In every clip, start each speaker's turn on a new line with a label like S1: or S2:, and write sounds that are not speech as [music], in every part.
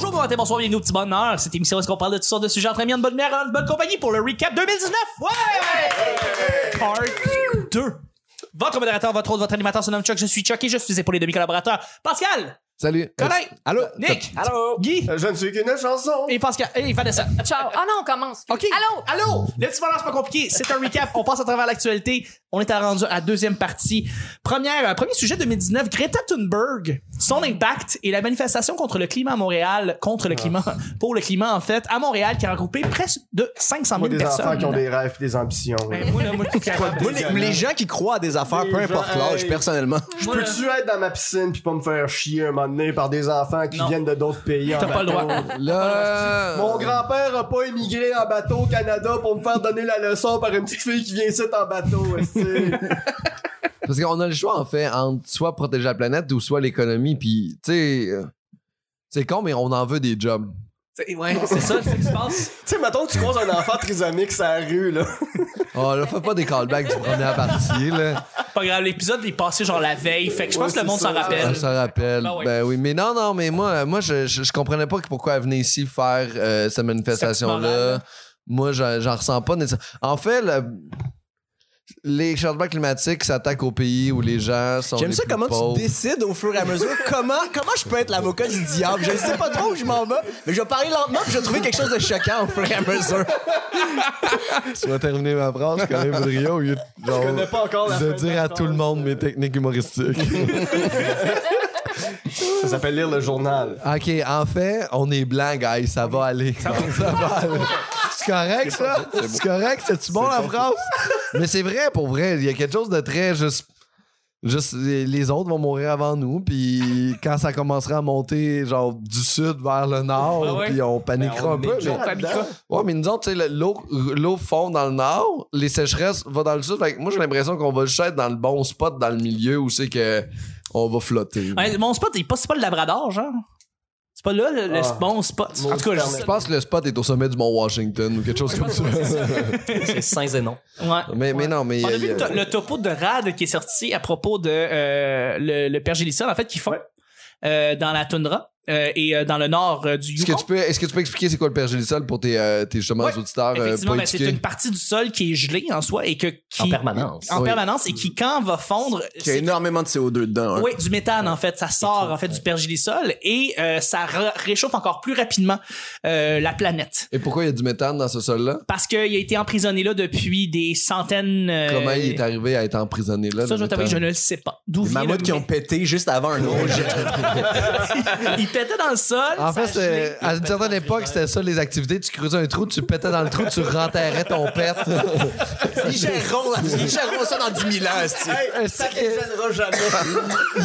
S1: santé, bonsoir, bienvenue au petit bonheur. Cette émission où est-ce qu'on parle de toutes sortes de sujets entre amis, en bonne mère, en bonne compagnie pour le recap 2019. Ouais! Part 2. Votre modérateur, votre autre, votre animateur se nomme Chuck. Je suis Chuck et je suis épaulé de mes collaborateurs Pascal,
S2: Salut. Euh,
S1: Colin,
S2: Allô?
S1: Nick,
S3: Allô?
S1: Guy
S3: Je ne suis qu'une chanson.
S1: et Pascal et Vanessa.
S4: Ciao. Ah non, on commence.
S1: OK.
S4: Allô?
S1: Allô? Le petit bonheur, c'est pas compliqué. C'est un recap. On passe à travers l'actualité. On est à rendu à deuxième partie. Première, euh, premier sujet 2019, Greta Thunberg, son impact et la manifestation contre le climat à Montréal, contre
S3: Ah.
S1: le climat, pour le climat, en fait, à Montréal, qui a regroupé presque de 500
S3: Moi,
S1: 000
S3: des
S1: personnes.
S3: enfants qui ont des rêves et des ambitions.
S1: Ben, moi, là, moi, je capote.
S2: Moi, les, les gens qui croient à des affaires,
S3: Les
S2: peu importe
S3: gens,
S2: l'âge,
S3: hey. [laughs]
S2: personnellement.
S3: Je
S1: Moi,
S3: peux-tu être dans ma piscine puis pas me faire chier un moment donné par des enfants qui
S1: Non.
S3: viennent de d'autres pays en
S1: T'as pas le
S3: bateau?
S1: droit.
S2: Là.
S3: [laughs]
S2: euh,
S3: Mon grand-père a pas émigré en bateau au Canada pour me faire donner la leçon par une petite fille qui vient ici en bateau. est-ce que-
S1: [laughs]
S2: Parce qu'on a le choix, en fait, entre soit protéger la planète ou soit l'économie. Puis, tu sais, euh, c'est con, mais on en veut des jobs.
S1: Ouais, c'est ça, c'est ce qui se passe.
S3: tu sais, mettons que tu croises un enfant trisomique sur la rue, là.
S2: Oh, là, fais pas des callbacks du premier partie, là.
S1: Pas grave, l'épisode est passé genre la veille. Fait que je pense
S3: Ouais,
S1: que le
S3: c'est
S1: monde
S3: ça.
S1: s'en rappelle.
S2: On s'en rappelle.
S1: Ben oui.
S2: Ben oui, mais non, non, mais moi, moi je, je, je comprenais pas que pourquoi elle venait ici faire euh, cette
S1: morale,
S2: manifestation-là. Moi, j'en j'en ressens pas nécessairement. En fait, le- les changements climatiques s'attaquent aux pays où les gens sont.
S5: J'aime
S2: les
S5: ça
S2: plus
S5: comment
S2: pauvres.
S5: tu décides au fur et à [laughs] mesure comment, comment je peux être l'avocat du diable. Je sais pas trop où je m'en vais, mais je vais parler lentement puis je vais trouver quelque chose de choquant au fur et à mesure.
S2: Tu vas terminer ma phrase, je connais Boudrio, au lieu de, genre,
S3: connais pas encore la
S2: de
S3: fin de
S2: dire
S3: la
S2: à tout le monde mes techniques humoristiques.
S3: Ça s'appelle lire le journal.
S2: ok, en fait, on est blanc, guys, ça va aller. Ça, va aller. C'est correct, ça? C'est correct? C'est-tu bon, la phrase? Mais c'est vrai, pour vrai, il y a quelque chose de très juste. Juste, les les autres vont mourir avant nous, puis quand ça commencera à monter, genre, du sud vers le nord,
S1: Ah ouais?
S2: puis Ben, on paniquera un peu. mais- Ouais, mais nous autres, tu sais, le- l'eau, l'eau fond dans le nord, les sécheresses vont dans le sud. Fait que moi, j'ai l'impression qu'on va juste être dans le bon spot, dans le milieu où c'est que on va flotter.
S1: Ouais, mon spot, il passe- c'est pas le Labrador, genre. C'est pas là le, le
S3: Ah.
S1: bon spot.
S3: Mon
S1: en tout cas,
S3: Internet.
S1: je
S2: Je pense que le spot est au sommet du Mont Washington ou quelque chose comme ça. [laughs]
S6: C'est Saint-Zénon.
S1: Ouais.
S2: Mais, mais non, mais.
S1: On a
S2: euh,
S1: vu le, to- le topo de Rad qui est sorti à propos de euh, le, le pergélisol, en fait, qu'ils font euh, dans la toundra euh, et euh, dans le nord euh, du
S2: Est-ce que,
S1: Yukon.
S2: tu peux, est-ce que tu peux expliquer c'est quoi le pergélisol pour tes, euh, tes justement
S1: Ouais,
S2: auditeurs euh,
S1: Effectivement,
S2: pas
S1: ben, c'est
S2: éduqués?
S1: une partie du sol qui est gelée en soi et que qui,
S6: En permanence.
S1: en
S2: Oui. Mm.
S1: permanence et qui quand va fondre,
S5: Il y a
S1: c'est-
S5: énormément de CO2 dedans. hein.
S1: Oui, du méthane en fait, ça sort en fait du pergélisol et euh, ça ra- réchauffe encore plus rapidement euh, la planète.
S2: Et pourquoi il y a du méthane dans ce sol-là?
S1: Parce qu'il a été emprisonné là depuis des centaines. euh,
S2: Comment il est arrivé à être emprisonné là?
S1: Ça,
S2: le
S1: je vais t'avouer, je
S2: méthane?
S1: ne le sais pas. D'où
S5: Les
S1: vient le
S5: mammouths qui ont
S1: mé-
S5: pété juste avant un autre jet.
S1: Il pétait dans le sol.
S2: En
S1: ça
S2: fait,
S1: a gelé.
S2: c'est- à une certaine époque, c'était ça les activités. Tu creusais un trou, tu pétais dans le trou, tu renterrais ton [laughs] pet.
S5: Ils géreront, ils géreront ça dans 10 000 ans. esti.
S2: Est-ce que-
S3: gênera jamais.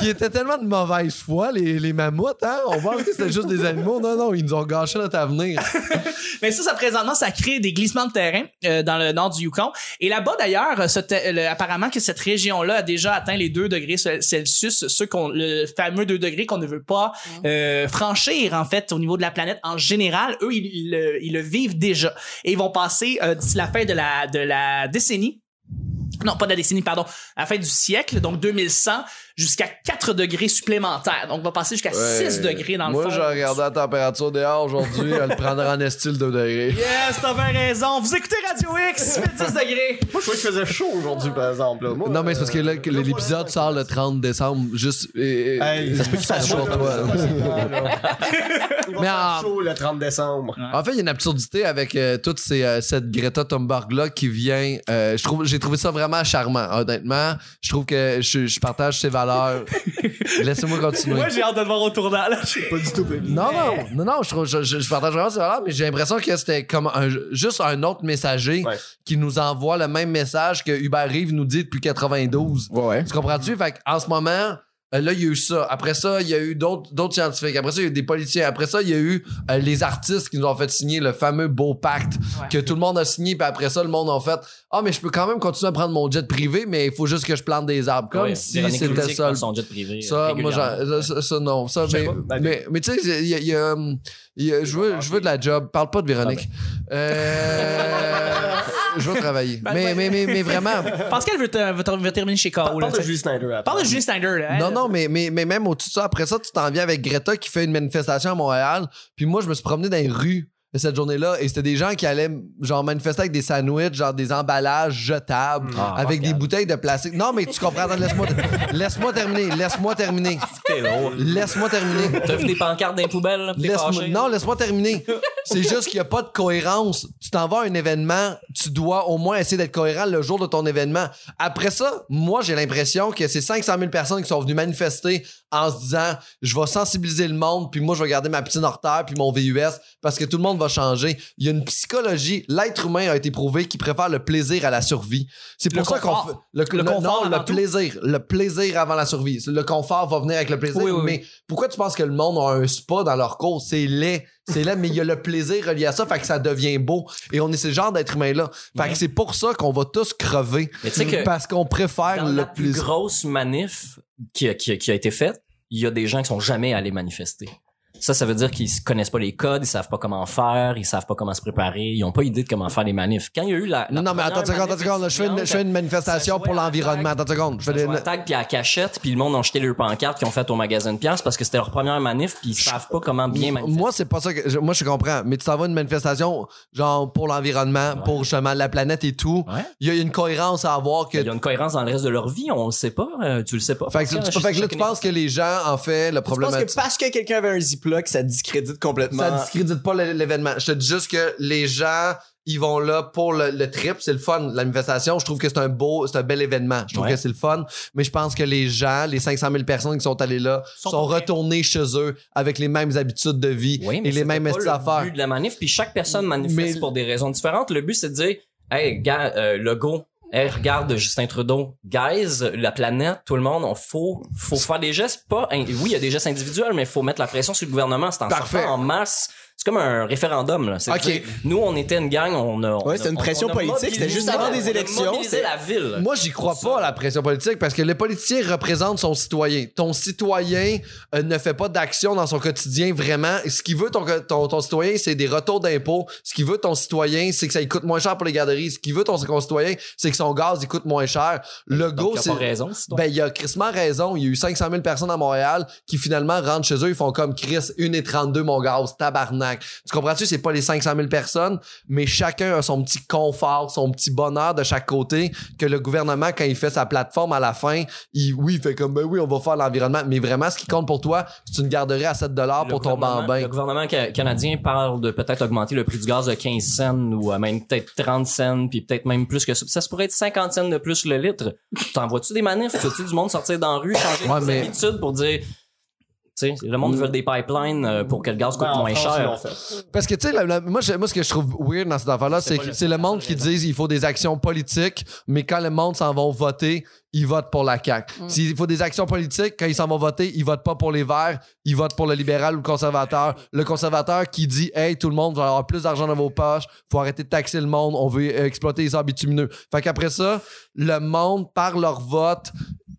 S2: Il était tellement de mauvaise foi, les, les mammouths, hein? On pensait que c'était juste des animaux. Non, non, ils nous ont gâché notre avenir.
S1: Mais ça, ça présentement, ça crée des glissements de terrain euh, dans le nord du Yukon. Et là-bas, d'ailleurs, euh, ce te- le- apparemment que cette région-là a déjà atteint les 2 degrés cel- Celsius, ceux qu'on, le fameux 2 degrés qu'on ne veut pas euh, franchir, en fait, au niveau de la planète en général. Eux, ils, ils le- ils le vivent déjà. Et ils vont passer, euh, d'ici la fin de la, de la décennie, non, pas de la décennie, pardon, à la fin du siècle, donc 2100, jusqu'à 4 degrés supplémentaires. Donc, on va passer jusqu'à 6 degrés dans
S2: Moi,
S1: le fond.
S2: j'ai regardé la température dehors aujourd'hui. Elle prendra en estile 2 degrés.
S1: Yes, t'as bien raison. Vous écoutez Radio X, il fait 10 degrés.
S3: Moi, je trouvais qu'il faisait chaud aujourd'hui, par exemple. là.
S2: [laughs]
S3: Moi,
S2: Non, mais c'est parce que là, que l'épisode sort le 30 décembre. Juste. et- et-
S3: euh, Hey,
S2: ça se peut qu'il fasse chaud
S3: moi,
S2: pour toi.
S3: je-
S2: [laughs]
S3: je sais pas
S2: là.
S3: c'est quand, là. Il va
S2: Mais
S3: faire
S2: en-
S3: chaud le 30 décembre.
S2: En fait, il y a une absurdité avec euh, toute ces, euh, cette Greta Thunberg-là qui vient. euh, je trouve, j'ai trouvé ça vraiment charmant, honnêtement. Je trouve que je, je partage ses
S1: [laughs]
S2: valeurs. Laissez-moi continuer.
S1: Moi, j'ai hâte de le voir au tournant. là.
S3: Pas du tout, baby.
S2: Non, non, non, non, je, trouve- je, je- je partage vraiment ces valeurs, mais j'ai l'impression que c'était comme un- juste un autre messager
S3: Ouais.
S2: qui nous envoie le même message que Uber Reeves nous dit depuis 92.
S5: Ouais, ouais.
S2: Tu comprends-tu? Fait en ce moment, euh, là, il y a eu ça. Après ça, il y a eu d'autres d'autres scientifiques. Après ça, il y a eu des politiciens. Après ça, il y a eu euh, les artistes qui nous ont fait signer le fameux beau pacte que tout le monde a signé. Puis après ça, le monde a fait Ah, mais je peux quand même continuer à prendre mon jet privé, mais il faut juste que je plante des arbres. Comme
S6: Ouais,
S2: si
S6: Véronique
S2: c'était
S6: Cloutier
S2: ça
S6: prend
S2: le
S6: son jet privé.
S2: ça,
S6: euh,
S2: moi,
S6: régulièrement.
S2: j'en-
S6: Ben,
S2: ça, ça, non. Ça,
S3: Je sais
S2: mais,
S3: pas.
S2: mais, mais tu sais, il y a- il y a, hum, il y a- je, veux, je veux de la job. Parle pas de Véronique. Euh, je vais travailler.
S1: Ben, ouais.
S2: mais, mais, mais, mais
S6: [laughs]
S2: vraiment.
S6: Ben,
S1: Pascal veut, te- veut te- veut terminer chez K.O. là,
S3: Parle de
S1: tu sais.
S3: Julie Snyder. après.
S1: Parle de Julie Snyder. hein. là,
S2: Non,
S1: elle.
S2: non, mais, mais, mais même au-dessus de ça, après ça, tu t'en viens avec Greta qui fait une manifestation à Montréal. Puis moi, je me suis promené dans les rues de cette journée-là et c'était des gens qui allaient, genre, manifester avec des sandwichs, genre des emballages
S6: Hmm.
S2: jetables,
S6: Ah,
S2: avec des bouteilles de plastique. Non, mais tu comprends, attends, laisse-moi laisse-moi terminer, laisse-moi
S6: [laughs]
S2: terminer,
S6: C'était long.
S2: laisse-moi terminer.
S6: T'as vu des pancartes dans les poubelles, là, pis t'es
S2: Laisse-moi-
S6: fâché.
S2: non, laisse-moi
S1: [laughs]
S2: terminer. C'est juste qu'il n'y a pas de cohérence. Tu t'en vas à un événement, tu dois au moins essayer d'être cohérent le jour de ton événement. Après ça, moi, j'ai l'impression que c'est 500 000 personnes qui sont venues manifester en se disant je vais sensibiliser le monde, puis moi, je vais garder ma petite terre puis mon VUS, parce que tout le monde va changer. Il y a une psychologie. L'être humain a été prouvé qu'il préfère le plaisir à la survie. C'est
S1: Le
S2: pour ça qu'on
S1: confort.
S2: fait. Le,
S1: Le
S2: le-
S1: confort
S2: non,
S1: avant
S2: le
S1: tout.
S2: plaisir. Le plaisir avant la survie. Le confort va venir avec le plaisir.
S1: Oui, oui, oui.
S2: mais pourquoi tu penses que le monde a un spa dans leur cours? C'est laid. C'est laid, mais il y a le plaisir relié à ça. Fait que ça devient beau. Et on est ce genre d'être humain-là. Fait que c'est pour ça qu'on va tous crever.
S6: Mais tu sais que
S2: parce qu'on préfère
S6: dans
S2: le
S6: la plus
S2: plaisir.
S6: grosse manif qui a, qui a- qui a été faite, il y a des gens qui sont jamais allés manifester. Ça, ça veut dire qu'ils connaissent pas les codes, ils savent pas comment faire, ils savent pas comment se préparer, ils ont pas idée de comment faire les manifs. Quand il y a eu la, la
S2: Non, non, mais attends
S6: première
S2: une seconde, attends une seconde. là,
S6: manif
S2: Je fais une, je fais une
S6: ça
S2: manifestation
S6: jouait
S2: pour
S6: à la
S2: l'environnement. Attends une seconde. Je fais
S6: Ils ont
S2: des-
S6: à tag puis à la cachette, puis le monde a jeté leurs pancartes qu'ils ont faites au magasin de pièces parce que c'était leur première manif, puis ils savent pas comment bien manifester.
S2: Moi, c'est pas ça que. je- moi, je comprends. Mais tu t'en vas à une manifestation, genre, pour l'environnement, pour justement la planète et tout.
S6: Ouais.
S2: Il y a une cohérence à avoir que
S6: Il y a une cohérence dans le reste de leur vie, on le sait pas, euh, tu le sais pas.
S2: Fait que,
S6: Parce
S2: tu, fait que là, tu
S6: chacune-
S2: penses que les gens, en fait, le
S5: Je
S2: problème...
S5: pense que parce que quelqu'un avait un Ziploc, ça discrédite complètement.
S2: Ça discrédite pas l'é- l'événement. Je te dis juste que les gens, ils vont là pour le, le trip. C'est le fun, la manifestation. Je trouve que c'est un beau, c'est un bel événement. Je trouve
S6: Ouais.
S2: que c'est le fun. Mais je pense que les gens, les 500 000 personnes qui sont allées là,
S1: Sont
S2: sont,
S1: pas prêts.
S2: retournés chez eux avec les mêmes habitudes de vie
S6: Oui, mais
S2: et les
S6: c'était
S2: mêmes
S6: pas
S2: astuces
S6: le
S2: à faire.
S6: but de la manif, puis chaque personne manifeste
S2: Mais-
S6: pour des raisons différentes. Le but, c'est de dire, hey, gars, euh, Legault, hey, regarde Justin Trudeau, guys, la planète, tout le monde, on faut, faut faire des gestes, pas, hein, oui, il y a des gestes individuels, mais il faut mettre la pression sur le gouvernement, c'est en
S2: Parfait.
S6: sortant en masse. C'est comme un référendum, là. C'est de
S2: Ok.
S6: dire, nous, on était une gang, on a.
S5: Ouais, c'était une pression politique, c'était juste avant des élections,
S6: C'était
S5: c'était-
S6: la ville.
S2: Moi, j'y crois pas à la pression politique parce que le politicien représente son citoyen. Ton citoyen euh, ne fait pas d'action dans son quotidien vraiment. Ce qu'il veut, ton, ton, ton citoyen, c'est des retours d'impôts. Ce qu'il veut, ton citoyen, c'est que ça lui coûte moins cher pour les garderies. Ce qu'il veut, ton concitoyen, c'est que son gaz, il coûte moins cher. Le go,
S6: Ben, Donc, t'as
S2: c'est.
S6: pas raison, c'est toi.
S2: Ben, il y a crissement raison. Il y a eu 500 000 personnes à Montréal qui finalement rentrent chez eux. Ils font comme Chris, 1 et 32, mon gaz, tabarnak. Tu comprends-tu? C'est pas les 500 000 personnes, mais chacun a son petit confort, son petit bonheur de chaque côté que le gouvernement, quand il fait sa plateforme à la fin, il, oui, il fait comme, ben oui, on va faire l'environnement. Mais vraiment, ce qui compte pour toi, c'est une garderie à 7
S6: Le
S2: pour ton
S6: gouvernement-
S2: bambin.
S6: Le gouvernement ca- canadien parle de peut-être augmenter le prix du gaz de 15 cents ou euh, même peut-être 30 cents, puis peut-être même plus que ça. Ça se pourrait être 50 cents de plus le litre. T'en vois-tu des manifs? Tu vois-tu du monde sortir dans la rue, changer
S2: Ouais,
S6: leurs
S2: mais-
S6: habitudes pour dire... Tu sais, le monde veut des pipelines euh, pour que le gaz coûte
S3: Ben, en
S6: moins
S3: France, ils l'ont
S6: cher.
S3: fait.
S2: Parce que, tu sais, la- la- moi, je- moi, ce que je trouve weird dans cette affaire-là, c'est que c'est le monde qui dit il faut des actions politiques, mais quand le monde s'en va voter, ils votent pour la CAQ. S'il faut des actions politiques, quand ils s'en vont voter, ils votent pas pour les Verts, ils votent pour le libéral ou le conservateur. Le conservateur qui dit Hey, tout le monde va avoir plus d'argent dans vos poches, faut arrêter de taxer le monde, on veut euh, exploiter les arbres bitumineux. Fait qu'après ça, le monde, par leur vote,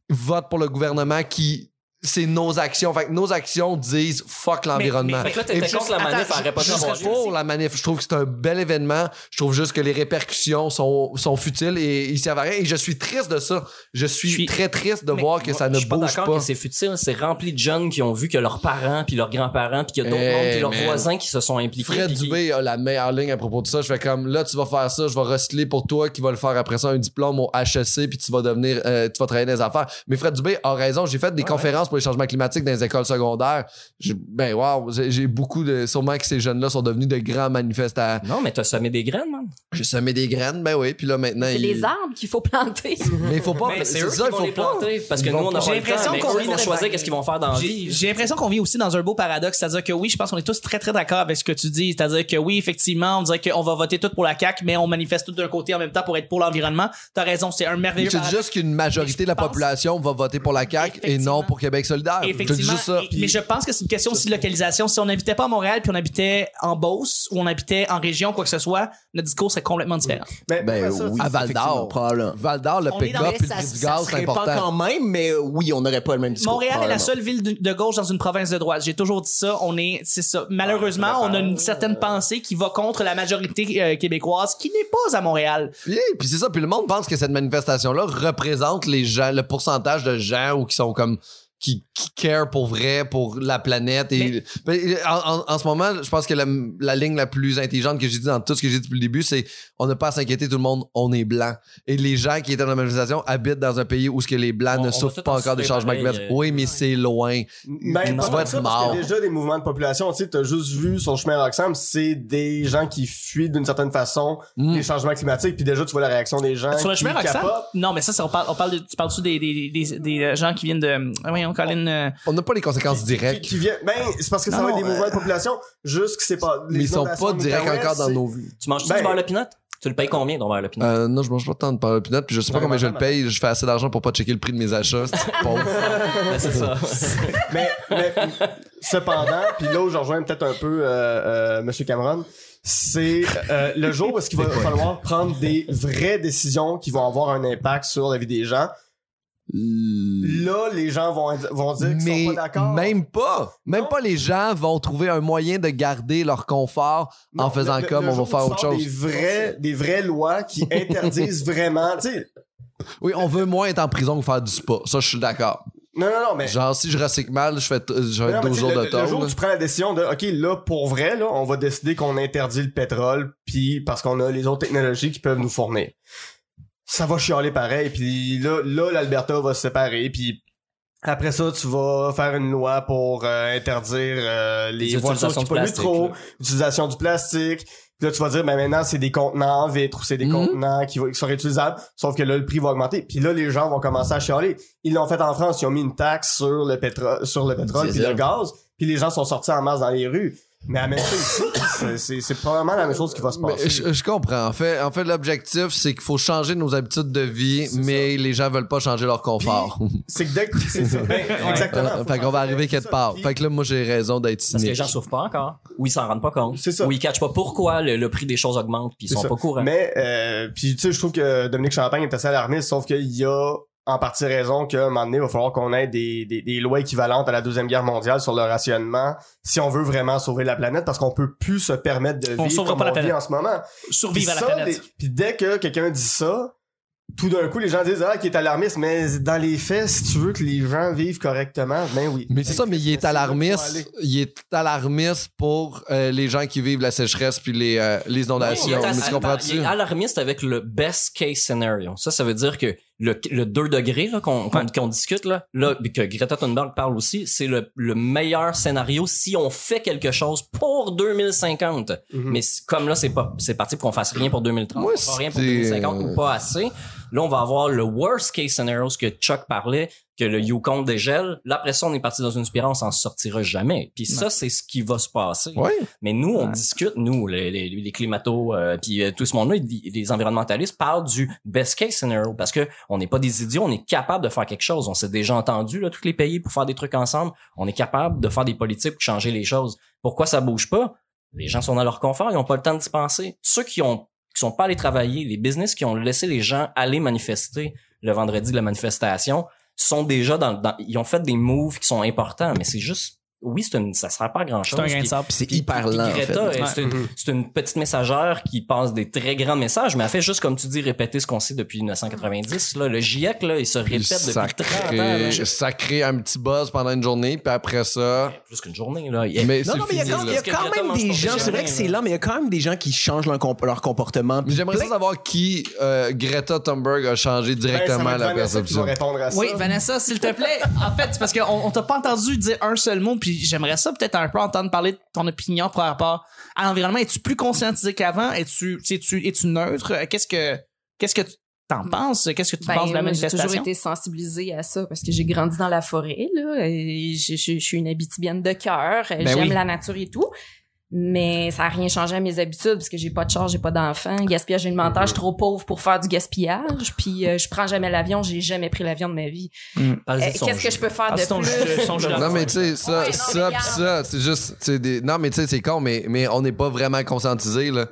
S2: vote pour le gouvernement qui. C'est nos actions. Fait que nos actions disent fuck l'environnement.
S1: mais-
S6: Fait que là, t'étais
S2: Et
S6: contre la
S1: juste-
S6: manif,
S1: attends,
S6: elle aurait pas dû
S2: Je
S6: avoir
S2: serais
S6: lieu.
S2: pour la manif. Je trouve que c'est un bel événement. Je trouve juste que les répercussions sont, sont futiles et ils servent à rien. Et je suis triste de ça. Je suis,
S6: Je suis-
S2: très triste de
S1: Mais
S2: voir que ça
S6: Je
S2: ne
S6: suis pas
S2: bouge pas.
S6: d'accord que c'est futile, c'est rempli de jeunes qui ont vu que leurs parents puis leurs grands-parents puis qu'il y a d'autres
S2: Hey,
S6: mondes, puis leurs
S2: man.
S6: voisins qui se sont impliqués.
S2: Eh, Fred
S6: puis qui-
S2: Dubé a la meilleure ligne à propos de ça. Je fais comme là, tu vas faire ça, je vais recycler pour toi qui va le faire après ça un diplôme au HEC puis tu vas devenir euh, tu vas travailler dans les affaires. Mais Fred Dubé a raison, j'ai fait des conférences pour les changements climatiques dans les écoles secondaires. Je- ben wow, j'ai j'ai beaucoup de sûrement que ces jeunes-là sont devenus de grands manifestants.
S6: Non, mais t'as semé des graines, man.
S2: J'ai semé des graines, ben oui, puis là maintenant
S4: C'est
S2: ils-
S4: les arbres qu'il faut planter.
S2: Mais il faut pas.
S6: Mais Ben, c'est
S2: C'est
S6: eux
S2: ça,
S6: qui
S2: il
S6: vont
S2: faut
S6: les
S2: pas.
S6: planter parce que
S2: Ils
S6: nous
S2: vont
S6: on n'a
S2: pas.
S6: pas
S1: J'ai
S6: le temps.
S1: l'impression
S6: mais
S1: qu'on
S6: eux,
S1: vit
S6: ils vont
S1: dans-
S6: choisir qu'est-ce qu'ils vont faire dans la vie.
S1: J'ai j'ai l'impression qu'on vit aussi dans un beau paradoxe, c'est-à-dire que oui, je pense qu'on est tous très très d'accord avec ce que tu dis, c'est-à-dire que oui, effectivement, on dirait qu'on va voter tout pour la CAQ, mais on manifeste tout d'un côté en même temps pour être pour l'environnement. T'as raison, c'est un merveilleux
S2: Je te dis
S1: paradoxe.
S2: juste qu'une majorité de la
S1: pense-
S2: population va voter pour la CAQ et
S1: Effectivement.
S2: non pour Québec Québec solidaire. Je te dis
S1: Effectivement.
S2: Ah, juste ça.
S1: et- mais je pense que c'est une question aussi de localisation. Si on n'habitait pas à Montréal, puis on habitait en Beauce, ou on habitait en région, quoi que ce soit, notre discours serait complètement différent.
S3: Mais, mais
S5: Ben
S3: ça,
S5: oui,
S2: à Val d'Or.
S5: effectivement, probablement.
S2: Val d'Or, le
S1: On est dans
S2: pick-up
S1: les-
S2: et
S5: ça-
S2: le prix du
S5: ça
S2: gaz,
S5: se
S2: c'est
S5: répand
S2: important.
S5: quand même, mais oui, on n'aurait pas le même discours.
S1: Montréal est la seule ville de- de gauche dans une province de droite. J'ai toujours dit ça. On est, c'est ça. Malheureusement, on a une certaine pensée qui va contre la majorité euh, québécoise, qui n'est pas à Montréal.
S2: Yeah, puis c'est ça. Puis le monde pense que cette manifestation-là représente les gens, le pourcentage de gens ou qui sont comme qui, qui care pour vrai, pour la planète. Et, Ben, en, en- en ce moment, je pense que la, la ligne la plus intelligente que j'ai dit dans tout ce que j'ai dit depuis le début, c'est on n'a pas à s'inquiéter, tout le monde, on est blanc. Et les gens qui étaient dans la manifestation habitent dans un pays où ce que les blancs
S6: On- on
S2: ne
S6: va
S2: souffrent
S6: tout
S2: pas
S6: en
S2: encore de
S6: souffrir
S2: changement
S6: pareil,
S2: climatique.
S6: euh,
S2: Oui, mais c'est loin.
S3: Ben,
S2: Non.
S3: pas
S2: Tu vas
S3: tant que ça,
S2: être
S3: parce
S2: mort.
S3: que déjà des mouvements de population, tu sais, t'as juste vu sur le chemin d'Oxfam, c'est des gens qui fuient d'une certaine façon
S2: Mm.
S3: les changements climatiques, puis déjà tu vois la réaction des gens
S1: Sur le
S3: qui
S1: chemin Roxane?
S3: capotent.
S1: Non, mais ça, ça, on parle, on parle de- tu parles-tu des, des, des, des, euh, gens qui viennent de, ah, voyons, Colin, euh,
S2: On n'a pas les conséquences
S3: Qui,
S2: directes.
S3: qui vient- ben, c'est parce que ça
S1: Non,
S3: va être des
S1: non,
S3: mouvements de population, juste que c'est pas. les
S2: euh, mais ils sont
S3: inondations
S2: pas
S3: de
S2: directs
S3: l'Outaouais,
S2: encore dans
S3: ben c'est-
S2: nos vues.
S6: Tu manges-tu
S3: Ben-
S6: du beurre le pinot? Tu le payes combien ton beurre le pinot?
S2: Euh, non, je mange pas tant de pain peanut, puis je sais pas
S3: Ouais,
S2: combien je le
S3: ouais,
S2: paye. Je fais assez d'argent pour pas checker le prix de mes achats.
S3: [laughs]
S2: c'est pauvre.
S6: Ben, c'est ça.
S3: Mais, mais cependant, puis là où je rejoins peut-être un peu euh, euh, Monsieur Cameron, c'est euh, le jour où est-ce qu'il va falloir prendre des vraies décisions qui vont avoir un impact sur la vie des gens. Là, les gens vont, vont dire qu'ils
S2: Hmm. Mais
S3: sont pas d'accord.
S2: même pas, même
S3: Non.
S2: pas les gens vont trouver un moyen de garder leur confort
S3: Non,
S2: en faisant
S3: le- le-
S2: comme
S3: le
S2: on va
S3: jour
S2: faire
S3: où
S2: autre
S3: tu sors
S2: chose.
S3: Des vraies, des vraies lois qui
S2: [laughs]
S3: interdisent vraiment. Tu sais,
S2: Oui, on veut moins être en prison que faire du spa. Ça, je suis d'accord.
S3: non, non, non, mais.
S2: Genre, si je recycle mal, je fais, je fais
S3: non,
S2: 12
S3: mais tu sais,
S2: jours
S3: le,
S2: de
S3: le jour où tu prends la décision de OK, là, pour vrai, là, on va décider qu'on interdit le pétrole, puis parce qu'on a les autres technologies qui peuvent nous fournir. Ça va chialer pareil, puis là, là, l'Alberta va se séparer, puis après ça, tu vas faire une loi pour euh, interdire euh, les,
S6: Les
S3: voitures
S6: utilisations
S3: qui
S6: de
S3: polluent
S6: plastique,
S3: trop,
S6: là.
S3: l'utilisation du plastique. Puis là, tu vas dire, ben maintenant, c'est des contenants en vitre ou c'est des
S2: Mhm.
S3: contenants qui, vont- qui sont réutilisables, sauf que là, le prix va augmenter. Puis là, les gens vont commencer à chialer. Ils l'ont fait en France, ils ont mis une taxe sur le pétrole, sur le pétrole puis le
S5: Diesel.
S3: gaz, puis les gens sont sortis en masse dans les rues. Mais à même chose ici, c'est- c'est- c'est probablement la même chose qui va se
S2: Mais
S3: passer.
S2: je, je comprends. En fait, en fait l'objectif, c'est qu'il faut changer nos habitudes de vie, mais les gens veulent pas changer leur confort. [laughs]
S3: C'est que dès que c'est ça. Ben, exactement.
S2: fait qu'on va arriver quelque part. Fait que là, moi, j'ai raison d'être
S6: Parce que les
S2: cynique.
S6: gens souffrent pas encore. Ou ils s'en rendent pas compte.
S3: C'est ça.
S6: Ou ils catchent pas pourquoi le, le prix des choses augmente puis ils
S3: C'est
S6: sont
S3: ça.
S6: pas courants.
S3: Mais euh, puis tu sais, je trouve que Dominique Champagne est assez alarmiste, sauf qu'il y a en partie raison qu'à un moment donné, il va falloir qu'on ait des, des, des lois équivalentes à la Deuxième Guerre mondiale sur le rationnement si on veut vraiment sauver la planète parce qu'on peut plus se permettre de
S1: On
S3: vivre
S1: sauvera
S3: comme
S1: pas la
S3: on vit
S1: planète.
S3: en ce moment. Puis
S1: survivre à la
S3: ça,
S1: planète.
S3: des- Puis dès que quelqu'un dit ça, tout d'un coup, les gens disent Ah, qui est alarmiste, mais dans les faits, si tu veux que les gens vivent correctement, ben oui.
S2: Mais c'est ça, mais il est
S3: c'est là qu'il faut aller.
S2: alarmiste. Il est alarmiste pour euh, les gens qui vivent la sécheresse puis les, euh, les inondations.
S6: Il est
S2: mais
S6: assez-
S2: tu comprends-tu?
S6: il est alarmiste avec le best case scenario. Ça, ça veut dire que le, le 2 degrés là, qu'on, qu'on, qu'on discute, là, là, puis que Greta Thunberg parle aussi, c'est le, le meilleur scénario si on fait quelque chose pour 2050.
S3: Mhm.
S6: Mais c- comme là, c'est, pas, c'est parti pour qu'on fasse rien pour 2030,
S2: Moi,
S6: on fera rien pour
S2: c'est-
S6: 2050 ou pas assez. Là, on va avoir le worst case scenario, ce que Chuck parlait, que le Yukon dégèle. Là, après ça, on est parti dans une spirale, on s'en sortira jamais. Puis ça, c'est ce qui va se passer.
S2: Ouais.
S6: Mais nous, on discute, nous, les, les, les climatos, euh, puis euh, tout ce monde-là, ils- les environnementalistes parlent du best case scenario parce que on n'est pas des idiots, on est capable de faire quelque chose. On s'est déjà entendu, là, tous les pays pour faire des trucs ensemble. On est capable de faire des politiques pour changer les choses. Pourquoi ça bouge pas? Les gens sont dans leur confort, ils n'ont pas le temps d'y penser. Ceux qui ont qui sont pas allés travailler, les business qui ont laissé les gens aller manifester le vendredi de la manifestation, sont déjà dans, dans- ils ont fait des moves qui sont importants, mais c'est juste, oui, c'est une, ça sert pas à grand chose.
S1: C'est un grain de sable.
S5: Puis c'est
S6: Puis-
S5: hyper
S6: puis
S5: lent, en fait.
S6: Greta, elle, c'est une, c'est une petite messagère qui passe des très grands messages, mais elle fait juste, comme tu dis, répéter ce qu'on sait depuis 1990. Là. Le GIEC, là, il se répète depuis 30 ans. là.
S2: crée, ça crée un petit buzz pendant une journée, puis après ça.
S6: Plus qu'une journée. Là. Il-
S2: Mais
S5: Non,
S2: c'est
S5: non, mais il y a
S2: fini,
S5: quand, il y
S2: là.
S5: a quand même des gens, c'est vrai que c'est lent, mais il y a quand même des gens qui changent leur, comp- leur comportement.
S2: Mais J'aimerais ça savoir qui euh, Greta Thunberg a changé
S3: Ben, ça va
S2: directement
S3: être
S2: la
S3: Vanessa qui
S2: perception.
S3: va répondre à ça.
S1: Oui, Vanessa, s'il te plaît. En fait, c'est parce qu'on on t'a pas entendu dire un seul mot, puis j'aimerais ça peut-être un peu entendre parler de ton opinion par rapport à l'environnement. Es-tu plus conscientisé qu'avant? Es-tu, tu sais, tu- es-tu neutre? Euh, Qu'est-ce que, qu'est-ce que tu t'en penses? Qu'est-ce que tu
S4: Ben,
S1: penses de la
S4: moi, j'ai toujours
S1: manifestation?
S4: été sensibilisée à ça parce que j'ai grandi dans la forêt, là, et je, je- je suis une habitibienne de cœur, j'aime
S1: Ben oui.
S4: la nature et tout. Mais ça a rien changé à mes habitudes parce que j'ai pas de char, j'ai pas d'enfant. Gaspillage alimentaire, je suis trop pauvre pour faire du gaspillage. Puis euh, je prends jamais l'avion, j'ai jamais pris l'avion de ma vie. Euh,
S1: Eh,
S4: Qu'est-ce que je peux
S6: Ah,
S4: faire de
S1: Ah, son jeu,
S4: plus?
S1: son jeu
S2: Non, mais tu sais,
S4: Ouais,
S2: ça,
S4: non,
S2: ça,
S4: mais
S2: pis ça,
S4: regarde.
S2: c'est juste. c'est des... Non, mais tu sais, c'est con, mais, mais on n'est pas vraiment conscientisé, là.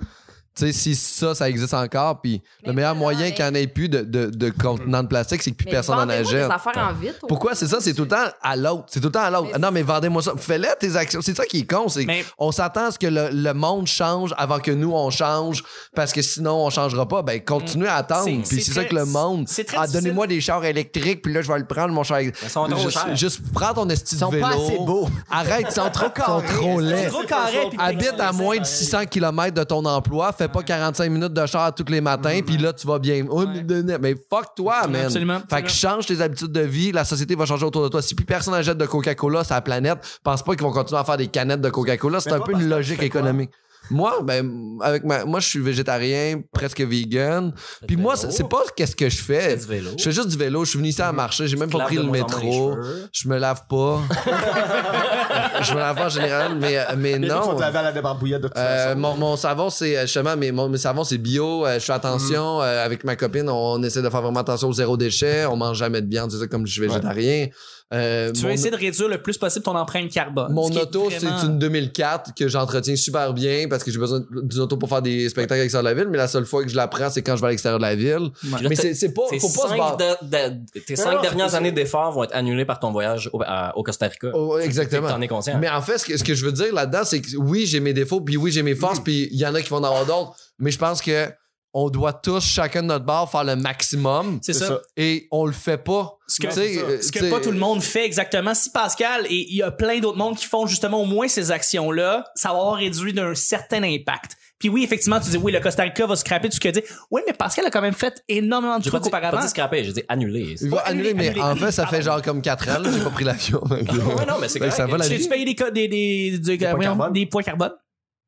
S2: Tu sais, si ça, ça existe encore, puis le
S4: Mais
S2: meilleur
S4: voilà,
S2: moyen
S4: mais-
S2: qu'il n'y en ait plus de, de, de contenants de plastique, c'est que plus
S4: Mais
S2: personne en
S4: vendez-moi des
S2: achète.
S4: affaires en vite, au
S2: Pourquoi
S4: moins.
S2: c'est ça? C'est tout le temps à l'autre. C'est tout le temps à l'autre.
S4: Mais
S2: Ah non, mais vendez-moi ça. Fais-le tes actions. C'est ça qui est con. C'est
S1: Mais-
S2: on s'attend à ce que le, le monde change avant que nous, on change. Parce que sinon, on changera pas. Ben, continuez à attendre.
S1: Mm. C'est-
S2: Puis
S1: c'est
S2: c'est ça
S1: très-
S2: que le monde.
S1: c'est très
S2: Ah,
S1: difficile.
S2: donnez-moi des chars électriques. Puis là, je vais le prendre, mon char électrique.
S6: Ils sont trop
S2: Juste,
S6: chers.
S2: juste prends ton esti de
S5: Ils sont
S2: vélo.
S5: pas assez beaux.
S2: Arrête, ils sont trop, ils sont trop laids.
S1: Gros carré, puis-
S2: Habite à moins de 600 km de ton emploi, fais pas 45 minutes de char tous les matins, puis là, tu vas bien. Oh, mais- Mais fuck toi, man.
S1: Absolument.
S2: Fait que change tes habitudes de vie, la société va changer autour de toi. Si plus personne achète de Coca-Cola sur la planète, pense pas qu'ils vont continuer à faire des canettes de Coca-Cola. C'est
S3: Mais
S2: un
S3: toi,
S2: peu une
S3: Pascal,
S2: logique
S3: tu fais quoi?
S2: économique. Moi, ben, avec ma, moi, je suis végétarien, presque vegan. Puis moi, c'est c'est pas qu'est-ce que je fais.
S6: du vélo. Mhm.
S2: Je fais juste du vélo. Je suis venu ici à marcher. J'ai même
S6: Tu
S2: pas
S6: te
S2: pris
S6: laves
S2: le
S6: de moins en moins les
S2: métro.
S6: cheveux.
S2: Je me lave
S1: [laughs]
S2: pas. je me lave pas en général, mais, euh, mais
S3: Mais toi, tu vas
S2: non.
S3: te laver à la débarbouillette de toute
S2: Euh,
S3: façon.
S2: mon, mon savon, c'est euh, justement, mais mon, mes savons, c'est bio. euh, je fais
S3: Mm.
S2: attention. euh, avec ma copine, on, essaie de faire vraiment attention au zéro déchet. On mange jamais de viande, c'est ça, comme je suis végétarien. Euh,
S1: Tu
S2: mon-
S1: veux essayer de réduire le plus possible ton empreinte carbone.
S2: mon
S1: ce qui est
S2: auto,
S1: vraiment-
S2: c'est une 2004 que j'entretiens super bien parce que j'ai besoin d'une auto pour faire des spectacles à l'extérieur de la ville, mais la seule fois que je la prends, c'est quand je vais à l'extérieur de la ville.
S6: Là,
S1: [laughs]
S2: Mais
S6: t'as-
S2: c'est c'est pas,
S6: Tes
S2: faut pas se
S6: cinq,
S2: barrer.
S6: de- de- tes cinq
S3: non,
S6: dernières
S3: c'est-
S6: années d'efforts vont être annulées par ton voyage au, à- au Costa Rica.
S2: Oh, exactement.
S6: T'en es
S1: Ah.
S6: conscient.
S2: Mais en fait, ce que, ce que je veux dire là-dedans, c'est que oui, j'ai mes défauts, puis oui, j'ai mes forces, puis il y en a qui vont en avoir d'autres, mais je pense que on doit tous, chacun de notre bord, faire le maximum
S1: C'est
S3: C'est
S1: ça.
S3: ça.
S2: et on le fait pas.
S1: Ce que-
S2: Tu sais, euh,
S1: Ce
S2: tu
S1: que
S2: sais,
S1: pas tout le monde fait exactement. Si Pascal et il y a plein d'autres mondes qui font justement au moins ces actions-là, ça va avoir réduit d'un certain impact. Puis oui, effectivement, tu dis oui, le Costa Rica va scraper tout ce que dit. Oui, mais Pascal a quand même fait énormément de
S6: J'ai pas
S1: trucs
S6: dit, pas
S1: auparavant.
S6: dit scraper, j'ai dit
S2: [laughs]
S6: annuler.
S2: Il va
S1: Ouais,
S2: annuler, mais
S1: annuler,
S2: en
S1: annuler,
S2: fait, ça fait
S1: pardon.
S2: genre comme 4 ans, là, j'ai pas
S1: [laughs]
S2: pris l'avion. donc, euh,
S6: Ouais, non, mais c'est
S2: fait que ça
S6: correct.
S2: va la vie.
S1: Tu payes des, co- des, des, des,
S3: points
S1: voyons,
S3: carbone.
S1: des points carbone.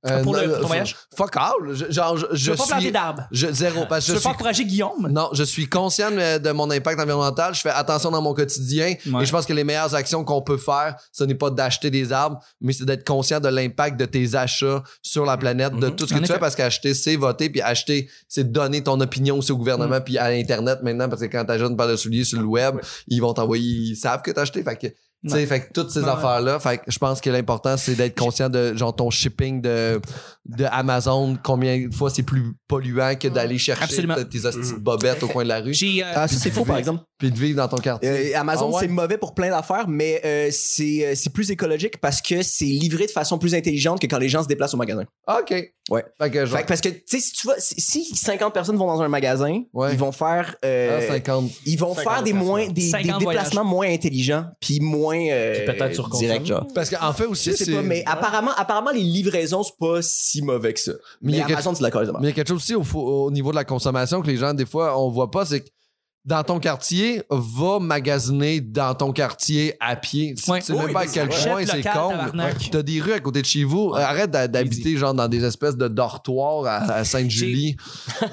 S2: Euh,
S1: pour le-
S2: non,
S1: pour ton
S2: faut-
S1: voyage?
S2: Fuck all. Je, genre, je,
S1: Je
S2: je
S1: veux pas planter
S2: suis.
S1: d'arbres.
S2: Je, zéro, parce
S1: Je
S2: que je
S1: veux pas
S2: suis
S1: encourager Guillaume.
S2: Non, je suis conscient de, de mon impact environnemental. Je fais attention dans mon quotidien.
S1: Ouais.
S2: Et je pense que les meilleures actions qu'on peut faire, ce n'est pas d'acheter des arbres, mais c'est d'être conscient de l'impact de tes achats sur la planète, de
S6: Mhm.
S2: tout ce
S1: En
S2: que tu
S1: effet.
S2: fais, parce qu'acheter, c'est voter, puis acheter, c'est donner ton opinion aussi au gouvernement,
S1: Mhm.
S2: puis à Internet maintenant, parce que quand t'achètes une paire de souliers sur le web, ils vont t'envoyer, ils savent que t'as acheté. Fait que, tu sais, fait que toutes ces
S1: Ah, Ouais.
S2: affaires-là, fait que je pense que l'important, c'est d'être conscient de, genre, ton shipping de, de Amazon, combien de fois c'est plus polluant que d'aller chercher
S1: Absolument.
S2: tes tes hosties de bobettes au coin de la rue
S1: J'ai euh,
S5: Ah, ça, c'est faux, par exemple.
S2: puis de vivre dans ton quartier.
S5: Euh, Amazon,
S2: Ah ouais?
S5: c'est mauvais pour plein d'affaires, mais euh, c'est euh, c'est plus écologique parce que c'est livré de façon plus intelligente que quand les gens se déplacent au magasin.
S2: OK.
S5: Ouais.
S2: Fait que
S5: Fait
S2: genre,
S5: que parce que, tu sais, si tu vas, si- si 50 personnes vont dans un magasin,
S2: Ouais.
S5: ils vont faire, euh,
S2: ah, 50.
S5: ils vont
S3: 50
S5: faire des, moins, des, des
S1: 50
S5: déplacements moins intelligents, puis moins euh,
S6: Puis peut-être sur
S5: direct, genre.
S2: Parce qu'en fait
S5: Je
S2: aussi,
S5: sais
S2: c'est.
S5: pas, mais
S2: Mais
S5: apparemment, apparemment, les livraisons, c'est pas si mauvais que ça.
S2: il
S5: Mais,
S2: y a quelque-
S5: Amazon, c'est la cause de
S2: mais il y a quelque chose aussi au, fo- au niveau de la consommation que les gens, des fois, on voit pas, c'est que dans ton quartier, va magasiner dans ton quartier à pied. Tu
S1: Ouais.
S2: sais même
S1: Oui,
S2: pas à quel
S1: achète
S2: point c'est
S1: local,
S2: con.
S1: tabarnak.
S2: Ouais. T'as des rues à côté de chez vous. Arrête d'a- d'habiter genre dans des espèces de dortoirs à, à Sainte-Julie. Puis-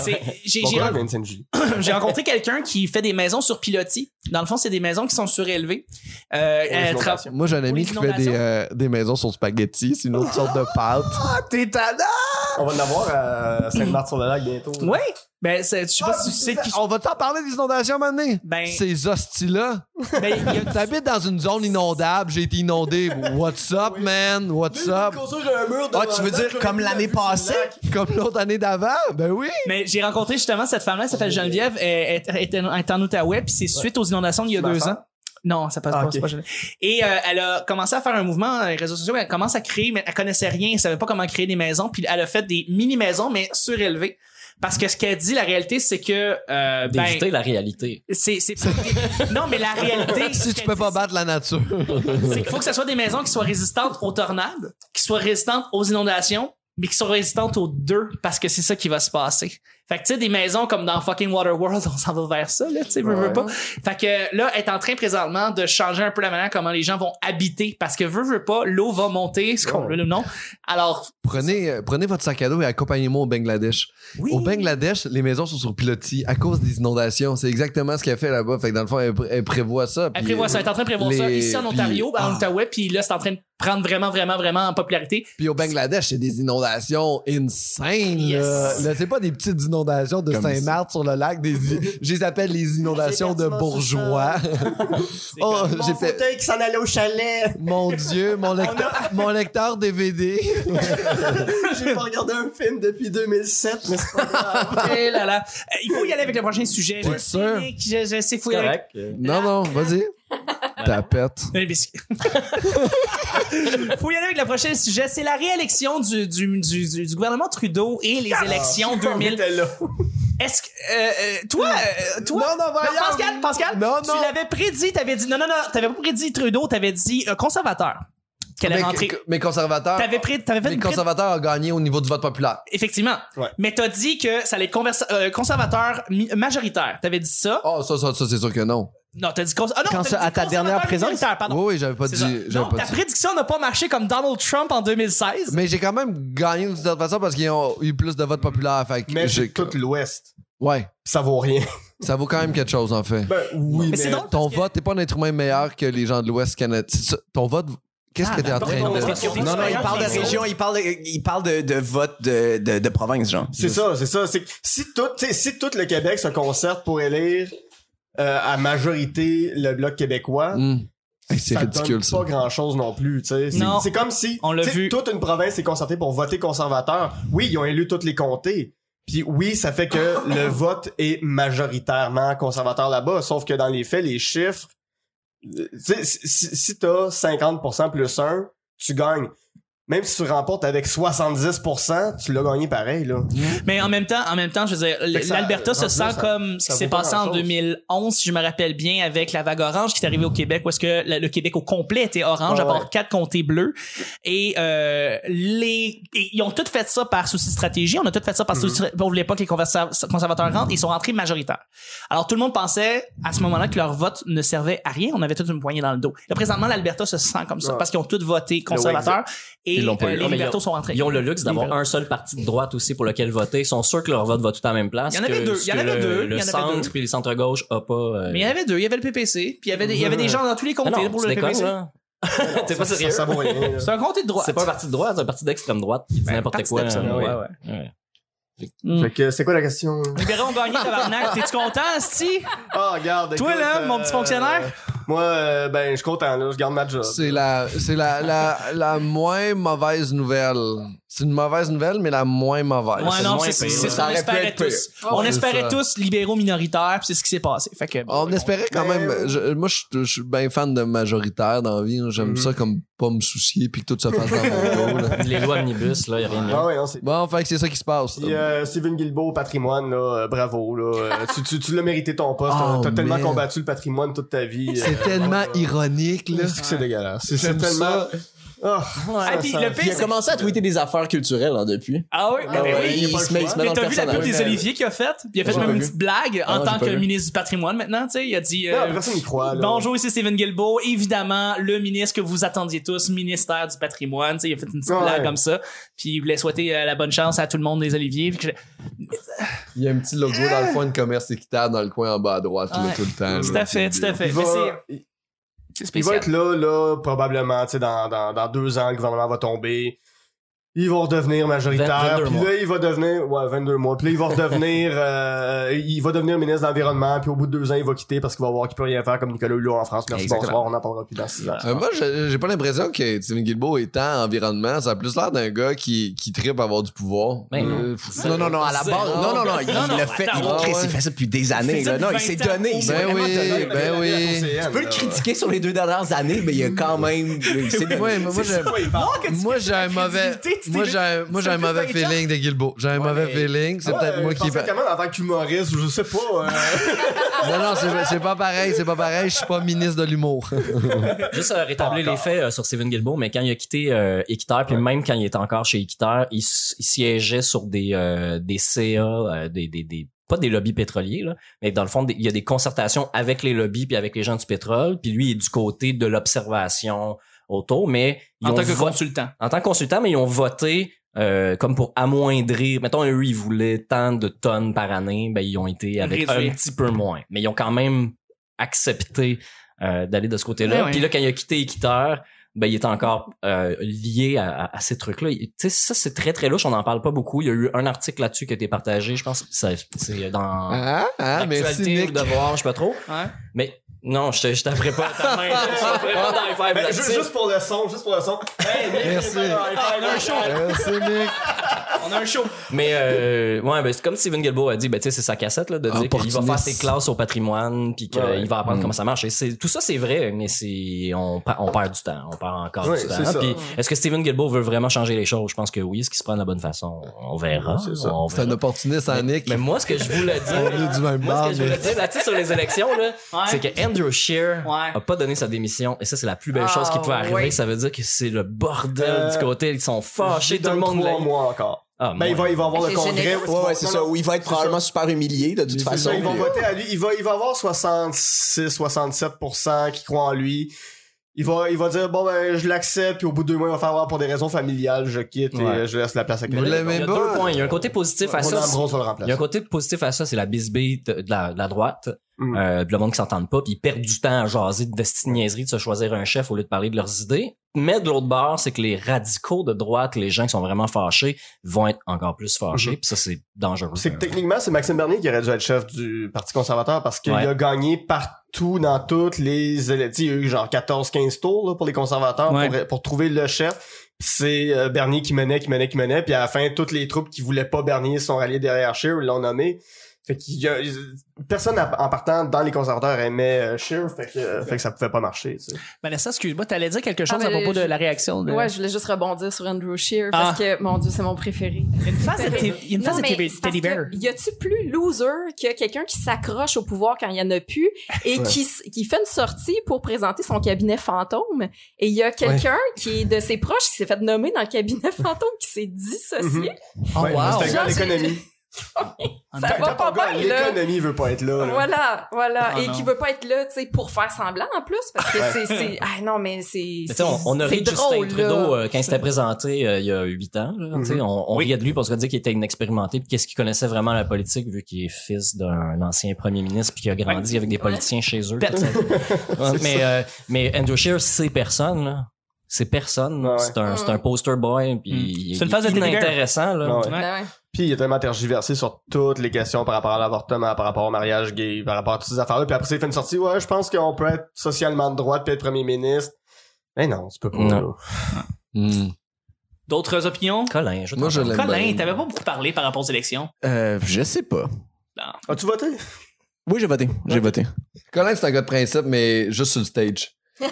S1: c'est- j'ai-
S3: Mon
S1: j'ai-
S3: grand vient de Saint-Julie.
S1: [laughs] j'ai rencontré quelqu'un qui fait des maisons sur pilotis. Dans le fond, c'est des maisons qui sont surélevées. Euh,
S3: les
S1: elle tra-
S3: inondations.
S2: Moi, j'ai un ami
S1: les
S2: qui fait des,
S1: inondations.
S2: euh, des maisons sur spaghetti. C'est une autre sorte de pâte.
S5: Ah,
S3: On va l'avoir à Sainte-Marthe-sur-le-Lac bientôt.
S1: Ouais. Ben, c'est- je sais pas si tu sais qui.
S2: On va t'en parler des inondations maintenant.
S1: Ben-
S2: Ces hosties-là.
S1: Ben, il y a-
S2: T'habites dans une zone inondable, j'ai été inondé. What's up, man? What's up?
S5: Ah, tu veux dire comme l'année passée?
S2: Comme l'autre année d'avant? Ben oui.
S1: Mais j'ai rencontré justement cette femme-là, elle s'appelle Geneviève, elle est- elle est, en- elle est en Outaouais, puis c'est suite aux inondations d'il y a
S3: C'est ma
S1: deux
S3: femme?
S1: ans. Non, ça passe
S3: Ah,
S1: pas,
S3: ok.
S1: c'est pas Geneviève. Et euh, elle a commencé à faire un mouvement dans les réseaux sociaux, elle commence à créer, mais elle connaissait rien, elle savait pas comment créer des maisons, puis elle a fait des mini-maisons, mais surélevées. Parce que ce qu'elle dit, la réalité, c'est que... Euh, ben,
S6: D'éviter la réalité.
S1: c'est, c'est non, mais la réalité...
S3: [laughs]
S1: ce
S2: Si tu
S1: qu'elle
S2: peux
S1: dit,
S2: pas battre la nature.
S1: c'est qu'il faut que ce soit des maisons qui soient résistantes aux tornades, qui soient résistantes aux inondations, mais qui soient résistantes aux deux, parce que c'est ça qui va se passer. Fait que, tu sais, des maisons comme dans fucking Waterworld, [laughs] on s'en va vers ça, là, tu sais, veux, veux pas. Fait que là, elle est en train présentement de changer un peu la manière comment les gens vont habiter parce que, veut, veut pas, l'eau va monter, ce qu'on veut ou non. Alors,
S2: Prenez, euh, prenez votre sac à dos et accompagnez-moi au Bangladesh.
S1: oui.
S2: Au Bangladesh, les maisons sont sur pilotis à cause des inondations. C'est exactement ce qu'elle fait là-bas. Fait que dans le fond, elle, pr- elle prévoit ça.
S1: Elle
S2: puis-
S1: prévoit ça, elle est en train de prévoir
S2: les-
S1: ça ici en
S2: puis-
S1: Ontario, en
S2: Ah.
S1: Outaouais, puis là, c'est en train de prendre vraiment, vraiment, vraiment en popularité.
S2: Puis au Bangladesh, c'est des inondations insane. Là,
S1: Yes.
S2: Là, c'est pas des petites inondations de Saint-Marthe sur le lac. Des... Je les appelle les inondations de
S3: J'ai perdu
S1: [laughs]
S3: mon
S2: bourgeois. [laughs] oh, j'ai fait.
S3: qui s'en allait au chalet.
S2: Mon Dieu, mon, lecteur, mon lecteur DVD.
S1: [laughs]
S3: J'ai pas regardé un film depuis 2007, mais c'est pas grave.
S1: Eh là là. Euh, Il faut y aller avec le prochain sujet.
S2: T'es
S1: Je sais,
S2: sûr?
S1: Nick, Je, je sais, faut y aller.
S6: correct. Euh,
S2: Non, non, vas-y. Tapette.
S1: Les biscuits. [laughs] Faut y aller avec le prochain sujet. C'est la réélection du, du, du, du- du gouvernement Trudeau et les
S2: Ah,
S1: élections
S3: [laughs]
S1: 2000.
S3: était là.
S1: Est-ce que. euh, euh, toi, euh, toi.
S2: Non, non, voyons.
S1: Pascal, Pascal,
S2: Non,
S1: tu
S2: non.
S1: l'avais prédit, t'avais dit. Non, non, non, t'avais pas prédit Trudeau, t'avais dit euh, conservateur qu'elle allait
S2: Mais- ah,
S1: rentrer.
S2: Mais conservateurs.
S1: T'avais pris- t'avais fait
S2: Les
S1: une prédiction.
S2: conservateurs ont gagné au niveau du vote populaire.
S1: Effectivement.
S3: Ouais.
S1: Mais t'as dit que ça allait être conversa- euh, conservateur mi- majoritaire. T'avais dit ça.
S2: Oh, ça, ça, ça, c'est sûr que non.
S1: Non, t'as dit cons- ah non,
S5: Quand
S1: t'as
S5: ça-
S1: dit
S5: à ta dernière
S1: conservateur
S5: présence?
S1: minoritaire, pardon.
S2: oui, oui, j'avais pas
S1: C'est
S2: dit.
S1: ça.
S2: Oh, j'avais
S1: Donc,
S2: pas
S1: ta
S2: dit.
S1: prédiction n'a pas marché comme Donald Trump en 2016.
S2: Mais j'ai quand même gagné d'une certaine façon parce qu'ils ont eu plus de votes populaires. Fait que
S3: Mais
S2: j'ai-
S3: j'ai tout l'Ouest.
S2: Ouais,
S3: Ça vaut rien.
S2: ça vaut quand même quelque chose en fait.
S3: Ben oui,
S1: Mais c'est drôle.
S2: Ton
S1: parce que-
S2: vote, t'es pas un être humain meilleur que les gens de l'Ouest canadien. C'est ça, Ton vote, qu'est-ce
S1: Ah,
S2: que t'es en
S1: ben,
S2: train
S1: non,
S2: de.
S1: parce que-
S5: Non, non, il parle de région, il parle de, il parle de, de vote de, de, de province, genre.
S3: C'est ça, c'est ça. C'est que si tout, tu sais, si tout le Québec se concerte pour élire euh, à majorité le bloc québécois,
S2: Hmm. Hey, C'est
S3: ça
S2: ridicule
S3: donne
S2: ça.
S3: pas grand chose non plus. tu sais. C'est-
S1: Non.
S3: C'est comme si
S1: On l'a
S3: tu sais,
S1: vu.
S3: toute une province est concertée pour voter conservateur. Oui, ils ont élu toutes les comtés. Puis oui, ça
S1: [laughs]
S3: fait que le vote est majoritairement conservateur là-bas. Sauf que dans les faits, les chiffres, euh, tu sais, si, si- si t'as 50% plus 1, tu gagnes. Même si tu remportes avec 70%, tu l'as gagné pareil, là.
S1: [laughs] Mais en même temps, en même temps, je veux dire,
S3: Fait que ça-
S1: l'Alberta se
S3: rendu
S1: sent
S3: là, ça-
S1: comme ce
S3: ça
S1: qui s'est
S3: vaut pas
S1: passé en
S3: grand-chose.
S1: 2011, si je me rappelle bien, avec la vague orange qui est arrivée au Québec, où est-ce que la- le Québec au complet était orange,
S3: Ouais,
S1: à part
S3: ouais.
S1: quatre comtés bleus. Et euh, les, et ils ont tout fait ça par souci de stratégie. On a tout fait ça parce que on voulait pas que les conversa- conservateurs rentrent. Ils sont rentrés majoritaires. Alors tout le monde pensait à ce moment-là que leur vote ne servait à rien. On avait toute une poignée dans le dos. Là, présentement, l'Alberta se sent comme ça
S3: Ouais.
S1: parce qu'ils ont tous voté conservateurs et
S6: Ils l'ont pas
S1: euh,
S6: eu.
S1: les
S6: Non, mais
S1: libertaux
S6: ils ont-
S1: sont rentrés.
S6: Ils ont le luxe d'avoir
S1: Libéraux.
S6: un seul parti de droite aussi pour lequel voter. Ils sont sûrs que leur vote va tout à la même place.
S1: Il y en
S6: que-
S1: avait deux.
S6: ce
S1: Il y en
S6: que
S1: avait
S6: le-
S1: deux. Il
S6: Le
S1: y en avait
S6: centre
S1: deux.
S6: puis le centre gauche a pas. euh,
S1: Mais il y en avait deux. Il y avait le PPC, puis il y avait des, il y avait des gens dans tous les
S6: Ah
S1: comtés
S6: non,
S1: pour
S6: tu
S1: le
S6: déconnes,
S1: PPC.
S6: là. T'es pas
S3: Ça-
S6: sérieux?
S3: Ça, ça vaut rien, là.
S1: C'est un comté de droite. Ben,
S6: C'est pas un parti de droite, c'est un parti d'extrême droite qui dit n'importe
S1: parti
S6: quoi.
S1: d'extrême
S6: euh,
S3: droite,
S6: ouais. Ouais.
S3: Fait que c'est quoi la question?
S1: Les libéraux ont gagné, tabarnak. T'es-tu content, Sti?
S3: Ah, regarde.
S1: Toi,
S3: écoute, euh,
S1: là, mon petit fonctionnaire?
S3: Moi, euh, ben, je suis content, là. Je garde ma job.
S2: C'est la, c'est la, la, la moins mauvaise nouvelle. C'est une mauvaise nouvelle, mais la moins mauvaise.
S1: Ouais, non,
S6: moins
S1: c'est
S6: pire.
S1: c'est ce
S5: Ça
S1: qu'on
S5: aurait pu
S1: espérait
S5: être pire. Oh,
S1: tous. On
S2: c'est
S1: espérait
S2: ça.
S1: tous libéraux minoritaires, puis c'est ce qui s'est passé. Fait que.
S2: On espérait quand
S3: Mais-
S2: même. je- moi, je je suis bien fan de majoritaire dans la vie. hein. J'aime
S3: Mhm.
S2: ça comme pas me soucier puis que tout se fasse dans mon dos. là.
S6: Les lois omnibus, là, y a rien de mieux.
S3: Ah, ouais, non, c'est.
S2: Bon, fait que c'est ça qui se passe.
S3: Puis, euh, Steven Guilbeault, patrimoine, là, euh, bravo, là. Euh, tu tu, tu l'as mérité ton poste.
S2: Oh,
S3: T'as- T'as tellement
S2: man.
S3: combattu le patrimoine toute ta vie. euh,
S2: c'est tellement ironique, là.
S3: c'est que c'est dégueulasse. C'est- C'est
S2: J'aime
S3: tellement.
S2: ça.
S3: Ah,
S1: Ah, puis le
S5: Il a
S1: pire, c'est-
S5: commencé à tweeter des affaires culturelles hein, depuis.
S1: Ah oui, mais
S5: ouais,
S1: oui.
S5: il,
S3: il a pas
S5: se
S3: le
S5: met, il
S3: choix.
S5: se met
S1: Mais
S5: dans le
S1: t'as vu la pub
S5: personnage.
S1: des Oliviers qu'il a faite? Il a fait
S5: J'ai
S1: même
S5: pas
S1: une
S5: vu. Ah
S1: petite blague en
S5: non,
S1: tant
S5: j'ai pas
S1: que
S5: vu.
S1: ministre du patrimoine maintenant, tu sais. Il a dit. euh,
S3: non, personne n'y croit, là.
S1: Bonjour, ici Steven Guilbeault. Évidemment, le ministre que vous attendiez tous, ministère du patrimoine. Tu sais, Il a fait une petite
S3: Ouais.
S1: blague comme ça. Puis il voulait souhaiter euh, la bonne chance à tout le monde des Oliviers. Puis que j'ai-
S2: Il y a un petit logo dans le coin de commerce équitable dans le coin en bas à droite, là,
S1: Ouais.
S2: tout le temps.
S1: Tout
S2: là.
S1: à fait, tout à fait.
S3: Il
S1: Mais
S3: va,
S1: c'est- c'est
S3: Il va
S1: spécial.
S3: être là, là, probablement, tu sais, dans, dans, dans deux ans, le gouvernement va tomber. Ils vont redevenir majoritaires.
S6: 22
S3: Puis
S6: mois.
S3: là, il va devenir, ouais, 22 mois. Puis là, il va
S6: [laughs]
S3: redevenir, euh, il va devenir ministre de l'Environnement. Puis au bout de deux ans, il va quitter parce qu'il va voir qu'il peut rien faire comme Nicolas Hulot en France. Merci,
S6: Exactement.
S3: bonsoir. On n'en parlera plus dans six ans.
S2: Euh, moi, je- j'ai pas l'impression que Steven Guilbeault étant environnement, ça a plus l'air d'un gars qui, qui tripe à avoir du pouvoir.
S6: Ben non.
S2: Euh, pff,
S5: Non, non, non, à la
S6: Zéro.
S5: base. Non, non, non, il
S1: Non, non,
S5: l'a fait.
S1: attends,
S5: Il,
S2: ouais,
S5: Chris,
S2: ouais.
S5: il fait ça depuis des années.
S1: ça
S5: là. Non, il
S1: depuis
S5: s'est
S1: 20 ans.
S5: donné. Il s'est
S2: Ben
S5: vraiment
S2: oui,
S5: donné.
S2: ben oui.
S5: Eh Tu peux le critiquer sur les deux dernières années, mais il y a quand même. il s'est donné.
S2: Ouais, mais moi, j'ai-
S3: C'est ça, il parle.
S2: moi, j'ai un mauvais.
S1: Crédibilité,
S2: Moi, j'ai un, moi, j'ai un mauvais feeling de Guilbeault. J'ai un mauvais feeling. C'est
S3: Ouais,
S2: peut-être
S3: euh,
S2: moi
S3: je
S2: qui.
S3: pensais quand même en tant qu'humoriste, ou je sais pas.
S5: [laughs] Ben,
S3: euh,
S2: Non, non, c'est- c'est pas pareil. C'est pas pareil. Je suis pas ministre de l'humour.
S6: [laughs] Juste euh, rétablir
S3: Pas
S6: les faits euh, sur Steven Guilbeault, mais quand il a quitté euh, Équiterre, puis même quand il était encore chez Équiterre, il, s- il siégeait sur des euh, des CA, euh, des, des, des- pas des lobbies pétroliers, là, mais dans le fond, des- il y a des concertations avec les lobbies puis avec les gens du pétrole, puis lui, il est du côté de l'observation autour, mais ils
S1: en
S6: ont
S1: tant que
S6: vo-
S1: consultant.
S6: en tant que consultant, mais ils ont voté euh, comme pour amoindrir. Mettons, eux, ils voulaient tant de tonnes par année, ben ils ont été avec
S1: Réduire.
S6: un petit peu moins. Mais ils ont quand même accepté euh, d'aller de ce côté-là.
S1: Ouais, ouais.
S6: Puis là, quand il a quitté Équiteur, ben il est encore euh, lié à, à- à ces trucs-là. Il- Tu sais, ça, c'est très, très louche. On n'en parle pas beaucoup. Il y a eu un article là-dessus qui a été partagé. Je pense que ça- c'est dans...
S2: Ah, ah, merci,
S6: l'actualité ou
S2: Nick.
S6: le devoir, je sais pas trop.
S1: Ouais.
S6: Mais non, je je t'apprends pas ta main. Je t'apprends pas dans les fives
S3: ben, ju-
S6: là-dessus.
S3: juste pour le son, juste pour le son. Hey, Nick,
S2: Merci.
S3: c'est pas dans les
S1: Ah, on a un
S3: fives,
S1: show.
S3: là.
S2: Merci, Nick.
S1: On a un show.
S6: Mais euh, ouais, ben, c'est comme Steven Guilbeault a dit, ben tu sais, c'est sa cassette là, de dire qu'il va
S2: Opportuniste.
S6: faire ses classes au patrimoine, puis qu'il
S3: Ouais, ouais.
S6: va apprendre
S2: Mm.
S6: comment ça marche. Et c'est- tout ça, c'est vrai, mais c'est on, pa- on perd du temps, on perd encore
S3: Ouais, c'est
S6: du
S3: ça.
S6: temps. Puis est-ce que Steven Guilbeault veut vraiment changer les choses Je pense que oui. Est-ce qu'il se prend de la bonne façon On verra.
S3: C'est ça.
S6: on
S2: C'est un
S6: verra.
S2: opportuniste en Nick.
S6: Mais moi, ce que je voulais
S2: On est
S6: dire,
S2: du même
S6: moi, ce
S2: bord,
S6: que je voulais
S2: mais.
S6: dire là-dessus sur les élections là,
S1: Ouais.
S6: c'est que Andrew Scheer
S1: Ouais.
S6: a pas donné sa démission et ça c'est la plus belle
S4: Ah,
S6: chose qui pouvait arriver.
S4: ouais.
S6: Ça veut dire que c'est le bordel
S3: Euh,
S6: du côté. Ils sont fâchés,
S3: J'ai
S6: tout
S3: donne
S6: le monde.
S3: trois
S6: l'a-
S3: mois encore.
S6: Ah,
S3: Ben, il va, il va avoir le
S4: C'est
S3: congrès.
S4: généreux.
S3: où ils
S5: Ouais,
S3: vont-
S5: ouais, c'est
S3: non,
S5: ça.
S3: non,
S5: Où il va être
S3: c'est
S5: probablement
S3: ça.
S5: super humilié, de toute
S3: C'est
S5: façon.
S3: ça, ils vont
S5: puis-
S3: voter à lui. Il va, il va avoir 66, 67% qui croient en lui. Il va, il va dire, bon, ben, je l'accepte, puis au bout de deux mois, il va faire, Ah, pour des raisons familiales, je quitte
S6: Ouais.
S3: et euh, je laisse la place à
S2: Vous
S3: quelqu'un.
S6: Il y
S2: l'aimez pas?
S6: a deux points. Il y a un côté positif à
S3: Roland
S6: ça.
S3: Bronze va le
S6: Il y a un
S3: remplacer.
S6: côté positif à ça, c'est la bisbille de, de la, de la droite,
S3: Mm.
S6: euh, puis le monde qui s'entend pas, puis ils perdent du temps à jaser de destiniaiserie, de se choisir un chef au lieu de parler de leurs idées. Mais de l'autre bord, c'est que les radicaux de droite, les gens qui sont vraiment fâchés, vont être encore plus fâchés,
S3: Mhm.
S6: puis ça c'est dangereux. Euh,
S3: C'est que techniquement, c'est Maxime Bernier qui aurait dû être chef du Parti conservateur parce qu'il
S6: Ouais.
S3: a gagné partout dans toutes les élections. Il y a eu genre 14-15 tours là, pour les conservateurs
S1: Ouais.
S3: pour, pour trouver le chef. Puis C'est euh, Bernier qui menait, qui menait, qui menait. Puis à la fin, toutes les troupes qui voulaient pas Bernier se sont ralliées derrière Scheer, ils l'ont nommé. Fait qu'il y a- personne à- en partant dans les conservateurs aimait euh, Scheer, fait que, euh, fait que ça pouvait pas marcher. tu sais.
S1: Vanessa, excuse-moi, t'allais dire quelque chose
S4: Ah,
S1: à
S4: mais
S1: propos de
S4: je-
S1: la réaction de.
S4: Ouais, je voulais juste rebondir sur Andrew Shear parce
S1: Ah.
S4: que, mon Dieu, c'est mon préféré.
S1: une phase de té- il y a une phase
S4: Ben, Non,
S1: de
S4: mais
S1: télé-
S4: c'est parce
S1: Teddy Bear.
S4: que Y a-tu plus loser que quelqu'un qui s'accroche au pouvoir quand il y en a plus et qui, s- qui fait une sortie pour présenter son cabinet fantôme? Et il y a quelqu'un qui est de ses proches qui s'est fait nommer dans le cabinet [laughs] fantôme qui s'est dissocié.
S1: Oh,
S3: Ouais,
S1: wow.
S3: C'est un gars à l'économie.
S4: Ça
S3: Quand
S4: va
S3: ton
S4: pas
S3: gars à
S4: bien, là.
S3: l'économie veut pas être là. là.
S4: Voilà, voilà.
S1: Ah
S4: et
S1: non.
S4: qui veut pas être là, tu sais, pour faire semblant en plus, parce que
S3: Ouais.
S4: c'est, c'est, ah non, mais c'est,
S6: Mais
S4: c'est
S6: tu sais, on, on a
S4: c'est
S6: ri de
S4: drôle,
S6: Justin Trudeau
S4: là.
S6: euh, quand il s'était présenté euh, il y a huit ans. là, tu sais, On, on riait de lui parce qu'on disait qu'il était inexpérimenté puis qu'est-ce qu'il connaissait vraiment la politique vu qu'il est fils d'un ancien premier ministre puis qu'il a grandi avec des politiciens chez eux.
S1: Perte.
S6: Ouais, mais, euh, mais Andrew Scheer, c'est personne, là. C'est personne.
S3: Ouais, ouais.
S6: C'est un, c'est un poster boy. Puis
S1: Mm.
S6: il-
S1: C'est une
S6: il
S1: phase
S6: est
S1: de Teddy Bear.
S6: inintéressant, là.
S3: Ah Ouais.
S1: Ouais.
S4: Ben ouais.
S3: Puis il a tellement tergiversé sur toutes les questions par rapport à l'avortement, par rapport au mariage gay, par rapport à toutes ces affaires-là. Puis après, ça, il fait une sortie. Ouais, je pense qu'on peut être socialement de droite puis être premier ministre. Mais non, tu peux pas.
S6: Non.
S3: là.
S2: Hmm.
S1: D'autres opinions?
S6: Colin, je
S2: Moi, je
S6: t'en parle.
S2: l'aime.
S1: Colin,
S2: bien.
S1: t'avais pas beaucoup parlé par rapport aux élections.
S5: Euh, je sais pas.
S3: As-tu voté?
S5: Oui, j'ai voté. J'ai voté.
S2: Colin, c'est un gars de principe, mais juste sur le stage.
S5: Non,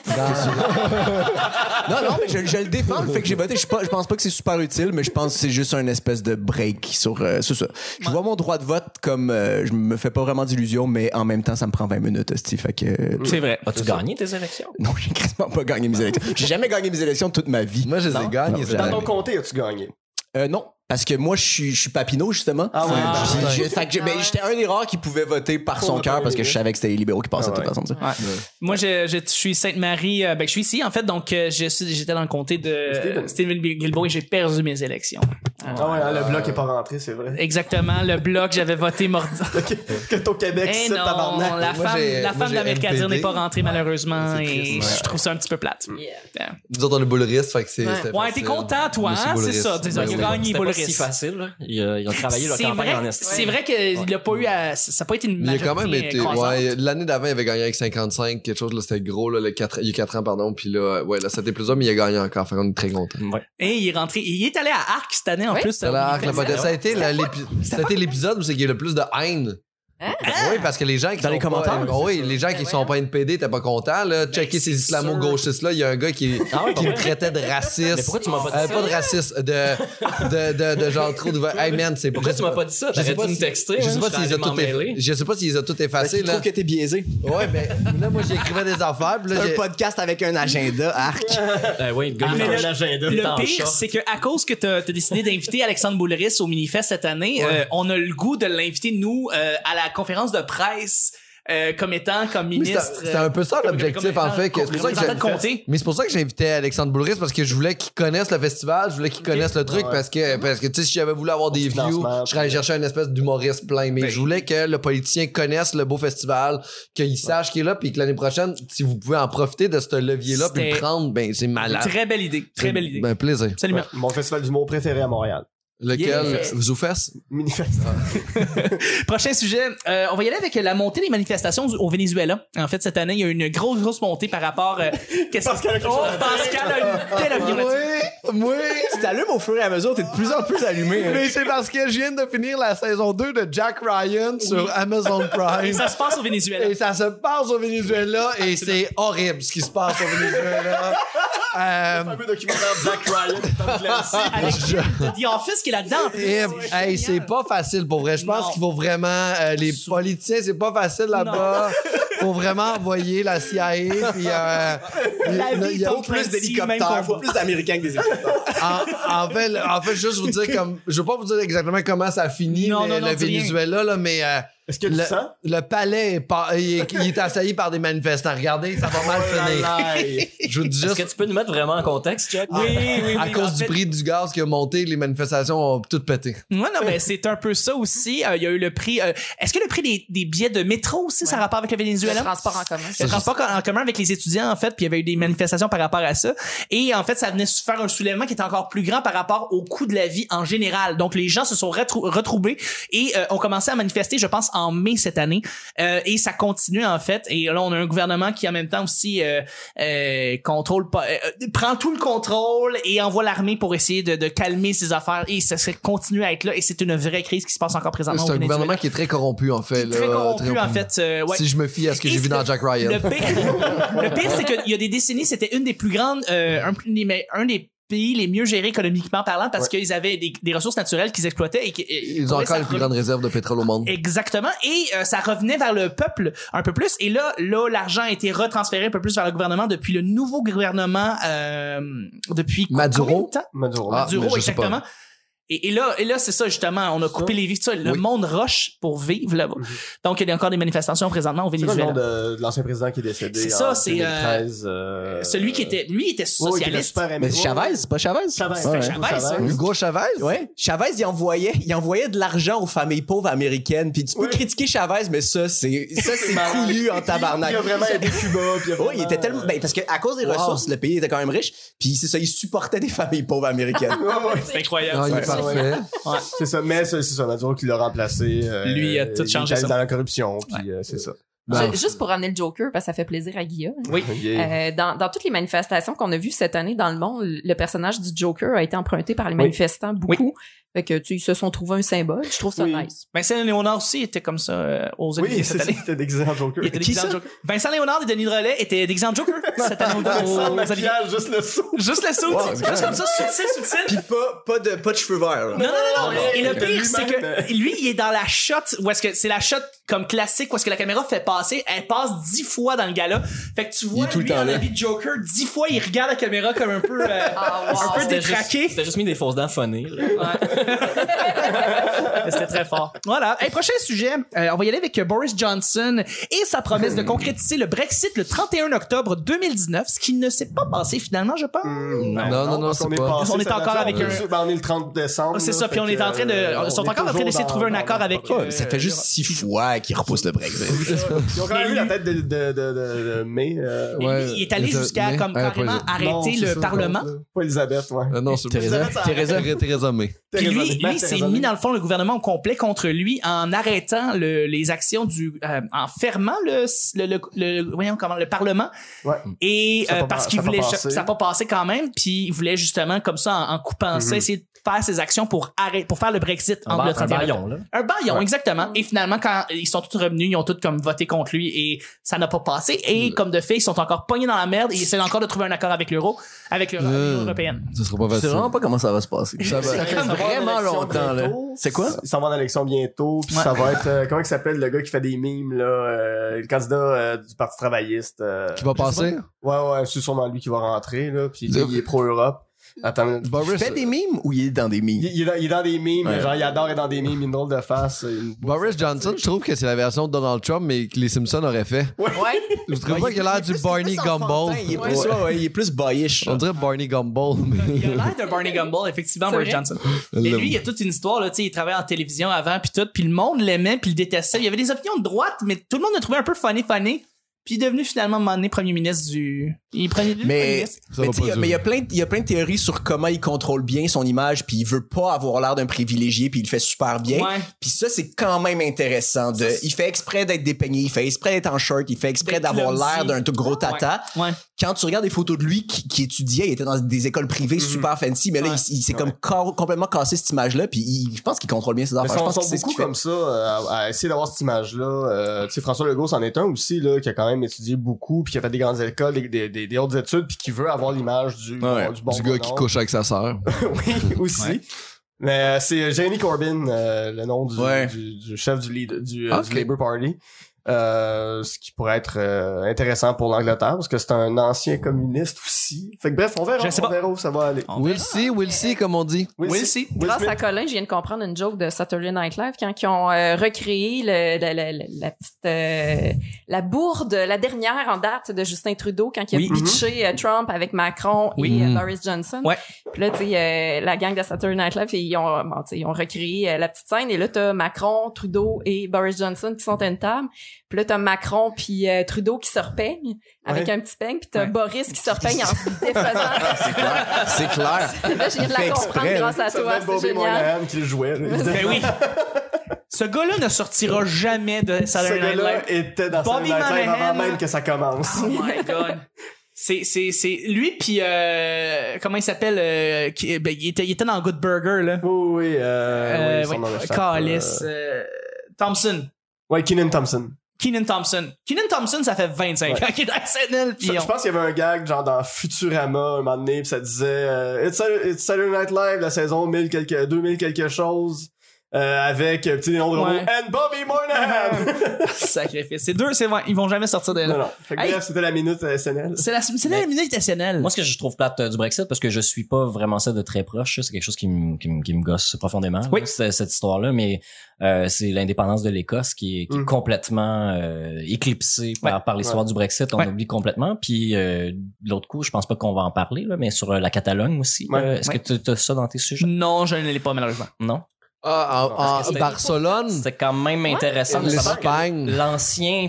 S5: non, mais je, je le défends, le fait que j'ai voté. Je, suis pas- je pense pas que c'est super utile, mais je pense que c'est juste un espèce de break sur, euh, sur ça. Je vois mon droit de vote comme. euh, je me fais pas vraiment d'illusions, mais en même temps, ça me prend 20 minutes, Steve. Fait que. euh,
S1: C'est vrai.
S6: As-tu gagné tes élections?
S5: Non, j'ai quasiment pas gagné mes élections. J'ai jamais gagné mes élections toute ma vie.
S2: Moi, je les ai gagnés.
S5: Non,
S2: ça.
S3: Dans ton comté, as-tu gagné?
S5: Euh, non, parce que moi, je suis, je suis papineau, justement.
S3: Ah ouais,
S5: Puis
S3: ben,
S5: j'ai- fait que j'ai- ben,
S4: Ah ouais.
S5: j'étais un des rares qui pouvait voter par
S3: Pour
S5: son
S3: le
S5: cœur parce que
S3: premier.
S5: je savais que c'était les libéraux qui passaient
S3: Ah
S5: de toute
S3: ouais.
S5: façon. tu sais.
S1: Ouais. Moi, je, je, je suis Sainte-Marie. euh, ben, je suis ici, en fait, donc euh, je suis- j'étais dans le comté de
S3: Steven.
S1: Steven Guilbeault et j'ai perdu mes élections.
S3: Ah ouais,
S1: euh,
S3: hein, le bloc est pas rentré,
S1: [laughs]
S3: c'est vrai.
S1: Exactement, le bloc, j'avais voté mordi.
S3: Que ton Québec,
S1: Eh
S3: c'est
S1: non,
S3: tabarnak.
S1: la
S2: Moi,
S1: femme,
S2: j'ai-
S1: la
S2: moi,
S1: femme
S2: j'ai
S1: de la Mercadière
S2: NPD.
S1: n'est pas rentrée malheureusement
S2: C'est triste,
S1: et
S2: ouais.
S1: je trouve ça un petit peu plate.
S4: Yeah.
S2: Nous autres, on a boulriste, fait que c'est.
S4: Ouais.
S2: c'était
S1: Ouais,
S2: facile.
S1: t'es content, toi,
S2: Moi,
S1: hein?
S2: boule
S1: C'est
S2: risque.
S1: ça, t'es-
S2: Ouais,
S1: il a
S2: ouais.
S1: gagné,
S6: C'était
S1: Boris.
S6: pas si facile, là. Ils, euh, ils ont travaillé leur
S1: C'est
S6: campagne en
S1: vrai,
S6: esti.
S1: c'est vrai qu'il a pas eu à. Ça n'a pas été une
S2: Il a
S1: majorité
S2: quand même été.
S1: euh, croissante.
S2: Ouais, l'année d'avant, il avait gagné avec 55, quelque chose, là, c'était gros, là, le quatre- il y a 4 ans, pardon, puis là, ouais, là, c'était plus dur, mais il a gagné encore, fait qu'on est très content.
S6: Ouais.
S1: Et il est rentré. Il est allé à Arc cette année en
S4: Oui.
S1: plus. euh,
S2: Ça a l'air que
S1: Il
S2: le
S1: fait-
S2: podcast- ça a été la- l'épi- ça a été l'épisode où c'est qu'il y a le plus de haine
S6: Hein?
S2: Ben Oui, parce que les gens qui
S5: Dans
S2: sont
S5: les commentaires,
S2: pas- Ben oui, les
S6: Ben
S2: gens qui sont pas NPD, t'es pas content là. Checker ces islamo-gauchistes là, il y a un gars qui,
S6: Ah ouais,
S2: qui me
S6: bah ouais.
S2: traitait de raciste.
S6: Mais pourquoi tu m'as pas dit
S1: Ah,
S2: Euh,
S6: ça?
S2: Pas de raciste, de de de, de, genre trop de hey man, c'est
S6: Pourquoi tu m'as pas dit ça?
S2: Je sais
S6: T'aurais dû
S2: pas
S6: me
S2: si-
S6: texter.
S2: Je
S6: hein,
S2: sais pas s'ils
S6: serais
S2: ont
S6: allé m'en
S2: tout
S6: mêler.
S2: eff- je sais pas s'ils ont tout
S5: Parce
S2: effacé
S5: qu'il
S2: là.
S5: Ben, trouve que t'es biaisé.
S2: Ouais, mais là moi j'écrivais des affaires, puis là
S5: Un
S2: j'ai-
S5: podcast avec un agenda, arc.
S6: Eh oui, le gars,
S1: Ah,
S6: il
S1: mais
S6: est en
S1: le-
S6: agenda, il est en
S1: Le pire,
S6: chat.
S1: c'est que à cause que t'as as décidé d'inviter Alexandre Boulris au Minifest cette année, euh, on a le goût de l'inviter nous euh, à la conférence de presse euh, comme étant comme
S2: Oui, c'était-
S1: ministre. euh,
S2: c'était un peu ça,
S5: euh,
S1: comme-
S2: l'objectif,
S1: comme étant
S2: en fait, que- c'est pour ça que
S1: représentant de comté.
S2: Mais c'est pour ça que j'ai invité Alexandre Boulris parce que je voulais qu'il connaisse le festival, je voulais qu'il connaisse le truc
S3: Ouais.
S2: parce que parce que tu sais si j'avais voulu avoir des views,
S3: financement,
S2: je serais allé chercher une espèce d'humoriste plein mais
S1: Ben.
S2: je voulais que le politicien connaisse le beau festival, qu'il sache qu'il est là puis que l'année prochaine si vous pouvez en profiter de ce levier là puis le
S1: C'était-
S2: prendre, ben c'est malade.
S1: Très belle idée. Très belle idée.
S2: Ben plaisir.
S1: Absolument.
S3: Mon festival d'humour préféré à Montréal.
S2: Lequel
S1: Yeah.
S2: vous vous faites
S3: Minifest.
S1: Prochain sujet, euh, on va y aller avec la montée des manifestations au Venezuela. En fait, cette année, il y a eu une grosse, grosse montée par rapport. Euh, qu'est-ce Pascal, oh, Pascal a une belle opinion là-dessus.
S2: oui.
S5: Tu t'allumes au fur et à mesure, t'es de plus en plus allumé. hein.
S2: Mais c'est parce que je viens de finir la saison 2 de Jack Ryan sur Amazon
S1: Et
S5: [laughs]
S2: Prime.
S1: ça se passe au Venezuela.
S2: Et ça se passe au Venezuela et c'est horrible ce qui se passe au
S1: [laughs]
S2: Venezuela. Euh,
S3: fameux documentaire Black Ryan, Tom Clancy.
S1: Avec
S2: je-
S1: The Office qui est là-dedans. en plus.
S2: Eh, hey, c'est pas facile pour vrai. Je pense
S1: Non.
S2: qu'il faut vraiment euh, les politiciens, c'est pas facile là-bas. Faut vraiment envoyer la CIA puis euh,
S1: [laughs] La
S2: il-
S1: vie
S2: il y a-
S1: est au
S5: Plus d'hélicoptères, faut plus d'Américains que des hélicoptères.
S2: en, en fait, le- en fait, juste vous dire comme je veux pas vous dire exactement comment ça finit
S1: Non,
S2: mais
S1: non, non,
S2: le
S1: dis rien.
S2: Venezuela là, mais euh,
S3: [laughs] Est-ce que tu
S2: le,
S3: sens?
S2: le palais est, par- il est, il est assailli par des manifestants. Regardez, ça va mal
S1: Oh
S2: finir. Je vous dis
S6: Est-ce
S2: juste
S6: que tu peux nous mettre vraiment en contexte, Chuck?
S1: Oui, oui, oui.
S2: à
S1: En
S2: cause du
S1: fait,
S2: prix du gaz qui a monté, les manifestations ont toutes pété.
S1: Ouais, non, mais c'est un peu ça aussi. Euh, Il y a eu le prix. euh, Est-ce que le prix des, des billets de métro aussi, ça a rapport avec le
S4: Le
S1: Venezuela?
S4: transport en commun.
S1: le transport en commun avec les étudiants, en fait, puis il y avait eu des manifestations par rapport à ça. Et en fait, ça venait faire un soulèvement qui était encore plus grand par rapport au coût de la vie en général. Donc, les gens se sont retrou- retrouvés et euh, ont commencé à manifester, je pense, en mai cette année. Euh, et ça continue, en fait. Et là, on a un gouvernement qui, en même temps, aussi euh, euh, contrôle pas, euh, euh, prend tout le contrôle et envoie l'armée pour essayer de, de calmer ces affaires. Et ça, ça continue à être là. Et c'est une vraie crise qui se passe encore présentement.
S2: C'est
S1: au
S2: un
S1: Venezuela.
S2: gouvernement qui est très corrompu, en fait.
S1: Très
S2: là,
S1: corrompu,
S2: très-
S1: en fait. euh, ouais.
S2: Si je me fie à ce que
S1: Et
S2: j'ai vu
S1: c'est-
S2: dans Jack Ryan.
S1: Le pire, le pire, c'est qu'il y a des décennies, c'était une des plus grandes, euh, un, des me- un des pays les mieux gérés économiquement parlant parce qu'ils avaient des, des ressources naturelles qu'ils exploitaient et qui- et-
S2: Ils ont
S1: ça
S2: encore les plus
S1: revenait-
S2: grandes réserves de pétrole au monde.
S1: Exactement. Et euh, ça revenait vers le peuple un peu plus. Et là, là, l'argent a été retransféré un peu plus vers le gouvernement depuis le nouveau gouvernement euh, depuis co-
S2: Maduro.
S1: combien de temps?
S3: Maduro.
S2: Ah, mais
S1: Maduro,
S2: je sais pas.
S1: exactement. Et, et là, et là, c'est ça justement. On a coupé les vies. tout ça. Le
S2: Oui. Mhm.
S1: monde rush pour vivre là-bas. Donc, il y a encore des manifestations présentement au
S3: C'est quoi le
S1: Venezuela.
S3: nom de, de l'ancien président qui est décédé?
S1: C'est ça,
S3: en
S1: c'est, euh,
S3: 2013, euh,
S1: Celui qui était, lui, il était
S3: Oui, qui était
S1: socialiste.
S3: super aimé.
S5: Mais c'est Chavez, c'est pas Chavez?
S3: Chavez.
S5: Ouais.
S1: Chavez, ça.
S2: Hugo Chavez?
S5: Ouais. Chavez, il envoyait, il envoyait de l'argent aux familles pauvres américaines. Puis tu peux
S3: Oui.
S5: critiquer Chavez, mais ça, c'est, ça, c'est
S3: malade.
S5: coulu en
S3: Tabarnak.
S5: tabarnak.
S3: Il a vraiment aidé Cuba. puis a
S5: Oui,
S3: vraiment- euh,
S5: il était tellement. Ben, parce qu'à cause des
S2: Wow.
S5: ressources, le pays était quand même riche. Puis c'est ça, il supportait des familles pauvres américaines.
S3: Ouais, ouais.
S1: C'est incroyable.
S2: Ah, il est
S5: Ouais.
S2: parfait.
S3: Ouais. C'est ça, mais c'est c'est ça, Maduro qui l'a remplacé. euh,
S1: Lui, il a tout
S3: est
S1: changé
S3: allé
S1: ça.
S3: dans la corruption, puis euh, c'est ça.
S4: Ju-
S2: Ben,
S4: Juste pour ramener le Joker, parce que ça fait plaisir à Guillaume.
S1: Oui.
S3: Yeah.
S4: Euh, dans, dans toutes les manifestations qu'on a vues cette année dans le monde, le personnage du Joker a été emprunté par les manifestants beaucoup. Fait que, tu sais, ils se sont trouvés un symbole. Je trouve ça
S3: Oui.
S4: nice.
S1: Vincent Léonard aussi était comme ça euh, aux
S3: Oui,
S1: Olivier
S3: c'est
S1: cette
S3: ça,
S1: année.
S3: c'était déguisé en Joker.
S1: Il était
S5: Qui
S1: déguisé en
S5: ça?
S1: Joker. Vincent Léonard et Denis Drolet étaient déguisés en Joker cette année aux-
S3: Sans
S1: aux Olivier.
S3: maquillage, juste le son.
S1: Juste le saut.
S5: Wow,
S1: juste comme ça, subtil, subtil.
S5: Puis [laughs] pas, pas, de, pas de cheveux verts. là.
S1: Non, non, non, non.
S3: Non,
S1: Et le
S3: il était
S1: pire, c'est
S3: lui-même.
S5: euh,
S1: que lui, il est dans la shot où est-ce que c'est la shot comme classique où est-ce que la caméra fait passer, elle passe dix fois dans le gala. Fait que tu vois,
S5: est tout le
S1: lui,
S5: temps
S1: en
S5: là.
S1: habit de Joker, dix fois, il regarde la caméra comme un peu,
S5: [laughs]
S1: euh,
S4: Ah, wow.
S1: un peu
S6: C'était juste-
S1: détraqué.
S6: C'était juste mis des fausses dents phonées. là.
S1: Mais [laughs] C'était très fort. Voilà. Hey, prochain sujet, euh, on va y aller avec euh, Boris Johnson et sa promesse de concrétiser le Brexit le 31 octobre 2019, ce qui ne s'est pas passé finalement, je pense.
S2: Hmm, Non, non, non,
S3: Ben, parce
S2: c'est
S3: qu'on
S2: pas-
S3: passé
S1: On est
S3: cette date-là,
S1: encore avec
S3: on est
S1: un- Oh,
S3: sûr- ben, on est le 30 décembre.
S1: C'est
S3: là,
S1: ça, puis
S3: fait
S1: on est en
S3: que,
S1: train de-
S3: euh,
S1: ils sont
S3: on est
S1: encore en train
S3: toujours
S1: d'essayer de
S3: dans-
S1: trouver un
S3: dans-
S1: accord
S3: dans-
S1: avec,
S3: dans-
S1: euh,
S5: Ça fait juste six fois qu'il repousse le Brexit.
S3: Ils ont quand même eu la tête de, de, de, de, de mai. euh,
S1: Et
S2: Ouais,
S1: lui, il est allé
S2: les-
S1: jusqu'à
S2: mais-
S1: comme
S2: Ah,
S1: carrément
S2: pas-
S1: arrêter
S3: non, c'est
S1: le
S3: ça,
S1: Parlement.
S3: Pas Elisabeth, ouais.
S2: Euh, Non, c'est
S5: Theresa.
S2: Theresa. Theresa May.
S1: Puis lui,
S3: raisonné,
S1: lui il
S3: t'as
S1: s'est
S3: raisonné.
S1: mis dans le fond le gouvernement au complet contre lui en arrêtant le- les actions du, euh, en fermant le, le, le, le- voyons comment le parlement.
S3: Ouais.
S1: Et
S3: Ça a
S1: euh,
S3: pas-
S1: parce
S3: ça
S1: qu'il
S3: a pas
S1: voulait,
S3: passé.
S1: ça n'a pas passé quand même. Puis il voulait justement comme ça en, en coupant ça,
S3: Mhm. Ah bah,
S1: essayer de faire ses actions pour arrêter, pour faire le Brexit
S6: Un
S1: en
S6: ba- un baillon, là.
S1: un baillon,
S3: Ouais.
S1: exactement. Et finalement, quand ils sont tous revenus, ils ont tous comme voté contre lui et ça n'a pas passé. Et comme de fait, ils sont encore pognés dans la merde et ils essaient encore de trouver un accord avec l'euro, avec l'Euro-
S2: Euh.
S1: l'Union européenne.
S2: Ce sera pas
S5: Je sais
S2: facile.
S5: vraiment pas comment ça va se passer.
S2: Ça va.
S5: Ça fait
S1: Ça va
S5: vraiment longtemps, là. C'est quoi?
S3: Ils s'en vont en élection bientôt, puis
S1: Ouais.
S3: ça va être... euh, comment il s'appelle le gars qui fait des mimes, là? euh, le candidat euh, du Parti travailliste. euh,
S2: Qui va passer?
S3: Ouais, ouais, c'est sûrement lui qui va rentrer, là. Puis lui, il est pro-Europe. Attends, une minute.
S5: Il
S2: Boris,
S5: fait des mimes ou il est dans des
S3: il,
S5: mimes?
S3: il est dans, il est dans des mimes,
S5: Ouais.
S3: genre, il adore être dans des mimes, une drôle de face. une-
S2: Boris Johnson, je trouve que c'est la version de Donald Trump, mais que les Simpsons auraient fait.
S4: Ouais.
S2: Je trouve pas qu'il a l'air du Barney Gumble.
S5: Il est plus, ouais, ouais, il est plus boyish.
S2: On dirait Barney Gumble, mais.
S1: Il a l'air de Barney Gumble, effectivement,
S4: C'est
S1: Boris
S4: vrai.
S1: Johnson. Mais lui, il y a toute une histoire, là, tu sais, il travaillait en télévision avant, puis tout, puis le monde l'aimait, puis le détestait. Il y avait des opinions de droite, mais tout le monde le trouvait un peu funny, funny. Puis il est devenu finalement, à un moment donné, premier ministre du... Il est premier, devenu premier
S5: Mais
S1: ministre.
S2: Ça
S5: mais
S2: va
S5: tu sais,
S2: pas
S5: il y a-
S2: durer.
S5: mais il y a plein de- il y a plein de théories sur comment il contrôle bien son image puis il veut pas avoir l'air d'un privilégié puis il le fait super bien.
S1: Ouais.
S5: Puis ça c'est quand même intéressant de il fait exprès d'être dépeigné, il fait exprès d'être en shirt, il fait exprès
S1: D'être
S5: d'avoir
S1: clumsy.
S5: l'air d'un tout gros tata.
S1: Ouais.
S5: Quand tu regardes des photos de lui qui, qui étudiait, il était dans des écoles privées super fancy mais là
S1: Ouais.
S5: il, il s'est comme ca- complètement cassé cette image là puis il- je pense qu'il contrôle bien ses
S3: Mais
S5: affaires. je
S3: sont,
S5: pense que
S3: sont
S5: c'est ce
S3: beaucoup
S5: qu'il fait.
S3: comme ça euh, à, à essayer d'avoir cette image-là. Euh, tu sais, François Legault, c'en est un aussi, là, qui a quand même étudié beaucoup, puis qui a fait des grandes écoles, des, des, des, des hautes études, puis qui veut avoir l'image du,
S5: Ouais,
S3: bon- du bon
S2: du gars qui
S3: bonhomme.
S2: couche avec sa sœur.
S5: [laughs]
S3: oui, aussi. Mais euh, c'est Jeremy Corbyn, euh, le nom du,
S5: Ouais.
S3: du, du chef du, leader, du,
S5: Ah,
S3: euh, du
S5: ok.
S3: Labour Party. Euh, ce qui pourrait être euh, intéressant pour l'Angleterre, parce que c'est un ancien communiste aussi. Fait que bref, on verra,
S1: Je sais
S3: on
S1: pas.
S3: verra où ça va aller.
S1: On
S2: We'll see, we'll see, comme on dit.
S3: Will
S1: Will
S3: Smith-
S1: see.
S3: Will
S4: Grâce
S3: Smith-
S4: à Colin, je viens de comprendre une joke de Saturday Night Live quand ils ont euh, recréé le- la, la- la- la petite euh, la bourde, la dernière en date de Justin Trudeau quand il a
S1: Oui. Mm-hmm.
S4: pitché euh, Trump avec Macron
S1: Oui. Mm-hmm.
S4: et euh,
S2: Mhm.
S4: Boris Johnson.
S1: Ouais.
S4: Puis là, tu sais, euh, la gang de Saturday Night Live, ils ont, bon, tu sais, ils ont recréé euh, la petite scène et là, t'as Macron, Trudeau et Boris Johnson qui sont à une table. Puis là, t'as Macron puis euh, Trudeau qui se repeignent avec
S3: Ouais.
S4: un petit peigne, puis t'as
S1: Ouais.
S4: Boris qui
S1: [laughs]
S4: se repeigne en se défaisant. [laughs]
S5: C'est clair, c'est clair.
S4: là, je viens de
S5: Fait
S4: la
S5: exprès,
S4: comprendre grâce à
S3: ça
S4: toi,
S3: devait être
S4: c'est
S3: Bobby
S4: génial.
S3: Moynihan qui le jouait. là, évidemment.
S1: [laughs]
S3: [laughs]
S1: Ben oui. Ce gars-là ne sortira jamais de
S3: Ce
S1: Saturday Night Live.
S3: gars-là était dans
S1: Bobby
S3: Saturday Night Live avant
S1: Monahan.
S3: même que
S1: [laughs]
S3: ça commence.
S1: Oh my god. C'est, c'est, c'est lui puis euh, comment il s'appelle euh, qui- ben, il, était, il était dans Good Burger là.
S3: Oui, oui,
S1: Euh,
S3: euh, oui, son
S1: ouais.
S3: nom échappe,
S1: Callis,
S3: euh,
S1: euh, Thompson.
S3: Ouais, Keenan Thompson.
S1: Keenan Thompson. Keenan Thompson, ça fait 25
S3: Ouais.
S1: ans qu'il est dans SNL.
S3: Je,
S1: Puis
S3: je
S1: on-
S3: pense qu'il y avait un gag genre dans Futurama un moment donné, puis ça disait euh, It's, Saturday- It's Saturday Night Live, la saison 1000 quelque, 2000 quelque chose, euh, avec euh, petit nom de robot
S1: Ouais.
S3: And Bobby Moynihan!
S1: Sacrifice. C'est deux, [laughs] c'est vrai. Ils vont jamais sortir de là.
S3: non, non. Fait que
S1: Hey.
S3: bref, c'était la minute euh, SNL.
S1: C'est la, c'est la minute SNL.
S6: Moi, ce que je trouve plate euh, du Brexit, parce que je suis pas vraiment ça de très proche, c'est quelque chose qui me, qui me, qui me gosse profondément,
S1: Oui.
S6: là, cette, cette histoire-là, mais euh, c'est l'indépendance de l'Écosse qui est, qui est
S3: Mm.
S6: complètement euh, éclipsée par, par l'histoire
S3: Ouais.
S6: du Brexit. On
S1: Ouais.
S6: oublie complètement. Puis euh, de l'autre coup, je pense pas qu'on va en parler, là, mais sur euh, la Catalogne aussi.
S3: Ouais.
S6: euh, Est-ce que tu as ça dans tes sujets?
S1: non, je ne l'ai pas malheureusement.
S6: Non?
S2: Ah, en-
S6: Parce que
S2: en
S5: [laughs]
S6: c'était-
S2: Barcelone,
S6: C'est quand même intéressant de savoir que
S2: l'Espagne,
S6: l'ancien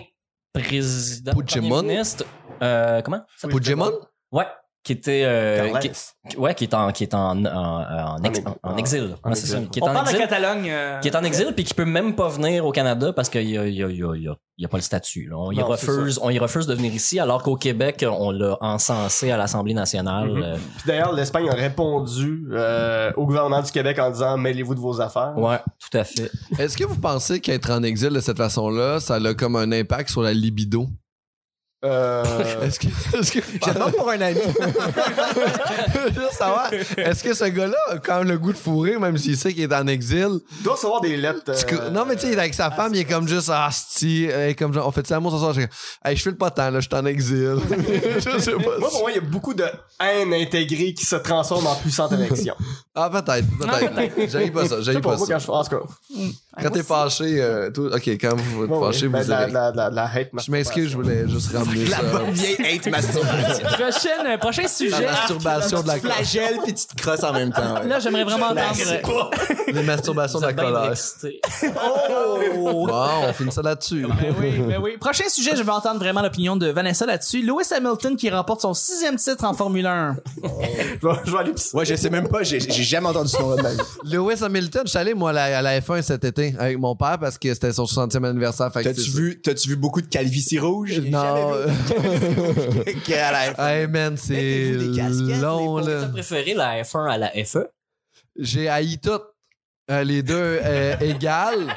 S6: président
S2: Puigdemont.
S6: premier ministre, euh, comment?
S2: Puigdemont,
S6: Ouais, qui était... euh,
S3: Carles.
S6: qui- Ouais, qui est en, qui est en, en, en, ex-
S3: En-
S6: en- en exil.
S3: en
S6: Ouais, c'est
S3: exil.
S6: ça, Qui est
S1: On
S6: en
S1: parle de
S6: exil.
S1: Catalogne. euh,
S6: Qui est en exil puis qui peut même pas venir au Canada parce qu'il y a, il y a, il y a- il y a- il y a pas le statut. là. On, y
S3: Non,
S6: refuse, on y refuse de venir ici alors qu'au Québec, on l'a encensé à l'Assemblée nationale.
S3: Mhm.
S6: euh,
S3: Puis d'ailleurs, l'Espagne a répondu euh, au gouvernement du Québec en disant Mêlez-vous de vos affaires.
S6: ouais, tout à fait.
S2: est-ce que vous pensez qu'être en exil de cette façon-là, ça a comme un impact sur la libido? [laughs]
S3: Euh,
S2: Est-ce que, est-ce que,
S5: J'attends pour un ami.
S2: Juste savoir, est-ce que ce gars-là a quand même le goût de fourrer, même s'il sait qu'il est en exil?
S3: il doit recevoir des lettres.
S2: Parce que-
S3: euh,
S2: non, mais tu sais, il est avec sa femme, il est comme juste, ah, si, comme genre, on fait ça, moi, ce soir, je, hey, je file pas tant, là, je suis en exil. [laughs] je sais
S3: Moi, pour
S2: pas.
S3: moi, il y a beaucoup de haine intégrée qui
S2: [laughs]
S3: se transforme en puissante élection.
S2: Ah, peut-être, peut-être. J'aille pas ça,
S3: C'est
S2: j'aille
S3: pour
S2: pas
S3: moi
S2: ça.
S3: quand je en tout cas.
S2: Quand t'es fâché, euh, tout- ok, quand vous êtes
S3: Ouais,
S2: fâché,
S3: ouais. Ben,
S2: vous
S3: de la,
S2: avez-
S3: de la, de la- de la hate
S2: Je m'excuse, je voulais
S5: [laughs]
S2: juste ramener ça.
S5: vieille hate masturbation.
S1: [laughs] Prochaine, euh, prochain
S2: La
S1: sujet.
S2: masturbation de la colère.
S5: Flagelle puis tu te crosses en même temps. ouais.
S1: Là, j'aimerais vraiment entendre. euh,
S2: Les masturbations
S5: [laughs]
S2: de la colère.
S1: Oh!
S2: Bon, on finit ça
S5: [laughs]
S2: là-dessus.
S1: Ben
S2: [laughs]
S1: oui, ben oui. Prochain sujet, je veux entendre vraiment l'opinion de Vanessa là-dessus. Lewis Hamilton qui remporte son sixième titre en Formule 1.
S3: Je vais, je vais aller pisser.
S5: Ouais, je sais même pas, j'ai j'ai jamais entendu son nom de ma vie.
S2: Lewis Hamilton, je suis allé, moi, à la- à la F1 cet été avec mon père parce que c'était son 60e anniversaire. fait que
S5: T'as-tu
S2: c'est-
S5: vu, t'as-tu vu beaucoup de calvitie rouge?
S2: Non.
S5: Quelle
S2: [laughs] Hey man, c'est
S5: Mettez-vous des casquettes, les
S2: long,
S5: pauvres.
S2: là.
S6: T'as préféré la F1 à la E? FE?
S2: J'ai haï tout. Euh, les deux euh, égales.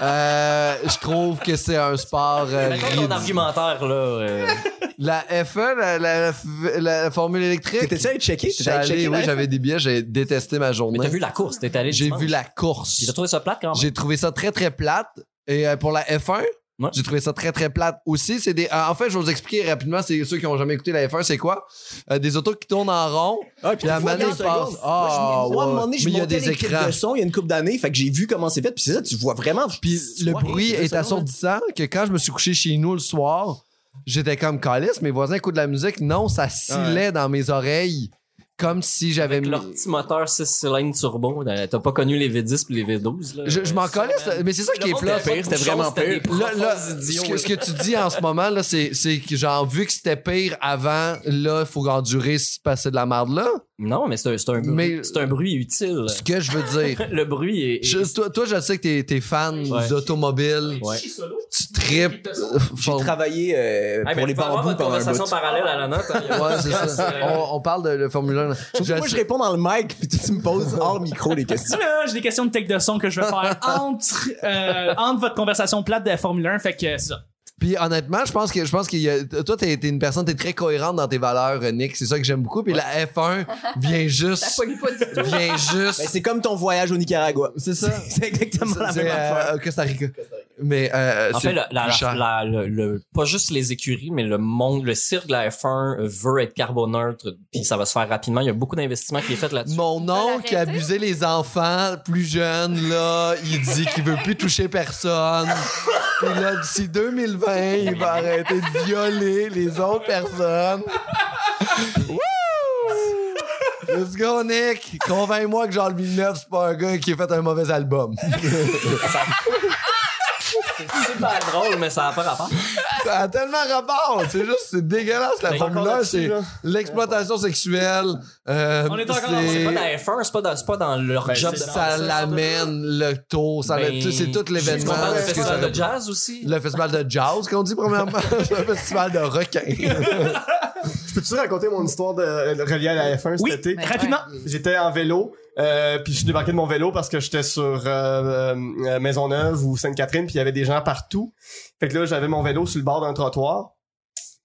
S2: Euh, je trouve que c'est un sport euh,
S6: Raconte ton
S2: ridicule.
S6: argumentaire, là. euh,
S2: La F1, la, la- la- la formule électrique.
S5: T'étais-tu allé checker?
S2: J'étais
S5: T'étais allé
S2: allé,
S5: checker
S2: oui,
S5: la-
S2: j'avais des billets, j'ai détesté ma
S6: Mais t'as
S2: journée.
S6: vu la course, t'es allé
S2: J'ai vu la
S6: Puis
S2: course.
S6: t'as trouvé ça plate quand même?
S2: J'ai trouvé ça très très plate. Et euh, pour la F1,
S6: Ouais.
S2: j'ai trouvé ça très très plate aussi. C'est des. euh, en fait, je vais vous expliquer rapidement. C'est ceux qui ont jamais écouté la F1, c'est quoi Euh, Des autos qui tournent en rond.
S5: Ah, puis
S2: Puis à un
S5: tu
S2: moment
S5: vois,
S2: donné,
S5: dans
S2: il
S5: la
S2: passe.
S5: seconde,
S2: Ah,
S5: moi, je- moi, à un
S2: ouais.
S5: moment donné, je
S2: Mais il y a
S5: montais
S2: des
S5: les clips
S2: écrans.
S5: de son il y a une coupe d'années, fait que j'ai vu comment c'est fait, puis c'est ça, tu vois vraiment.
S2: Puis
S5: tu
S2: le
S5: vois
S2: bruit
S5: rien, c'est
S2: est
S5: ça, ouais.
S2: assourdissant que quand je me suis couché chez nous le soir, j'étais comme calice. Mes voisins écoutent de la musique. Non, ça scillait dans mes oreilles comme si j'avais
S6: Avec
S2: mis.
S6: leur petit moteur 6 cylindres turbo, euh, t'as pas connu les V10 puis les V12. Là,
S2: Je, je
S6: Euh,
S2: m'en
S6: ça,
S2: calisse,
S6: man.
S2: mais c'est ça
S6: Le
S2: qui est
S6: monde
S2: plat.
S6: avait pas
S5: Pire,
S6: de
S5: c'était
S6: chose,
S5: vraiment
S6: c'était des
S5: pire.
S2: Là,
S6: profonds
S2: là,
S6: idiots,
S2: ce, que,
S6: là.
S2: ce que tu dis en ce moment, là, c'est, c'est que genre, vu que c'était pire avant, là, il faut endurer ce qui se passait de la merde là.
S6: Non, mais c'est un, c'est un bruit,
S2: Mais- euh,
S6: c'est un bruit utile.
S2: Ce que je veux
S6: [laughs]
S2: dire.
S6: Le bruit est.
S2: je- toi, toi, je sais que t'es, t'es fan
S6: Ouais.
S2: d'automobile.
S6: Ouais.
S2: Tu tripes. euh,
S5: J'ai
S2: fort-
S5: travaillé euh,
S6: Ah,
S5: pour
S6: mais
S5: les
S6: tu peux avoir
S5: bambous
S6: votre
S5: pendant un bout.
S6: conversation parallèle à la note. hein, il y a-
S2: Ouais, c'est
S6: [laughs]
S2: ça. On, on parle de, de Formule 1.
S5: Surtout, Moi, je réponds dans le mic, puis tu tu me poses hors micro
S2: [laughs]
S5: les questions.
S1: Là, hein, j'ai des questions de tech de son que je vais faire entre, euh, entre votre conversation plate de la Formule 1. Fait que euh, c'est ça.
S2: Puis honnêtement, je pense que je pense qu'il y a- toi t'es, t'es une personne t'es très cohérente dans tes valeurs, euh, Nick. C'est ça que j'aime beaucoup. Puis la F1 vient
S4: [laughs] Ça
S2: juste,
S4: pollue pas du
S2: [laughs]
S4: tout.
S2: vient
S5: Ben,
S2: juste.
S5: c'est comme ton voyage au Nicaragua.
S2: C'est ça.
S5: [laughs] C'est exactement la
S2: C'est,
S5: même
S2: euh,
S5: affaire.
S2: au Costa Rica. Mais euh,
S6: En
S2: c'est
S6: fait, la, la-
S2: plus cher.
S6: la- le, le- pas juste les écuries, mais le monde, le cirque de la F1 veut être carboneutre, puis ça va se faire rapidement. Il y a beaucoup d'investissement qui est fait là-dessus.
S2: Mon oncle qui abusait les enfants plus jeunes, là, il dit qu'il veut plus toucher personne. Puis là, d'ici 2020, il va arrêter de violer les autres personnes. Wouh! Let's go, Nick! Convainc-moi que Jean-Louis Villeneuve, c'est pas un gars qui a fait un mauvais album.
S6: C'est pas drôle, mais ça n'a pas rapport.
S2: Ça a tellement rapport! C'est juste, c'est dégueulasse, la
S6: Mais
S2: Formule
S3: encore
S2: 1.
S3: là-dessus,
S2: C'est
S3: là.
S2: l'exploitation sexuelle. euh,
S1: On est encore-
S6: C'est pas dans la F1, c'est pas dans, c'est pas dans leur
S3: Ben,
S6: job de
S2: ça l'amène le taux, ça
S6: Ben,
S2: le- tu- c'est tout
S6: Est-ce
S2: l'événement.
S6: qu'on parle du
S2: ce que
S6: festival
S2: ça
S6: de jazz aussi?
S2: Le festival de jazz qu'on dit premièrement, le festival de requins.
S3: Je peux-tu raconter mon histoire de, euh, reliée à la F1
S1: Oui,
S3: cet été?
S1: rapidement.
S3: J'étais en vélo, euh, puis je suis débarqué de mon vélo parce que j'étais sur euh, euh, euh, Maisonneuve ou Sainte-Catherine, puis il y avait des gens partout. Fait que là, j'avais mon vélo sur le bord d'un trottoir.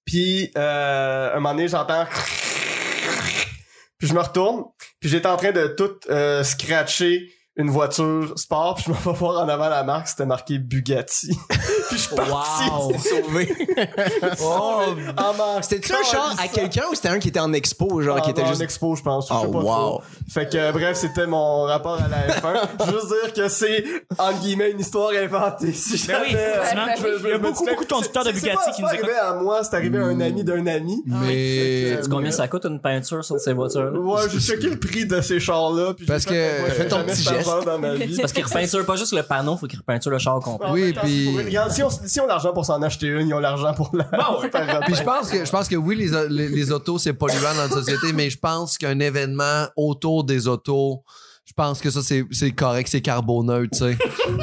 S3: Puis euh, un moment donné, j'entends... [laughs] Puis je me retourne, puis j'étais en train de tout euh, scratcher une voiture sport, puis je me vais voir en avant la marque, c'était marqué Bugatti. puis je suis parti.
S6: Wow!
S5: Sauvé.
S2: Oh,
S3: En marque.
S5: C'était-tu un genre à quelqu'un ou c'était un qui était en expo, genre qui
S3: Ah,
S5: était
S3: non,
S5: juste.
S3: en expo, je pense. Je
S5: Oh,
S3: sais pas
S5: wow.
S3: trop. Fait que, euh, bref, c'était mon rapport à la F1. Je veux juste dire que c'est, entre guillemets, une histoire inventée. Si
S1: Ben
S3: jamais,
S1: oui,
S3: euh,
S1: effectivement.
S4: ben oui.
S1: il y a beaucoup, beaucoup de conducteurs de
S3: c'est- c'est pas-
S1: Bugatti qui nous
S3: C'est pas
S1: écoutent.
S3: arrivé à moi, c'est arrivé à
S2: Hmm.
S3: un ami d'un ami.
S2: mais.
S6: C'est combien ça coûte une peinture sur ces voitures-là?
S3: Ouais, j'ai checké le prix de ces chars-là. puis j'ai
S2: Parce
S3: fait,
S2: que-
S3: ouais, je
S5: fais ton
S3: jamais
S5: petit
S3: cet
S5: geste.
S3: argent dans ma vie. Ah,
S6: C'est parce qu'ils repeinturent pas juste le panneau, faut qu'ils repeinturent le char complet.
S2: Oui,
S3: Attends,
S2: puis-
S3: pour- Regarde, si on, si on a l'argent pour s'en acheter une, ils ont l'argent [laughs] pour la. faire
S2: Puis je pense que je pense que oui les, o- les, les autos c'est polluant dans notre société mais je pense qu'un événement autour des autos je pense que ça c'est c'est correct c'est carboneux tu sais.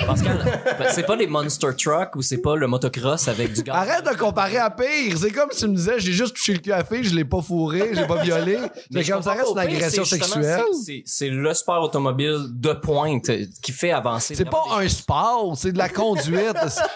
S6: Parce que ben, c'est pas les monster trucks ou c'est pas le motocross avec du gaz.
S2: Arrête de comparer à pire c'est comme si tu me disais j'ai juste touché le cul à la fille je l'ai pas fourré j'ai pas violé
S6: Mais
S2: c'est
S6: je
S2: comme ça reste une
S6: comprends pas. Au pire,
S2: agression
S6: c'est justement-
S2: sexuelle.
S6: c'est- c'est- C'est le sport automobile de pointe euh, qui fait avancer.
S2: C'est pas un sport, c'est de la conduite.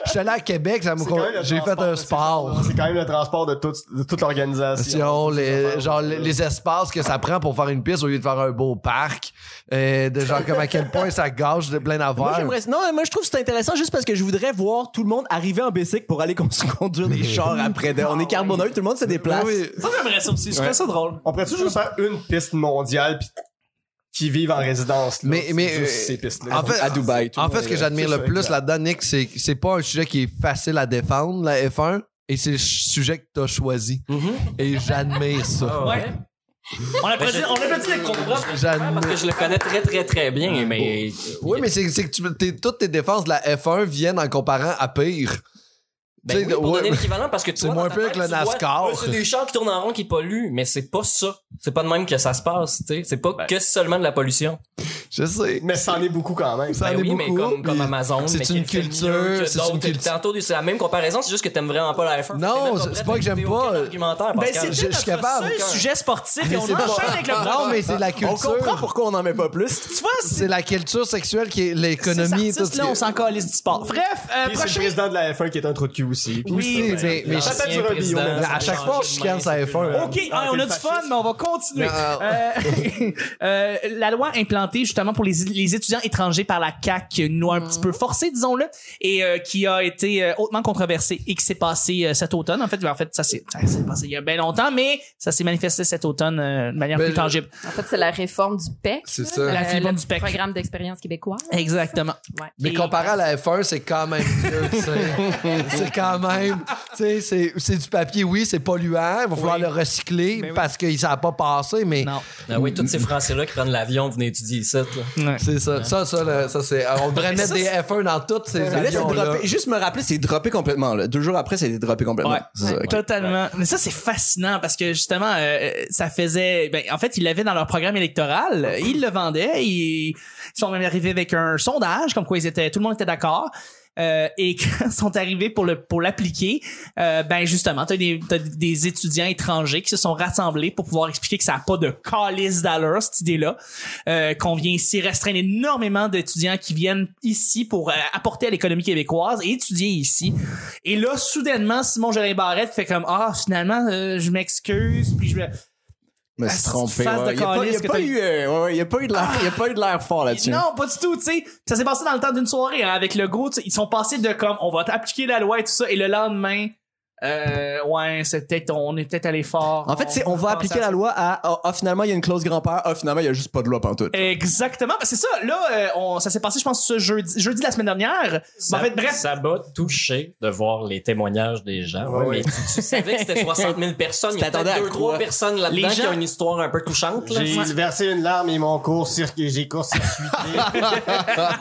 S2: Je suis allé à Québec, ça me
S3: C'est
S2: con-
S3: quand même le
S2: j'ai fait
S3: transport
S2: un
S3: de ces
S2: sport.
S3: gens-là. C'est quand même le transport de, toute- de toute l'organisation.
S2: Attention, les, genre les, les espaces que ça prend pour faire une piste au lieu de faire un beau parc. Euh, de genre comme à quel point ça gâche de plein
S5: Moi,
S2: d'affaires.
S5: j'aimerais- Non, moi, je trouve que c'est intéressant juste parce que je voudrais voir tout le monde arriver en bicycle pour aller con- [laughs]
S2: [laughs]
S5: conduire des chars après. De- On est carboneux, tout le monde se déplace.
S2: Oui, oui.
S1: Ça, j'aimerais ça aussi. Je trouve ça drôle.
S3: On pourrait-tu juste faire une piste mondiale, puis qui vivent en résidence. là.
S2: Mais-
S3: C'est
S2: mais,
S3: juste
S2: euh,
S3: ces pistes-là.
S2: en fait,
S5: à Dubaï. tout
S2: En
S5: le
S2: fait,
S5: monde
S2: ce que
S5: est-
S2: j'admire
S3: c'est
S2: le
S3: ça,
S2: plus
S3: exact.
S2: là-dedans, Nick, c'est que c'est pas un sujet qui est facile à défendre, la F1, et c'est le sujet que t'as choisi.
S6: Mhm.
S2: Et j'admire ça.
S1: Ouais. On
S2: Ben,
S1: l'a pas dit, on l'a pas dit avec ton propre.
S6: Ah. Parce que
S2: J'admire.
S6: Ben, je le connais très, très, très bien, mais. euh,
S2: Oui, mais c'est c'est que tu- t'es- toutes tes défenses de la F1 viennent en comparant à pire.
S6: Ben
S2: Tu sais,
S6: oui, pour
S2: ouais,
S6: donner l'équivalent, parce que
S2: c'est
S6: toi, dans
S2: moins
S6: ta
S2: pire
S6: tête,
S2: que le
S6: tu vois,
S2: NASCAR.
S6: ouais, C'est des chars qui tournent en rond qui polluent, mais c'est pas ça. C'est pas de même que ça se passe, tu sais. C'est pas que seulement de la pollution.
S2: Je sais.
S3: Mais c'en est beaucoup quand même.
S2: Ça en
S6: Ben
S2: est
S6: oui,
S2: beaucoup.
S6: mais comme, comme
S2: puis
S6: Amazon.
S2: c'est
S6: mais
S2: une
S6: qui le fait
S2: culture,
S6: mieux que
S2: c'est une
S6: d'autres.
S2: culture.
S6: Tantôt, c'est la même comparaison, c'est juste que t'aimes vraiment pas la
S2: Non,
S6: F1. T'es même
S2: c'est-
S6: prêt
S2: c'est pas
S6: à
S2: que j'aime
S6: écouter aucun
S2: pas.
S6: argumentaire,
S1: Ben,
S6: Pascal.
S1: c'était
S2: je- je suis
S1: notre
S2: capable.
S1: seul sujet sportif et
S2: Mais
S1: on
S2: c'est pas-
S1: enchaîne avec le
S2: Non,
S1: propre.
S2: mais c'est la culture.
S5: On comprend pourquoi on n'en met pas plus.
S1: Tu vois, c'est
S2: C'est la culture sexuelle qui est l'économie.
S1: économie.
S2: tout ce
S1: là,
S2: qui-
S1: on s'en calisse du sport. Bref, euh,
S3: Puis c'est le
S1: prochain.
S3: président de la F1 qui est un trou de cul aussi. Puis
S2: Oui,
S1: Oui,
S2: mais, mais,
S6: L'ancien
S2: je-
S3: J'appelle sur un bio,
S6: président,
S3: mais
S2: mais à
S6: ça
S2: chaque
S6: change
S2: fois,
S6: de
S2: je chicane
S6: main,
S2: sa F1.
S6: c'est plus
S2: hein.
S1: OK, hein, on a du fun, mais on va continuer.
S2: Non.
S1: Euh, [laughs] euh, la loi implantée justement pour les, les étudiants étrangers par la CAC, une loi un petit peu forcée, disons-le, et euh, qui a été euh, hautement controversée et qui s'est passée euh, cet automne. En fait, ben, en fait ça s'est ça s'est passé il y a bien longtemps, mais ça s'est manifesté cet automne euh, de manière
S2: Ben,
S1: plus
S2: le-
S1: tangible.
S4: En fait, c'est la réforme du PEC.
S2: C'est
S4: là,
S2: ça.
S4: le-
S1: La réforme
S4: le
S1: du E PEC.
S4: Programme d'expérience québécoise.
S1: Exactement.
S4: Ouais.
S2: Mais
S1: Et-
S2: comparé à la F1, c'est quand même mieux, tu sais. C'est quand même. Tu sais, c'est- c'est du papier, oui, c'est polluant. Il va falloir le recycler parce que ça n'a pas passé, mais.
S1: Non.
S6: Ah oui, tous ces Français-là qui prennent l'avion, venez étudier ici. là.
S1: Ouais.
S2: C'est ça. Ça, ça, là, ça c'est. euh, On devrait mettre des F1 dans toutes ces
S5: Mais là, c'est
S2: avions là.
S5: droppé. Juste me rappeler, c'est droppé complètement. là. Deux jours après, c'est droppé complètement.
S1: Ouais.
S5: C'est ça, ok.
S1: Totalement. Mais ça, c'est fascinant parce que justement, euh, ça faisait. Ben, en fait, ils l'avaient dans leur programme électoral. Ils le vendaient. Ils, ils sont même arrivés avec un sondage comme quoi ils étaient. Tout le monde était d'accord. Euh, et quand ils [laughs] sont arrivés pour le pour l'appliquer, euh, ben justement, t'as des t'as des étudiants étrangers qui se sont rassemblés pour pouvoir expliquer que ça a pas de calice d'allure cette idée-là, euh, qu'on vient ici restreindre énormément d'étudiants qui viennent ici pour euh, apporter à l'économie québécoise et étudier ici. Et là, soudainement, Simon Jolin Barrette fait comme ah finalement, euh, je m'excuse, puis je vais
S5: me suis
S1: Ah,
S5: trompé.
S1: face de
S5: ouais. Il n'y a, pas-
S1: calice
S5: il y a
S1: que
S5: pas
S1: t'as-
S5: eu, euh, ouais, ouais, il y a pas eu de l'air- il y a pas eu de l'air fort là-dessus.
S1: Non, pas du tout, tu sais. Ça s'est passé dans le temps d'une soirée hein, avec le gros. tu sais, Ils sont passés de comme on va appliquer la loi et tout ça, et le lendemain, euh, ouais, c'est peut-être on est peut-être allé fort.
S5: En fait, c'est on va
S1: pense
S5: appliquer
S1: à-
S5: la loi à ah, ah, finalement il y a une clause grand-père, ah finalement il y a juste pas de loi pantoute.
S1: Exactement, c'est ça. Là, euh, on, ça s'est passé, je pense, ce jeudi, jeudi la semaine dernière.
S6: Ça,
S1: en fait, bref.
S6: ça m'a touché de voir les témoignages des gens.
S3: Ouais,
S6: Ouais,
S3: ouais.
S6: Mais tu, tu savais que c'était 60 000 personnes.
S2: [laughs]
S6: Il y a
S5: T'attendais
S6: peut-être
S5: à
S6: deux,
S5: quoi?
S6: trois personnes
S1: Les
S6: là-dedans
S1: gens-
S6: qui ont une histoire un peu touchante. là.
S3: J'ai versé une larme et mon cours
S2: [laughs]
S3: j'ai court-circuité.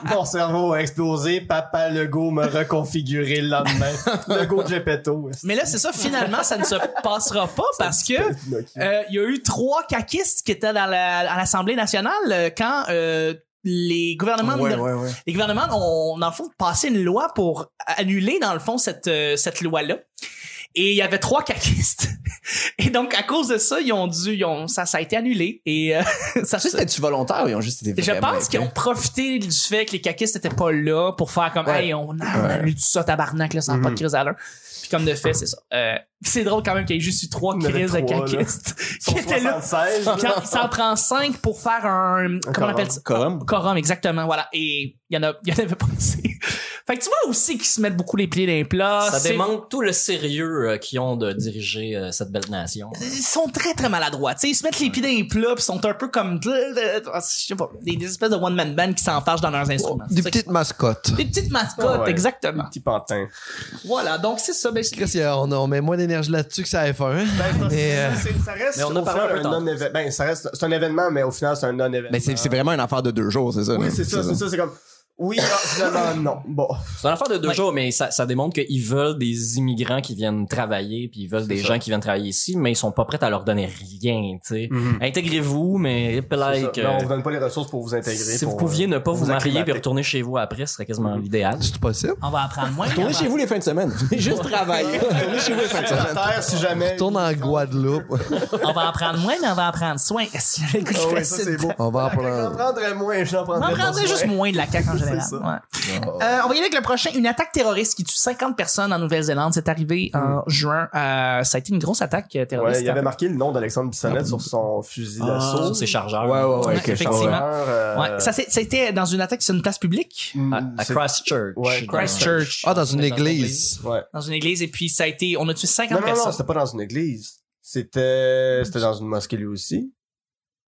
S3: mon cerveau a explosé. Papa Legault me reconfiguré le
S2: [laughs]
S3: lendemain. Legault Gepetto.
S1: Mais là, c'est ça, finalement, ça ne se [laughs] passera pas parce que euh, il y a eu trois caquistes qui étaient dans la- à l'Assemblée nationale euh, quand euh, les
S2: Ah
S1: gouvernements
S5: Ouais,
S1: de-
S5: ouais, ouais.
S1: les gouvernements ont, dans le fond, passé une loi pour annuler, dans le fond, cette, euh, cette loi-là. Et il y avait trois caquistes. [laughs] Et donc, à cause de ça, ils ont dû, ils ont, ça, ça a été annulé. Et euh, [laughs] ça,
S5: Juste tu volontaire, ils ont juste été
S1: je
S5: vraiment
S1: pense qu'ils ont profité du fait que les caquistes n'étais pas là pour faire comme
S5: Ouais. Mhm.
S1: Hey, on, a- on annule tout ça, tabarnak, là, ça n'a pas de crise à l'heure. Puis comme de fait, c'est ça. Euh, [laughs] c'est drôle quand même qu'il y ait juste eu trois
S3: Il y en avait
S1: crises de
S3: trois, là.
S1: caquistes qui étaient là.
S3: 76.
S1: [laughs] Puis quand- ça en prend cinq pour faire un. Comment on
S3: quorum.
S1: appelle ça?
S5: Quorum.
S1: Quorum, exactement, voilà. Et il y en a, il y en avait pas assez. [laughs] Fait que tu vois aussi qu'ils se mettent beaucoup les pieds dans les plats.
S6: Ça
S1: C'est-
S6: démontre tout le sérieux euh, qu'ils ont de diriger euh, cette belle nation.
S1: Ils sont très, très maladroits. Tu sais, ils se mettent les pieds dans les plats pis sont un peu comme, [laughs] je sais pas, des, des espèces de one-man band qui s'enfargent dans leurs instruments.
S2: Des petites mascottes.
S1: Des petites mascottes,
S3: Ah ouais.
S1: exactement.
S3: Petit pantin.
S1: Voilà, donc c'est ça. Ben, c'est-
S2: Chris, euh, on, on met moins d'énergie là-dessus que ça F1. hein. Mais, euh,
S3: Ça reste
S6: Mais on a
S3: au
S6: parlé
S3: final
S6: un peu tantôt.
S3: non-événement. Ben, ça reste, c'est un événement, mais au final, c'est un non-événement.
S5: Mais c'est c'est vraiment une affaire de deux jours, c'est ça.
S3: Oui,
S5: là.
S3: c'est ça, c'est ça, c'est comme. Oui, ah, finalement, non. Bon.
S6: C'est une affaire de deux jours, mais ça, ça démontre qu'ils veulent des immigrants qui viennent travailler, puis ils veulent des gens qui viennent travailler ici, mais ils sont pas prêts à leur donner rien, tu sais. Intégrez-vous, mais like,
S3: Mm. C'est ça. Non, on vous
S6: euh,
S3: donne pas les ressources pour vous intégrer.
S6: si vous
S3: pour,
S6: pouviez
S3: euh,
S6: ne pas vous, marier
S3: acclimater. Mm.
S6: puis retourner chez vous après, ce serait quasiment l'idéal.
S2: C'est possible?
S1: on va apprendre moins.
S5: Tournez chez vous les fins de semaine. [laughs] juste travailler. Tournez chez vous les fins de
S3: Sur
S5: semaine.
S3: la Terre, si jamais.
S2: Tourne en Guadeloupe.
S1: On va apprendre moins, mais on va en prendre soin. [laughs] Si j'avais le goût, je
S3: Ah
S1: fais
S3: ouais, ça,
S2: [laughs]
S3: c'est beau.
S2: On va en
S3: J'en
S2: prendre.
S3: prendrais moins, j'en
S1: On
S3: prendrais
S1: en
S3: pas
S1: prendrait
S3: soin.
S1: juste moins de la CAQ
S3: [laughs]
S1: en général.
S3: ça.
S1: ouais. Euh, on va y aller avec le prochain. Une attaque terroriste qui tue 50 personnes en Nouvelle-Zélande. C'est arrivé en juin. Euh, ça a été une grosse attaque euh, terroriste.
S3: Hmm. Ouais, il avait marqué le nom d'Alexandre Bissonnette sur son fusil d'assaut.
S6: Sur ces chargeurs.
S5: Ouais, ouais,
S1: Ouais,
S5: ouais. quelque chose.
S1: effectivement.
S3: Euh,
S1: Ouais, ça, c'est- c'était dans une attaque sur une place publique,
S3: mm,
S6: À, à
S3: c'est-
S6: Christchurch.
S3: Ouais,
S1: Christchurch,
S2: Ah, dans une église.
S3: Ouais.
S1: dans une église. Et puis, ça a été, on a tué 50
S3: Non, non, non,
S1: personnes.
S3: c'était pas dans une église. C'était, c'était dans une mosquée lui aussi.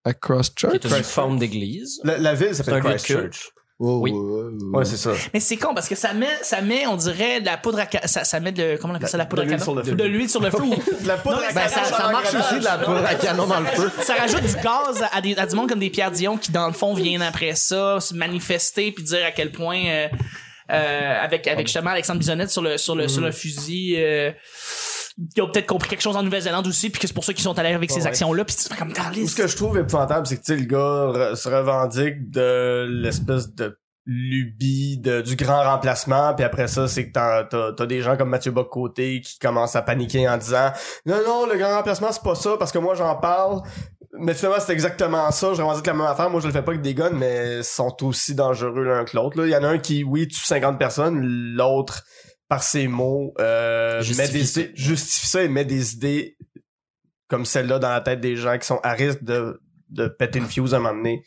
S2: À Cross-Church?
S6: C'est une forme d'église.
S3: La, la ville
S6: C'est un
S3: s'appelle
S6: lieu de culte.
S3: Christchurch.
S2: Oh,
S6: Oui.
S2: ouais, ouais, ouais.
S3: Ouais, c'est ça.
S1: Mais c'est con parce que ça met, ça met, on dirait, de la poudre à ca- ça, ça met de, comment on appelle ça, la poudre
S3: de
S1: à
S3: l'huile
S1: canon?
S3: sur le feu.
S1: De l'huile sur le feu. ou-
S3: De la poudre
S1: Non, mais
S3: à
S1: ben,
S3: canon
S1: ça-
S3: dans
S1: ça
S2: marche
S3: l'engrenage.
S2: aussi de la poudre à canon dans le feu.
S1: Ça rajoute du gaz à, des, à du monde comme des Pierre Dion qui, dans le fond, viennent après ça, se manifester puis dire à quel point, euh, euh, avec, avec justement Alexandre Bisonnette sur le, sur le,
S3: Mm.
S1: sur le fusil, euh, ils ont peut-être compris quelque chose en Nouvelle-Zélande aussi, puis que c'est pour ça qu'ils sont allés avec ces
S3: Ouais.
S1: actions-là. Puis tu fais comme dans
S3: Tout ce que je trouve épouvantable, c'est que tu sais, le gars re- se revendique de l'espèce de lubie de, du grand remplacement puis après ça c'est que t'as t'as- t'as des gens comme Mathieu Bocoté qui commencent à paniquer en disant non non le grand remplacement c'est pas ça parce que moi j'en parle mais finalement c'est exactement ça je revendique la même affaire moi je le fais pas avec des guns mais ils sont aussi dangereux l'un que l'autre là. il y en a un qui oui tue 50 personnes l'autre par ses mots euh,
S6: Justifie
S3: met des
S6: ça.
S3: idées- justifie ça et met des idées comme celle-là dans la tête des gens qui sont à risque de, de péter une fuse à un moment donné.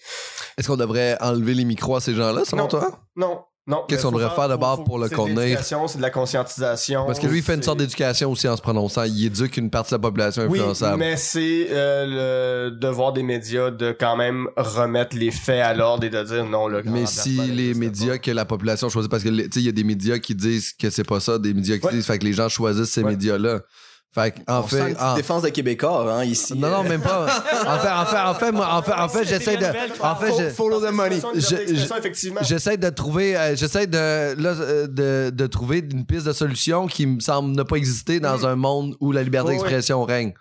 S2: Est-ce qu'on devrait enlever les micros à ces gens-là, selon
S3: Non.
S2: toi?
S3: Non, non.
S2: Qu'est-ce
S3: Mais
S2: qu'on
S3: faut
S2: devrait faire d'abord
S3: faut-
S2: pour le
S3: c'est de
S2: contenir?
S3: l'éducation, C'est de la conscientisation.
S2: Parce que lui, il fait une
S3: c'est-
S2: sorte d'éducation aussi en se prononçant. Il éduque une partie de la population
S3: Oui,
S2: influençable.
S3: mais c'est euh, le devoir des médias de quand même remettre les faits à l'ordre et de dire non. Le grand
S2: Mais
S3: remplacement
S2: si les
S3: n'existe
S2: médias
S3: pas.
S2: que la population choisit, parce que tu sais, il y a des médias qui disent que c'est pas ça, des médias qui
S3: Ouais.
S2: disent, fait que les gens choisissent ces
S3: Ouais.
S2: médias-là. Fait que, en
S5: On sent une
S2: fait,
S5: petite
S2: en-
S5: défense des Québécois, hein, ici.
S2: non, non, même pas. En fait, en fait, en fait, moi, en fait, en fait, j'essaie de, en fait, je-
S5: Follow the money.
S3: Expression, liberté
S2: Je-
S3: d'expression, effectivement.
S2: J'essaie de trouver, euh, j'essaie de, là, euh, de, de trouver une piste de solution qui me semble ne pas exister
S3: Hmm.
S2: dans un monde où la liberté
S3: Oui,
S2: d'expression règne,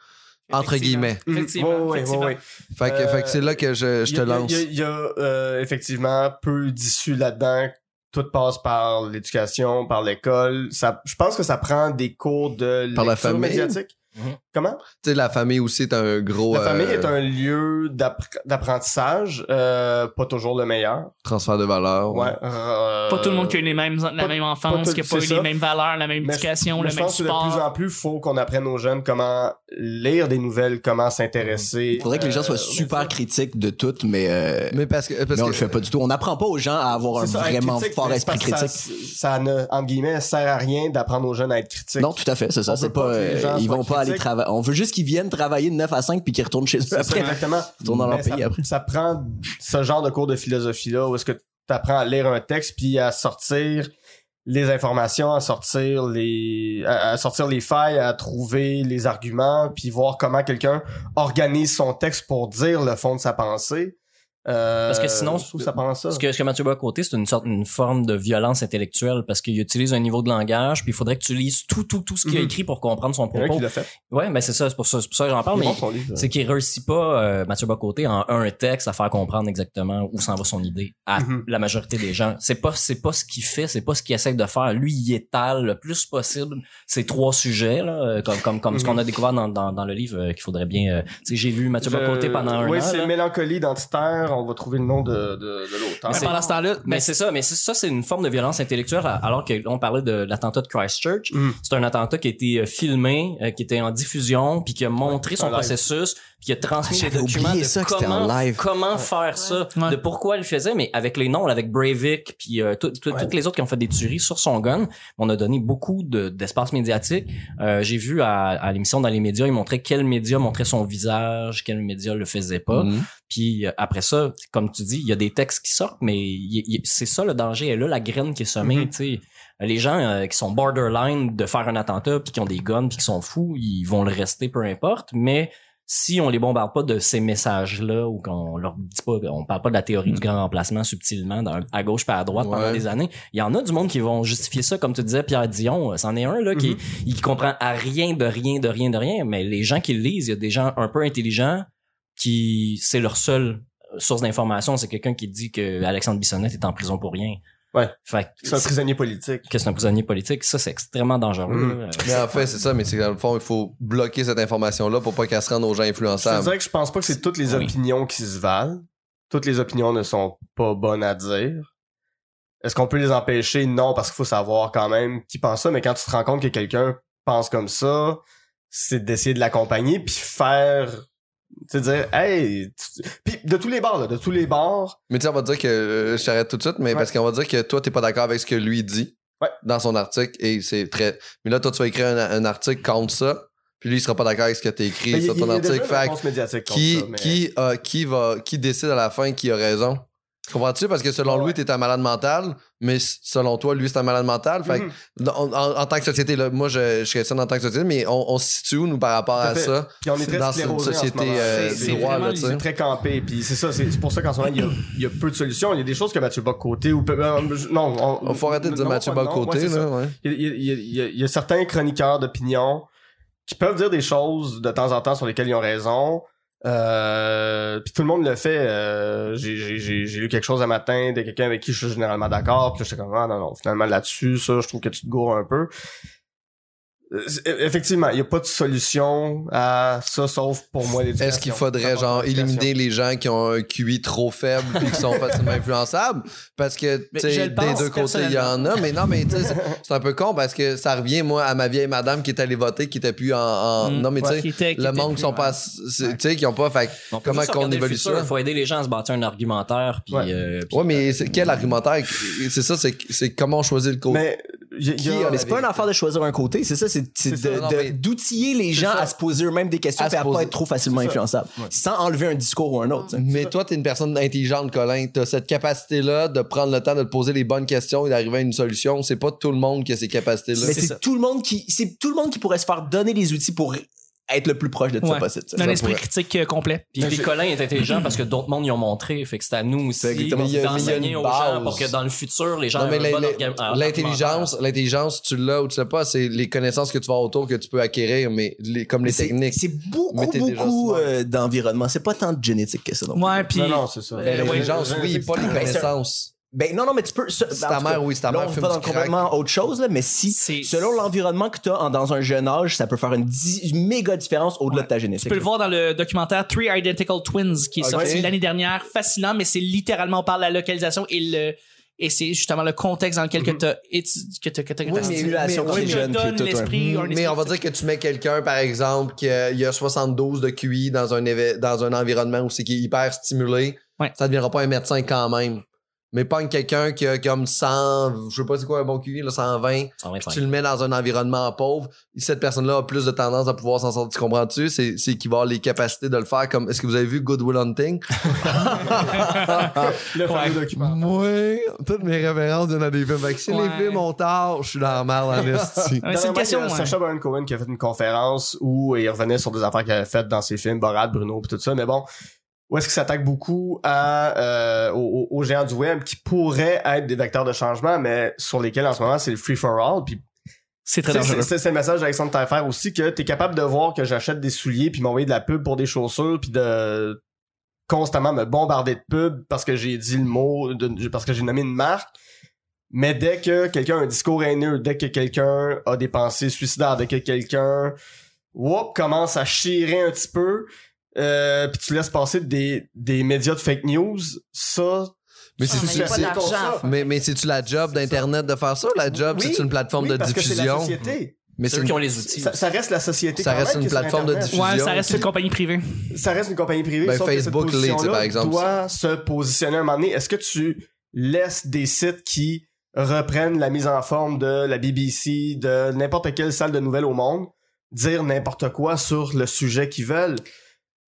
S2: entre guillemets.
S3: Mm.
S1: Effectivement,
S3: Ouais, ouais, ouais,
S1: effectivement.
S3: ouais.
S2: Fait que,
S3: Euh,
S2: fait que c'est là que je, je
S3: Il y
S2: te
S3: a-
S2: lance.
S3: Il y a, il y a, euh, effectivement peu d'issues là-dedans. Tout passe par l'éducation, par l'école. Ça, je pense que ça prend des cours de
S2: Par la
S3: lecture
S2: famille.
S3: médiatique.
S6: Mhm.
S3: Comment?
S2: Tu sais, la famille aussi est un gros
S3: La famille
S2: euh,
S3: est un lieu d'appr- d'apprentissage, euh, pas toujours le meilleur.
S2: transfert de valeur.
S3: Ouais. euh,
S1: Pas tout le monde qui a eu les mêmes, la
S3: pas-
S1: même
S3: pas tout-
S1: enfance, qui a pas eu
S3: c'est ça.
S1: les mêmes valeurs, la même
S3: Mais je-
S1: éducation,
S3: Mais
S1: le
S3: je
S1: même
S3: pense que de plus
S1: support.
S3: en plus, faut qu'on apprenne aux jeunes comment lire des nouvelles, comment s'intéresser.
S5: Il faudrait que les gens
S3: euh,
S5: soient super critiques de tout, mais, euh,
S2: Mais parce que, parce
S5: mais on
S2: que
S5: le fait pas du tout. On n'apprend pas aux gens à avoir un
S3: C'est ça, être
S5: vraiment
S3: critique,
S5: fort
S3: mais c'est
S5: esprit
S3: parce que
S5: critique.
S3: Ça, ça ne, entre guillemets, sert à rien d'apprendre aux jeunes à être critiques.
S5: Non, tout à fait, c'est ça.
S3: On
S5: C'est
S3: veut pas
S5: pas,
S3: que les
S5: euh,
S3: gens
S5: ils
S3: soient
S5: vont pas aller
S3: critiques.
S5: travailler. On veut juste qu'ils viennent travailler de 9 à 5 puis qu'ils retournent chez eux
S3: C'est ça,
S5: après.
S3: exactement.
S5: Ils retournent dans leur
S3: Mais
S5: pays
S3: ça,
S5: après.
S3: ça prend ce genre de cours de philosophie-là où est-ce que tu apprends à lire un texte puis à sortir les informations, à sortir les, à, à sortir les failles, à trouver les arguments, puis voir comment quelqu'un organise son texte pour dire le fond de sa pensée. Euh,
S6: Parce que sinon,
S3: je trouve que ça prend ça.
S6: Ce que, ce que Mathieu Bocoté, c'est une sorte, une forme de violence intellectuelle parce qu'il utilise un niveau de langage, puis il faudrait que tu lises tout, tout, tout ce qu'il a
S3: Mhm.
S6: écrit pour comprendre son
S3: Il y en a qui
S6: propos.
S3: l'a fait.
S6: Ouais, mais c'est ça, c'est pour ça, c'est pour ça que j'en parle,
S3: Il est
S6: mais
S3: bon, son livre.
S6: c'est qu'il réussit pas, euh, Mathieu Bocoté, en un texte à faire comprendre exactement où s'en va son idée à
S3: Mhm.
S6: la majorité des gens. C'est pas, c'est pas ce qu'il fait, c'est pas ce qu'il essaie de faire. Lui, il étale le plus possible ces trois sujets, là, euh, comme, comme, comme ce
S3: Mhm.
S6: qu'on a découvert dans, dans, dans le livre euh, qu'il faudrait bien, euh, tu sais, j'ai vu Mathieu Bocoté
S3: Je-
S6: pendant un
S3: oui,
S6: an.
S3: c'est
S6: là.
S3: Mélancolie identitaire. On va trouver le nom de, de, de l'auteur.
S1: Mais
S6: c'est-
S1: pendant ce temps-là,
S6: Mais c'est ça, mais c'est- ça, c'est une forme de violence intellectuelle, a- alors que on parlait de l'attentat de Christchurch.
S3: Mm.
S6: C'est un attentat qui a été euh, filmé, euh, qui était en diffusion, puis qui a montré
S3: en
S6: son
S3: live.
S6: processus, puis qui a transmis
S5: Ah,
S6: des
S5: j'avais
S6: documents
S5: oublié
S6: de
S5: ça, que c'était
S6: comment,
S5: en live.
S6: comment faire ça,
S1: Ouais.
S6: de pourquoi il le faisait, mais avec les noms, avec Breivik, puis euh, tout- tout- toutes les autres qui ont fait des tueries sur son gun, on a donné beaucoup de- d'espace médiatique. Euh, J'ai vu à, à l'émission dans les médias, ils montraient quel média montrait son visage, quel média le faisait pas.
S2: Mhm.
S6: Puis euh, après ça, comme tu dis, il y a des textes qui sortent, mais il- il- c'est ça le danger. Et là, la graine qui est semée,
S3: Mhm.
S6: tu sais. Les gens euh, qui sont borderline de faire un attentat, puis qui ont des guns, puis qui sont fous, ils vont le rester, peu importe. Mais si on les bombarde pas de ces messages-là, ou qu'on leur dit pas, on parle pas de la théorie du grand remplacement subtilement, dans- à gauche pas à droite pendant
S2: Ouais.
S6: des années, il y en a du monde qui vont justifier ça, comme tu disais, Pierre Dion, euh, c'en est un là qui, il comprend à rien de rien de rien de rien, mais les gens qui le lisent, il y a des gens un peu intelligents qui c'est leur seule euh, source d'information, c'est quelqu'un qui dit que Alexandre Bissonnette est en prison pour rien.
S3: Ouais.
S6: Fait que
S3: C'est un prisonnier politique.
S6: que c'est un prisonnier politique, ça c'est extrêmement dangereux. euh,
S3: Mhm.
S6: là.
S2: Mais en fait, c'est ça, mais c'est que dans le fond, il faut bloquer cette information-là pour pas qu'elle se rende aux gens
S3: Je te
S2: influençables.
S3: dirais que je pense pas que c'est toutes les
S6: Oui.
S3: opinions qui se valent. Toutes les opinions ne sont pas bonnes à dire. Est-ce qu'on peut les empêcher? Non, parce qu'il faut savoir quand même qui pense ça, mais quand tu te rends compte que quelqu'un pense comme ça, c'est d'essayer de l'accompagner puis faire tu sais dire hey tu- puis de tous les bords là, de tous les bords
S2: Mais tu sais, on va dire que euh, je t'arrête tout de suite, mais
S3: Ouais.
S2: parce qu'on va dire que toi, t'es pas d'accord avec ce que lui dit
S3: Ouais.
S2: dans son article et c'est très. Mais là, toi, tu vas écrire un, un article contre ça. Puis lui, il sera pas d'accord avec ce que t'as écrit
S3: Mais ben, il-
S2: sur
S3: il- il
S2: ton
S3: y a déjà
S2: article.
S3: une
S2: Fait
S3: réponse médiatique
S2: que
S3: contre
S2: qui,
S3: ça, mais-
S2: qui, a- qui, va, qui décide à la fin qui a raison? Comprends-tu? Parce que selon lui, t'es un malade mental, mais s- selon toi, lui, c'est un malade mental. Fait que
S3: Mhm.
S2: dans- en, en tant que société, là, moi, je, je questionne en tant que société, mais on, on se situe, où, nous, par rapport
S3: Tout à
S2: à
S3: fait.
S2: ça.
S3: Puis on est très
S2: dans
S3: sclérosé
S2: une
S3: en ce
S2: société,
S3: moment.
S2: euh,
S3: C'est-
S1: du
S3: c'est
S1: droit,
S3: vraiment-
S1: là, tu sais.
S3: C'est très campé. Puis c'est ça, c'est c'est pour ça qu'en ce moment, il y, a, il y a peu de solutions. Il y a des choses que Mathieu Bock-Côté ou. peut- euh, Non, on,
S2: Il faut arrêter de dire
S3: non,
S2: Mathieu
S3: pas de nom. Ouais,
S2: Bocoté,
S3: c'est ça.
S2: là. ouais.
S3: Il y, a- il y a- il y a- il y a certains chroniqueurs d'opinion qui peuvent dire des choses de temps en temps sur lesquelles ils ont raison. Euh, puis tout le monde le fait. Euh, j'ai- J'ai j'ai- j'ai lu quelque chose un matin de quelqu'un avec qui je suis généralement d'accord. Puis là, j'étais comme ah non non finalement là-dessus ça je trouve que tu te gourres un peu. Euh, c'est- Effectivement, il n'y a pas de solution à ça sauf pour moi l'éducation.
S2: Est-ce qu'il
S3: Ça
S2: faudrait
S3: passe par
S2: genre
S3: l'éducation.
S2: éliminer les gens qui ont un QI trop faible puis qui sont facilement influençables parce que tu
S1: Mais je
S2: sais,
S1: le
S2: des
S1: pense,
S2: deux côtés il y en a mais non mais tu sais, c'est- c'est un peu con parce que ça revient moi à ma vieille madame qui est allée voter qui était plus en, en- non mais tu sais le monde qui sont pas c'est- tu sais qui ont pas fait
S6: On peut
S2: comment
S6: juste
S2: qu'on
S6: regarder le
S2: évolue
S6: futur.
S2: ça?
S6: faut aider les gens à se bâtir un argumentaire. Puis,
S3: Ouais.
S6: euh, puis-
S2: ouais mais c'est- quel argumentaire c'est ça c'est c'est comment on choisit le côté
S3: Mais il y a- il y a-
S2: ah,
S5: Qui, euh, mais c'est pas une affaire de choisir un côté, c'est ça, c'est c'est
S2: C'est ça,
S5: de-
S2: non,
S5: de-
S2: mais-
S5: d'outiller les gens
S3: ça.
S5: à se poser eux-mêmes des questions
S2: À
S5: et
S2: se
S5: à
S2: poser.
S5: pas être trop facilement
S3: C'est ça.
S5: influençable, sans enlever un discours ou un autre. tu sais.
S2: mais toi, t'es une personne intelligente, Colin. T'as cette capacité-là de prendre le temps de te poser les bonnes questions et d'arriver à une solution. C'est pas tout le monde qui a ces capacités-là.
S5: Mais
S1: c'est ça.
S5: c'est tout le monde qui, c'est tout le monde qui pourrait se faire donner les outils pour être le plus proche de ça
S1: Ouais.
S5: possible. tu sais.
S1: Un
S5: Ça
S1: esprit
S5: pourrait-
S1: critique euh, complet.
S6: Puis, puis Colin est intelligent parce que d'autres mondes y ont montré. Fait que c'est à nous
S5: C'est
S6: aussi
S5: exactement
S2: Mais
S5: ça.
S2: il y
S6: d'enseigner
S2: a-
S6: aux
S2: mais il y a une
S6: gens pour
S2: base.
S6: que dans le futur, les gens
S2: Non, mais
S6: aient un
S2: la-
S6: bon
S2: la-
S6: orga- argumentaire.
S2: L'intelligence, l'intelligence, tu l'as ou tu l'as pas, c'est les connaissances que tu vas autour que tu peux acquérir, mais les- comme les
S5: c'est-
S2: techniques.
S5: C'est beaucoup,
S2: Mettez des gens
S5: beaucoup
S2: smart.
S5: euh, d'environnement. C'est pas tant de génétique que ça. non plus.
S1: Ouais, puis
S3: non non c'est ça. Ben,
S1: Mais
S2: L'intelligence,
S3: Ouais,
S2: oui,
S3: c'est-
S2: pas Ben, les connaissances.
S5: Ben non, non, mais tu peux. ça-
S2: C'est
S5: ben, en
S2: ta
S5: tout cas,
S2: mère, oui, c'est ta
S5: Là,
S2: mère
S5: on
S2: fume
S5: va dans
S2: du crack.
S5: complètement autre chose, là, mais si,
S1: C'est-
S5: selon l'environnement que tu as dans un jeune âge, ça peut faire une di- méga différence au-delà
S1: Ouais.
S5: de ta
S1: Tu
S5: génétique.
S1: peux le voir dans le documentaire Three Identical Twins qui est
S2: Ok.
S1: sorti l'année dernière. Fascinant, mais c'est littéralement par la localisation et le et c'est justement le contexte dans lequel que t'as étu- que t'as que t'as- que
S2: Oui,
S1: t'as-
S2: mais-
S5: Stimulation
S2: mais-
S5: quand
S2: oui,
S5: t'es
S2: mais-
S5: jeune,
S1: te
S5: puis
S1: donne
S5: tout, ouais.
S1: l'esprit, un
S2: Mm, Mais on va dire que tu mets quelqu'un, par exemple, qui a, il a 72 de QI dans un, éve- dans un environnement où c'est qui est hyper stimulé,
S1: Ouais.
S2: ça ne deviendra pas un médecin quand même. Mais pas quelqu'un qui a comme 100, je sais pas c'est quoi un bon QI, là, 120, tu
S6: 125.
S2: le mets dans un environnement pauvre, cette personne-là a plus de tendance à pouvoir s'en sortir. Tu comprends-tu? C'est, c'est qu'il va avoir les capacités de le faire comme. Est-ce que vous avez vu Good Will Hunting?
S3: Le fameux document.
S2: [laughs] Moi, toutes mes références donnent à des films. Fait que si
S1: Ouais.
S2: ont tard, je suis dans la merde en
S1: [laughs]
S2: esti.
S1: Ouais, c'est une
S3: Dernièrement,
S1: question.
S3: il y a
S1: ouais.
S3: Sacha Baron Cohen qui a fait une conférence où il revenait sur des affaires qu'il avait faites dans ses films, Borat, Bruno, pis tout ça. Mais bon, où est-ce qu'il s'attaque beaucoup à, euh, aux, aux- aux géants du web qui pourraient être des vecteurs de changement, mais sur lesquels en ce moment c'est le free for all. Puis
S1: C'est très
S3: c'est-
S1: dangereux.
S3: c'est c'est- c'est le message d'Alexandre Taillefer aussi que t'es capable de voir que j'achète des souliers puis m'envoyer de la pub pour des chaussures puis de constamment me bombarder de pub parce que j'ai dit le mot de- parce que j'ai nommé une marque mais dès que quelqu'un a un discours haineux dès que quelqu'un a des pensées suicidaires dès que quelqu'un whoop, commence à chirer un petit peu euh, puis tu laisses passer des, des médias de fake news ça
S2: Mais
S4: Ah,
S2: c'est,
S4: mais il y a pas
S2: c'est-
S4: d'argent.
S2: mais, mais c'est-tu la job d'Internet de faire ça? La job,
S3: Oui.
S2: c'est une plateforme
S3: Oui,
S2: de
S3: parce que c'est la
S2: diffusion.
S3: société
S2: mais
S6: Ceux
S2: c'est
S6: qui ont les outils.
S3: ça, ça reste la société
S2: Ça
S3: quand
S2: reste
S3: même
S2: une
S3: qui est sur
S2: plateforme de
S3: Internet.
S2: diffusion.
S1: Ouais, ça reste une compagnie privée.
S3: ça reste une compagnie privée.
S2: Ben,
S3: sauf que cette
S2: Facebook l'est, tu sais,
S3: position-là
S2: par exemple.
S3: doit se positionner un moment donné. Est-ce que tu laisses des sites qui reprennent la mise en forme de la BBC, de n'importe quelle salle de nouvelles au monde, dire n'importe quoi sur le sujet qu'ils veulent?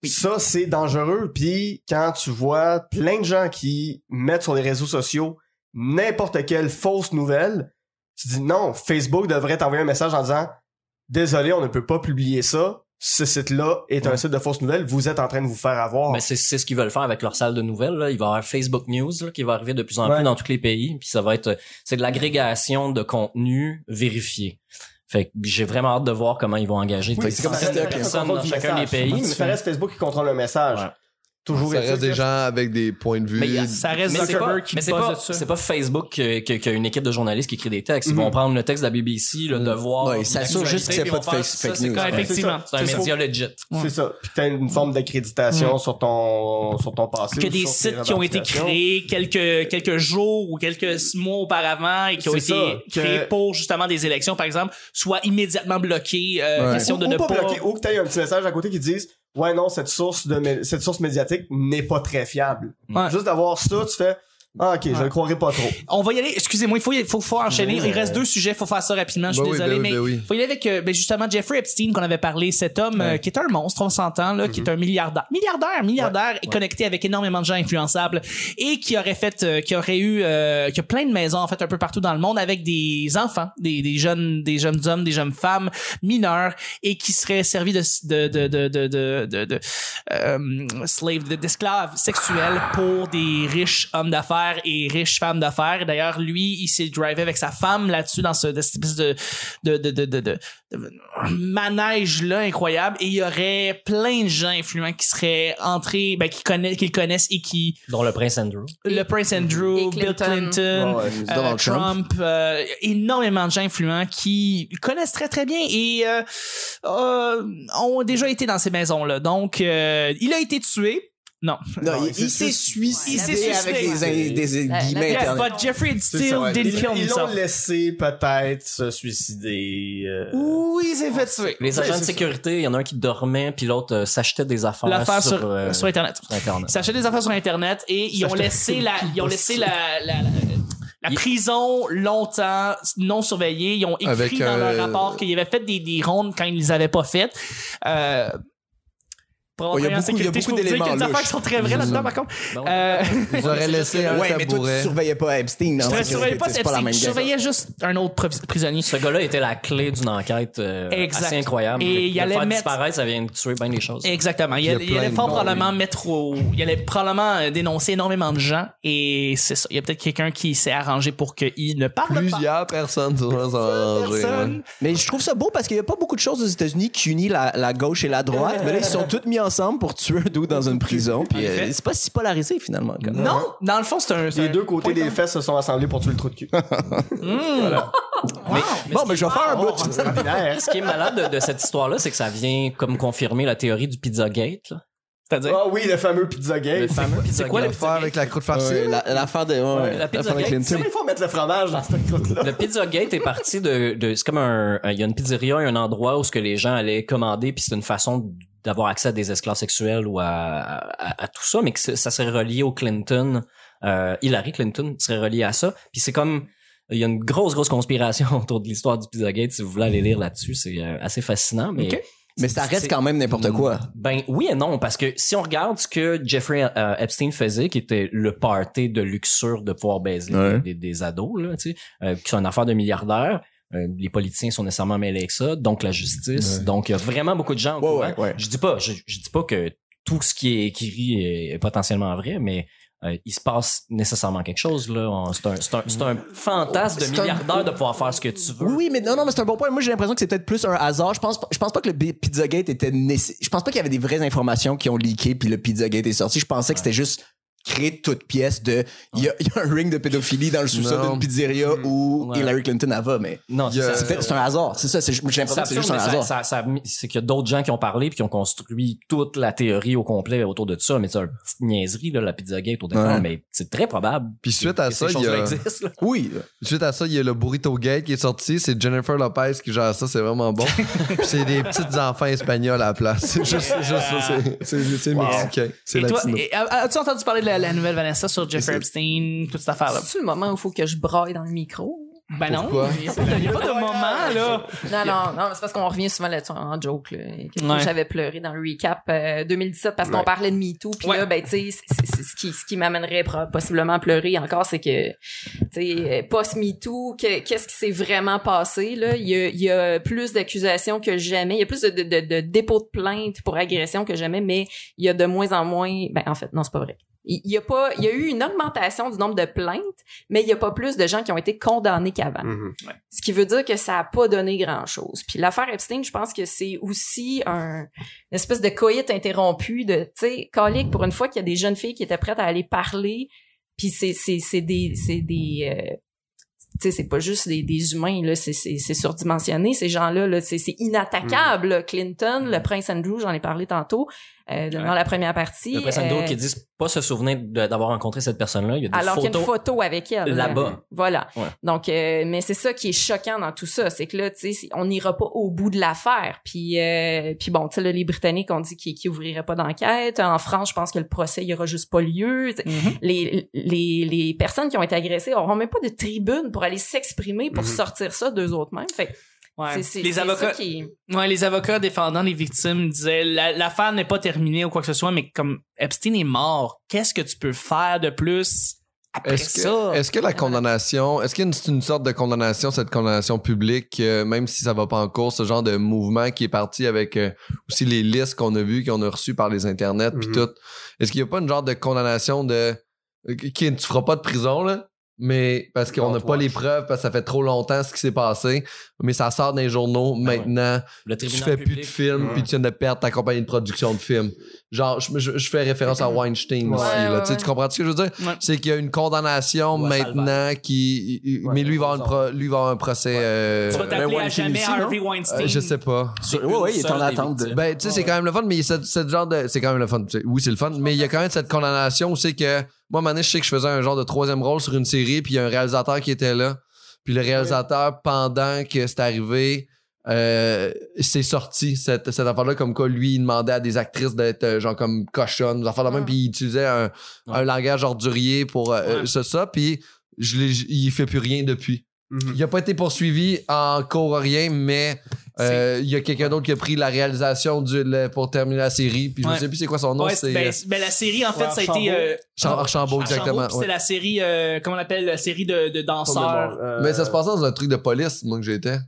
S3: Ça, c'est dangereux. Puis quand tu vois plein de gens qui mettent sur les réseaux sociaux n'importe quelle fausse nouvelle, tu dis non, Facebook devrait t'envoyer un message en disant désolé, on ne peut pas publier ça. Ce site-là est un site de fausses nouvelles. Vous êtes en train de vous faire avoir.
S6: Mais c'est c'est ce qu'ils veulent faire avec leur salle de nouvelles. Là. Il va y avoir Facebook News là, qui va arriver de plus en
S3: Ouais.
S6: plus dans tous les pays. Puis ça va être euh, c'est de l'agrégation de contenu vérifié. Fait que j'ai vraiment hâte de voir comment ils vont engager
S3: Oui,
S6: des
S5: c'est comme
S3: ça
S5: si
S6: centaines
S3: reste-
S5: c'était un
S6: de
S3: ça
S6: personnes
S3: contrôle
S6: dans
S3: du
S6: chacun
S3: message.
S6: des pays.
S3: Mais ça reste Facebook qui contrôle le message.
S6: Ouais.
S3: Toujours
S2: ça
S3: est-il
S2: reste des
S3: que-
S2: gens avec des points de vue. Bah
S6: Mais il y a-
S1: Ça reste
S6: Mais c'est pas,
S1: Zuckerberg qui
S6: mais c'est
S1: bosse
S6: pas,
S1: de ça.
S6: c'est pas Facebook qui, qui- qui a une équipe de journalistes qui écrit des textes. Ils
S3: Mhm.
S6: vont prendre le texte de la BBC, le devoir.
S5: Mhm. Ouais, ils s'assurent
S6: l'actualité,
S5: juste que c'est
S6: puis
S5: pas
S6: ils
S5: de
S6: vont faire
S5: fake-
S6: ça,
S5: fake
S6: c'est
S5: news.
S1: correct,
S6: correct.
S1: Effectivement.
S6: C'est un
S1: C'est
S6: média legit.
S1: Ouais.
S3: C'est ça. Puis t'as une forme d'accréditation sur ton sur ton passé.
S1: que
S3: ou
S1: des
S3: sur tes
S1: sites qui ont été
S3: revendications.
S1: créés quelques quelques jours ou quelques mois auparavant et qui ont été
S3: C'est ça, que-
S1: créés pour justement des élections par exemple soient immédiatement bloqués euh,
S5: Ouais.
S1: question
S3: ou,
S1: de
S3: ou
S1: ne
S3: pas
S1: pas,
S3: bloqué, ou que t'aies un petit message à côté qui dise ouais non cette source de mé- cette source médiatique n'est pas très fiable.
S1: Ouais.
S3: Juste d'avoir ça, tu fais Ah, ok, je le croirais pas trop.
S1: On va y aller. Excusez-moi, il faut, y- faut, faut enchaîner. Il reste deux sujets, faut faire ça rapidement. Je suis
S2: Ben oui,
S1: désolé,
S2: ben oui,
S1: mais
S2: ben oui.
S1: faut y aller avec euh, ben justement Jeffrey Epstein qu'on avait parlé, cet homme euh, qui est un monstre, on s'entend là,
S2: Mhm.
S1: qui est un milliardaire, milliardaire, milliardaire, et connecté avec énormément de gens influençables et qui aurait fait, euh, qui aurait eu, euh, qui a plein de maisons en fait un peu partout dans le monde avec des enfants, des, des jeunes, des jeunes hommes, des jeunes femmes mineurs et qui seraient servis de de de de de de, de, de, euh, slave, de- d'esclaves sexuels pour des riches hommes d'affaires et riches femmes d'affaires. Et D'ailleurs, lui, il s'est drivé avec sa femme là-dessus dans ce de, cette espèce de de de de, de, de- de- manège là incroyable. Et il y aurait plein de gens influents qui seraient entrés, ben, qui connaissent, qu'ils connaissent et qui
S6: Dont le prince Andrew.
S1: le Prince Andrew,
S4: Et
S1: Bill
S4: Clinton.
S1: Clinton,
S5: Ouais,
S1: euh,
S5: Donald
S1: Trump, euh, énormément de gens influents qui connaissent très très bien et euh, euh, ont déjà été dans ces maisons-là. Donc, euh, il a été tué. Non.
S5: Non,
S3: Non,
S5: il-
S3: c'est
S5: il s'est suicidé
S1: Il s'est
S5: avec des,
S1: suicidé.
S5: in- des
S4: La- la-
S5: guillemets
S1: Yes,
S5: internes.
S1: but Jeffrey
S3: C'est
S1: still
S3: ça,
S1: didn't
S3: ils-
S1: kill
S3: Ils l'ont
S1: himself.
S3: laissé peut-être se suicider. euh,
S1: Oui, il s'est fait tuer.
S6: Les
S3: Ouais,
S6: agents
S3: c'est ça.
S6: de sécurité, il y en a un qui dormait, puis l'autre euh, s'achetait des affaires,
S1: L'affaire sur,
S6: euh,
S1: sur Internet.
S6: sur Internet.
S1: Ils s'achètent des affaires sur Internet et ils ont laissé la, ils ont laissé la, la, la- la
S6: Il-
S1: prison longtemps non surveillée. Ils ont écrit
S2: Avec,
S1: dans leur
S2: euh,
S1: rapport qu'ils avaient fait des, des rondes quand ils les avaient pas faites. Euh, pour avoir
S5: Ouais, Oh, il y a
S1: travaillé en
S5: beaucoup- il
S1: sécurité,
S5: y a
S1: je peux vous
S5: beaucoup
S1: dire qu'il y a des
S5: d'éléments
S1: affaires
S5: louches.
S1: qui sont très vraies là-dedans, par contre. Euh, [laughs]
S2: Ils auraient laissé un
S5: Ouais, mais toi, tu
S2: tabouret.
S5: surveillais pas Epstein. en
S1: je ne
S5: sécurité,
S1: surveillais pas
S5: c'est
S1: cette
S5: la même
S1: je
S5: game.
S1: surveillais juste un autre pr- prisonnier.
S6: Ce gars-là était la clé d'une enquête euh,
S1: Exact.
S6: assez incroyable.
S1: Et
S6: Fait que
S1: il
S6: de le
S1: allait
S6: faire
S1: mettre-
S6: disparaître, ça vient de tuer bien des choses.
S1: Exactement. Il,
S2: y a
S1: allait- il
S2: plein
S1: allait
S2: de
S1: fort
S2: noms,
S1: probablement mettre au. Il allait probablement euh, dénoncer énormément de gens et c'est ça. Il y a peut-être quelqu'un qui s'est arrangé pour qu'il ne parle pas.
S2: Plusieurs personnes sur ça s'en
S1: Personne.
S5: Mais je trouve ça beau parce qu'il n'y a pas beaucoup de choses aux États-Unis qui unissent la, la gauche et la droite. mais là, ils sont tous mis ensemble pour tuer un doux dans une prison. Puis euh,
S1: effet.
S5: c'est pas si polarisé finalement. comme.
S1: Non, dans le fond, c'est un. c'est Ah,
S3: Les
S1: un-
S3: deux côtés des fesses se sont assemblés pour tuer le trou de cul.
S1: Hmm. Wow.
S5: Bon, mais je vais faire un
S3: hein.
S5: bout.
S3: Ah,
S1: [laughs]
S3: Ordinaire.
S6: Ce qui est malade de, de cette histoire-là, c'est que ça vient comme confirmer la théorie du Pizzagate. là.
S1: C'est-à-dire.
S3: Ah oui, le fameux Pizzagate.
S6: Le fameux
S1: C'est quoi
S6: Pizzagate.
S1: le
S2: L'affaire avec la croûte farcie.
S5: Ouais, la- L'affaire de. ouais, ouais,
S6: la
S5: l'affaire de
S6: Pizzagate,
S5: Clinton.
S3: Il faut mettre le fromage dans cette croûte-là.
S6: [laughs] Le Pizzagate est parti de, de- c'est comme un, un- il y a une pizzeria, un endroit où ce que les gens allaient commander, puis c'est une façon d'avoir accès à des esclaves sexuels ou à, à- à tout ça, mais que c'est- ça serait relié au Clinton, euh, Hillary Clinton serait relié à ça, puis c'est comme il y a une grosse grosse conspiration [laughs] autour de l'histoire du Pizzagate. Si vous voulez aller lire là-dessus, c'est euh, assez fascinant, mais
S1: Ok.
S5: Mais ça
S6: C'est-
S5: reste quand même n'importe quoi.
S6: Ben oui et non, parce que si on regarde ce que Jeffrey euh, Epstein faisait, qui était le party de luxure de pouvoir baiser
S5: Ouais.
S6: des, des ados, là, tu sais, euh, qui sont une affaire de milliardaires, euh, les politiciens sont nécessairement mêlés avec ça, donc la justice, donc il y a vraiment beaucoup de gens. au
S5: Ouais,
S6: courant.
S5: ouais, ouais.
S6: Je dis pas, je, je dis pas que tout ce qui est écrit est, est potentiellement vrai, mais euh, il se passe nécessairement quelque chose là. On- C'est un, c'est un, c'est un fantasme de
S5: C'est un-
S6: milliardaire de pouvoir faire ce que tu veux.
S5: Oui, oui, mais non, non, mais c'est un bon point. Moi, j'ai l'impression que c'est peut-être plus un hasard. Je pense, pas- je pense pas que le B- Pizzagate était nécessaire. Je pense pas qu'il y avait des vraies informations qui ont leaké puis le Pizzagate est sorti. Je pensais que c'était juste créé de toute pièce de. Il y, a- il y a un ring de pédophilie dans le sous-sol
S2: Non.
S5: d'une pizzeria où
S6: Ouais.
S5: Hillary Clinton elle va, mais.
S6: Non,
S2: Il y a-
S6: ça,
S5: C'est peut-être- c'est un hasard, c'est ça. c'est- J'ai
S6: C'est
S5: l'impression que c'est
S6: absurde,
S5: juste un
S6: mais ça-
S5: hasard.
S6: ça- ça a mis- c'est qu'il y a d'autres gens qui ont parlé puis qui ont construit toute la théorie au complet autour de ça, mais c'est une petite niaiserie, là, la Pizzagate au départ,
S5: Ouais.
S6: mais c'est très probable.
S2: Puis suite à
S6: que
S2: ça,
S6: ces
S2: il y
S6: choses-là
S2: a...
S6: existent, là.
S5: Oui. là.
S2: Suite à ça, il y a le Burrito Gate qui est sorti. C'est Jennifer Lopez qui gère ça. C'est vraiment bon. Puis c'est des petites enfants espagnols à la place. [laughs] C'est juste, c'est juste ça. C'est- C'est c'est mexicain. C'est
S1: Et toi,
S2: latino.
S1: et- a- as-tu entendu parler de la, la nouvelle Vanessa sur Jeffrey Epstein, toute cette affaire-là?
S4: C'est le moment où il faut que je braille dans le micro.
S1: Ben non,
S2: Pourquoi?
S1: il n'y a, pas de- il y a
S2: [laughs]
S1: pas de moment, là.
S4: Non, non, non, mais c'est parce qu'on revient souvent là-dessus en joke. Là. Quelque chose
S1: Ouais.
S4: que J'avais pleuré dans le recap euh, 2017 parce qu'on
S3: Ouais.
S4: parlait de MeToo. Puis
S1: Ouais.
S4: là, ben, tu sais, c'est- c'est- c'est ce qui, ce qui m'amènerait pro- possiblement à pleurer encore, c'est que, tu sais, euh, post-MeToo, que- qu'est-ce qui s'est vraiment passé? Là? Il, y a, il y a plus d'accusations que jamais. Il y a plus de, de, de, de dépôts de plaintes pour agression que jamais, mais il y a de moins en moins. Ben, en fait, non, c'est pas vrai. Il il y a pas, il y a eu une augmentation du nombre de plaintes, mais il y a pas plus de gens qui ont été condamnés
S1: Ah.
S4: qu'avant.
S3: Mhm.
S4: Ce qui veut dire que ça a pas donné grand-chose. Puis l'affaire Epstein, je pense que c'est aussi un, une espèce de coït interrompu de, tu sais, colique pour une fois qu'il y a des jeunes filles qui étaient prêtes à aller parler, puis c'est, c'est, c'est des... C'est des euh, tu sais, c'est pas juste des, des humains, là, c'est, c'est, c'est
S6: Mm.
S4: surdimensionné, ces gens-là, là, c'est, c'est inattaquable. là. Clinton, le prince Andrew, j'en ai parlé tantôt. euh, dans
S6: Ouais.
S4: la première partie.
S6: Le Press and
S4: euh,
S6: Go qui disent pas se souvenir de- d'avoir rencontré cette personne-là. Il y a des
S4: alors qu'il y a
S6: photos.
S4: une photo avec elle. hein.
S6: là-bas.
S4: Voilà.
S6: Ouais.
S4: Donc, euh, mais c'est ça qui est choquant dans tout ça, c'est que là, tu sais, on n'ira pas au bout de l'affaire. Puis, euh, puis bon, tu sais, là, les Britanniques ont dit qu'ils qu'ils ouvriraient pas d'enquête. En France, je pense que le procès, il y aura juste pas lieu. Tu sais,
S1: Mhm.
S4: Les, les, les personnes qui ont été agressées auront même pas de tribune pour aller s'exprimer pour
S6: Mm-hmm.
S3: Mhm.
S4: sortir ça d'eux autres mêmes. Fait que
S1: Ouais.
S4: c'est- c'est-
S1: les
S4: c'est
S1: avocats,
S4: ça qui-
S1: ouais, les avocats défendant les victimes disaient La- l'affaire n'est pas terminée ou quoi que ce soit, mais comme Epstein est mort, qu'est-ce que tu peux faire de plus après
S2: Est-ce
S1: ça euh,
S2: que, est-ce que la condamnation, est-ce qu'il y a une- c'est une, sorte de condamnation, cette condamnation publique, euh, même si ça va pas en cours, ce genre de mouvement qui est parti avec euh, aussi les listes qu'on a vues, qu'on a reçues par les internets, puis
S3: Mhm.
S2: tout. Est-ce qu'il y a pas une genre de condamnation de, euh, qui tu feras pas de prison là, mais parce qu'on
S3: Don't
S2: n'a pas les
S3: watch.
S2: preuves, parce que ça fait trop longtemps ce qui s'est passé, mais ça sort dans les journaux
S6: ouais.
S2: maintenant.
S6: Le
S2: Tu
S6: tribunal
S2: fais plus de
S6: public.
S2: films,
S3: Ouais.
S2: puis tu viens de perdre ta compagnie de production de films. Genre, je, je- je fais référence à Weinstein
S3: Ouais.
S2: aussi.
S4: Ouais,
S2: là.
S4: ouais,
S2: Tu sais,
S4: ouais.
S2: Tu comprends ce que je veux dire?
S1: Ouais.
S2: C'est qu'il y a une condamnation
S6: Ouais,
S2: maintenant qui. il- il-
S3: Ouais,
S2: mais lui, il va avoir
S3: raison.
S2: une pro- lui, il va avoir un procès. euh,
S1: Tu vas t'appeler à
S5: Weinstein
S1: jamais
S5: aussi, non?
S1: Harvey Weinstein.
S2: euh, je sais pas.
S6: C'est
S5: Ouais, ouais,
S6: une
S5: il est
S6: seule
S5: en
S6: des
S5: attente de-
S6: victimes.
S2: Ben, tu sais, c'est quand même le fun, mais il y a ce, ce genre de. C'est quand même le fun. tu sais. Oui, c'est le fun, mais il y a quand même cette condamnation où c'est que. Moi, à un moment donné, je sais que je faisais un genre de troisième rôle sur une série, puis il y a un réalisateur qui était là. Puis le réalisateur, pendant que c'est arrivé, euh, c'est sorti cette, cette affaire-là, comme quoi lui, il demandait à des actrices d'être euh, genre comme cochonnes, des affaires de même,
S4: Ah.
S2: puis il utilisait un, un langage ordurier pour euh,
S1: Ouais.
S2: ça, ça, puis je l'ai- j- il fait plus rien depuis.
S3: Mhm.
S2: Il a pas été poursuivi en cours rien, mais euh, il y a quelqu'un d'autre qui a pris la réalisation du, le- pour terminer la série. Puis
S1: Ouais.
S2: je sais plus c'est quoi son nom,
S1: Ouais,
S2: c'est
S1: ben,
S2: euh,
S1: c'est- ben, la série, en fait,
S3: Ouais,
S1: ça a
S3: Archambault.
S1: été. euh,
S2: Char- Archambault, exactement.
S1: Archambault, puis
S2: ouais.
S1: C'est la série, euh, comment on appelle, la série de, de danseurs.
S3: Euh,
S2: Mais Ben, ça se passait dans un truc de police, moi, que j'étais.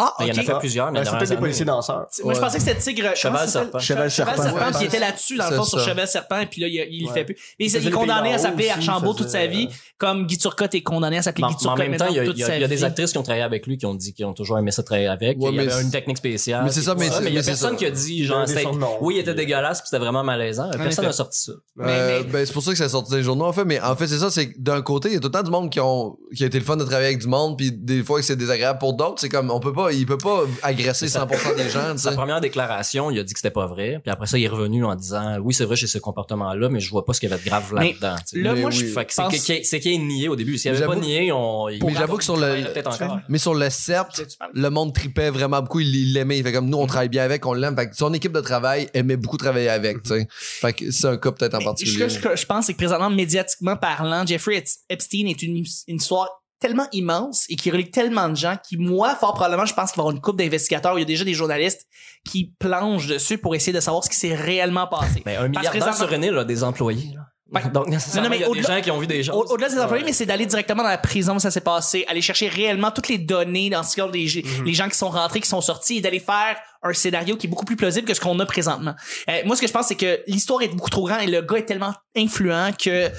S1: Ah,
S6: Il y en a
S1: ok.
S6: fait plusieurs, mais
S3: ben, c'est
S6: dans
S3: peut-être
S6: les
S3: des
S6: années-
S3: policiers danseurs.
S1: Moi, je
S2: Ouais.
S1: pensais que c'était Tigre.
S6: Cheval
S1: comment ça s'appelle?
S6: serpent.
S1: Cheval
S5: Cheval serpent.
S1: serpent,
S2: Ouais,
S1: puis il
S2: c'est-
S1: était là-dessus, dans le
S2: c'est
S1: fond, sur
S2: ça.
S1: Cheval serpent, et puis là, il, il le
S3: Ouais.
S1: fait plus. Mais il,
S3: faisait
S1: il est
S3: les
S1: condamné
S3: Pays
S1: à
S3: d'en haut
S1: s'appeler
S3: aussi,
S1: Archambault toute sa
S3: faisait-
S1: vie, comme Guy Turcotte est condamné à s'appeler
S6: euh, Mais
S1: Guy
S6: en- mais en
S1: Turcotte
S6: même temps, il y a,
S1: toute
S6: il y a-
S1: sa
S6: il y a des
S1: vie.
S6: actrices qui ont travaillé avec lui qui ont dit qu'ils ont toujours aimé ça travailler avec.
S2: Ouais,
S6: il y
S2: mais
S6: avait une
S2: c'est-
S6: technique spéciale.
S2: mais c'est ça,
S6: et tout
S2: mais c'est-
S6: il y a
S2: mais c'est
S6: personne
S2: ça.
S6: qui a dit,
S3: Il y
S6: genre,
S3: a euh, des
S6: c'était-
S3: surnoms.
S6: oui, il était dégueulasse, puis c'était vraiment malaisant. Personne
S1: effet.
S6: n'a sorti ça.
S1: Mais-
S2: Euh,
S1: mais-
S2: ben, c'est pour ça que ça sorti des journaux, en fait. Mais en fait, c'est ça, c'est que d'un côté, il y a tout le temps du monde qui, ont, qui a été le fun de travailler avec du monde, puis des fois que c'est désagréable pour d'autres. C'est comme, on peut pas, il peut pas agresser 100% des gens, tu sais.
S6: Sa première déclaration, il a dit que c'était pas vrai. Puis après ça, il est revenu en disant, oui, c'est vrai, j'ai ce comportement-là, mais je vois pas ce qu'il y avait de grave
S1: Mais
S6: là-dedans. tu sais.
S1: Là,
S2: Mais
S1: moi, je
S2: oui.
S6: Fait que
S1: pense-
S6: c'est qu'il- c'est qu'il est nié au début. S'il avait pas
S2: J'avoue-
S6: nié, on. il-
S2: Mais j'avoue que sur
S6: il
S2: le-
S6: travaillerait peut-être encore.
S2: Mais sur le cercle, le monde tripait vraiment beaucoup. Il il l'aimait. Il fait comme nous, on
S3: Mm.
S2: travaille bien avec, on l'aime. Fait que son équipe de travail aimait beaucoup travailler avec. tu sais.
S3: Mm-hmm.
S2: Fait que c'est un cas peut-être en
S1: Mais
S2: particulier.
S1: Ce que je, je pense, c'est que présentement, médiatiquement parlant, Jeffrey Ep- Epstein est une, une histoire tellement immense et qui relie tellement de gens qui, moi, fort probablement, je pense qu'il va y avoir une coupe d'investigateurs. où Il y a déjà des journalistes qui plongent dessus pour essayer de savoir ce qui s'est réellement passé.
S6: Mais Ben, un milliardaire
S1: présentement-
S6: sur une île a des employés. là.
S1: Ouais.
S6: [laughs] Donc, nécessairement,
S1: mais
S6: il y a des
S1: au-delà-
S6: gens qui ont vu des gens.
S1: Au- Au-delà des employés, mais c'est d'aller directement dans la prison où ça s'est passé, aller chercher réellement toutes les données dans ce qui des g-
S5: Mhm.
S1: les gens qui sont rentrés, qui sont sortis, et d'aller faire un scénario qui est beaucoup plus plausible que ce qu'on a présentement. Euh, moi, ce que je pense, c'est que l'histoire est beaucoup trop grande et le gars est tellement influent que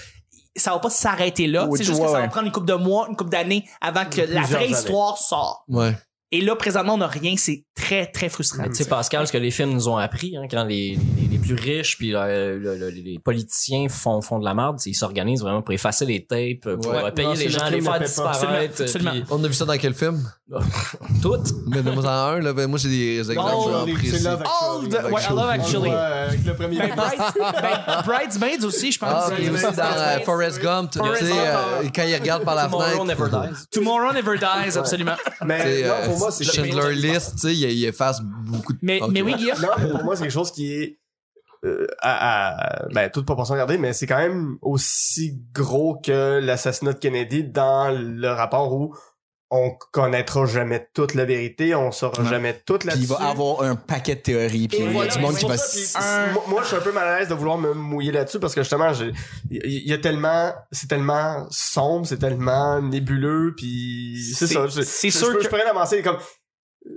S1: ça va pas s'arrêter là.
S5: Oui,
S1: c'est juste que
S5: ouais,
S1: ça va
S5: ouais.
S1: prendre une couple de mois, une couple d'années avant que la vraie
S3: années.
S1: histoire sort.
S2: Ouais.
S1: Et là, présentement, on n'a rien. C'est très, très frustrant.
S6: Mais tu sais, Pascal, ce que les films nous ont appris, hein, quand les, les, les plus riches puis euh, le- le- les politiciens font, font de la merde, ils s'organisent vraiment pour effacer les tapes, pour
S2: Ouais.
S6: euh, payer
S3: Non, c'est
S6: les
S3: le
S6: gens,
S3: crime
S6: les
S3: ne
S6: faire
S3: paie pas.
S6: disparaître.
S1: Absolument,
S6: puis
S2: On a vu ça dans quel film?
S6: Tout.
S2: Mais de moi en un, là, ben, moi j'ai des exemples
S1: Oh,
S2: genre
S3: les-
S2: précis.
S3: c'est Love
S1: Oh,
S3: Actually.
S1: the- ouais, I love
S3: On le
S1: actually.
S3: voit, euh, avec le premier
S1: Ben, Brides- [laughs] ben, Bridesmaids aussi, je pense.
S2: Ah, puis
S1: Euh,
S2: aussi dans euh, Forrest Gump, tu
S1: Forrest
S2: sais,
S1: Gump.
S2: euh, quand il regarde par la
S6: Tomorrow never
S2: fenêtre.
S6: dies.
S1: Tomorrow Never Dies, absolument.
S2: tu
S3: Mais
S2: sais,
S3: non,
S2: euh,
S3: pour moi, c'est
S2: Schindler List, tu sais, il, il efface beaucoup de
S1: Mais,
S2: Ok.
S1: mais oui, Guillaume.
S3: Non, mais pour moi, c'est quelque chose qui est euh, à, à- ben, toute proportion regardée, mais c'est quand même aussi gros que l'assassinat de Kennedy dans le rapport où on connaîtra jamais toute la vérité, on saura jamais toute la
S5: Puis il va avoir un paquet de théories, puis
S3: Et
S5: il y a
S3: voilà,
S5: du monde
S3: mais
S5: qui
S3: c'est
S5: va...
S3: pour ça,
S5: s-
S3: puis
S1: un-
S3: moi- Moi, je suis un peu mal à l'aise de vouloir me mouiller là-dessus parce que justement, j'ai- il il y, a tellement, c'est tellement sombre, c'est tellement nébuleux, puis c'est
S1: C'est-
S3: ça. je-
S1: c'est
S3: je-
S1: sûr
S3: je, peux-
S1: que-
S3: je peux rien avancer. Comme,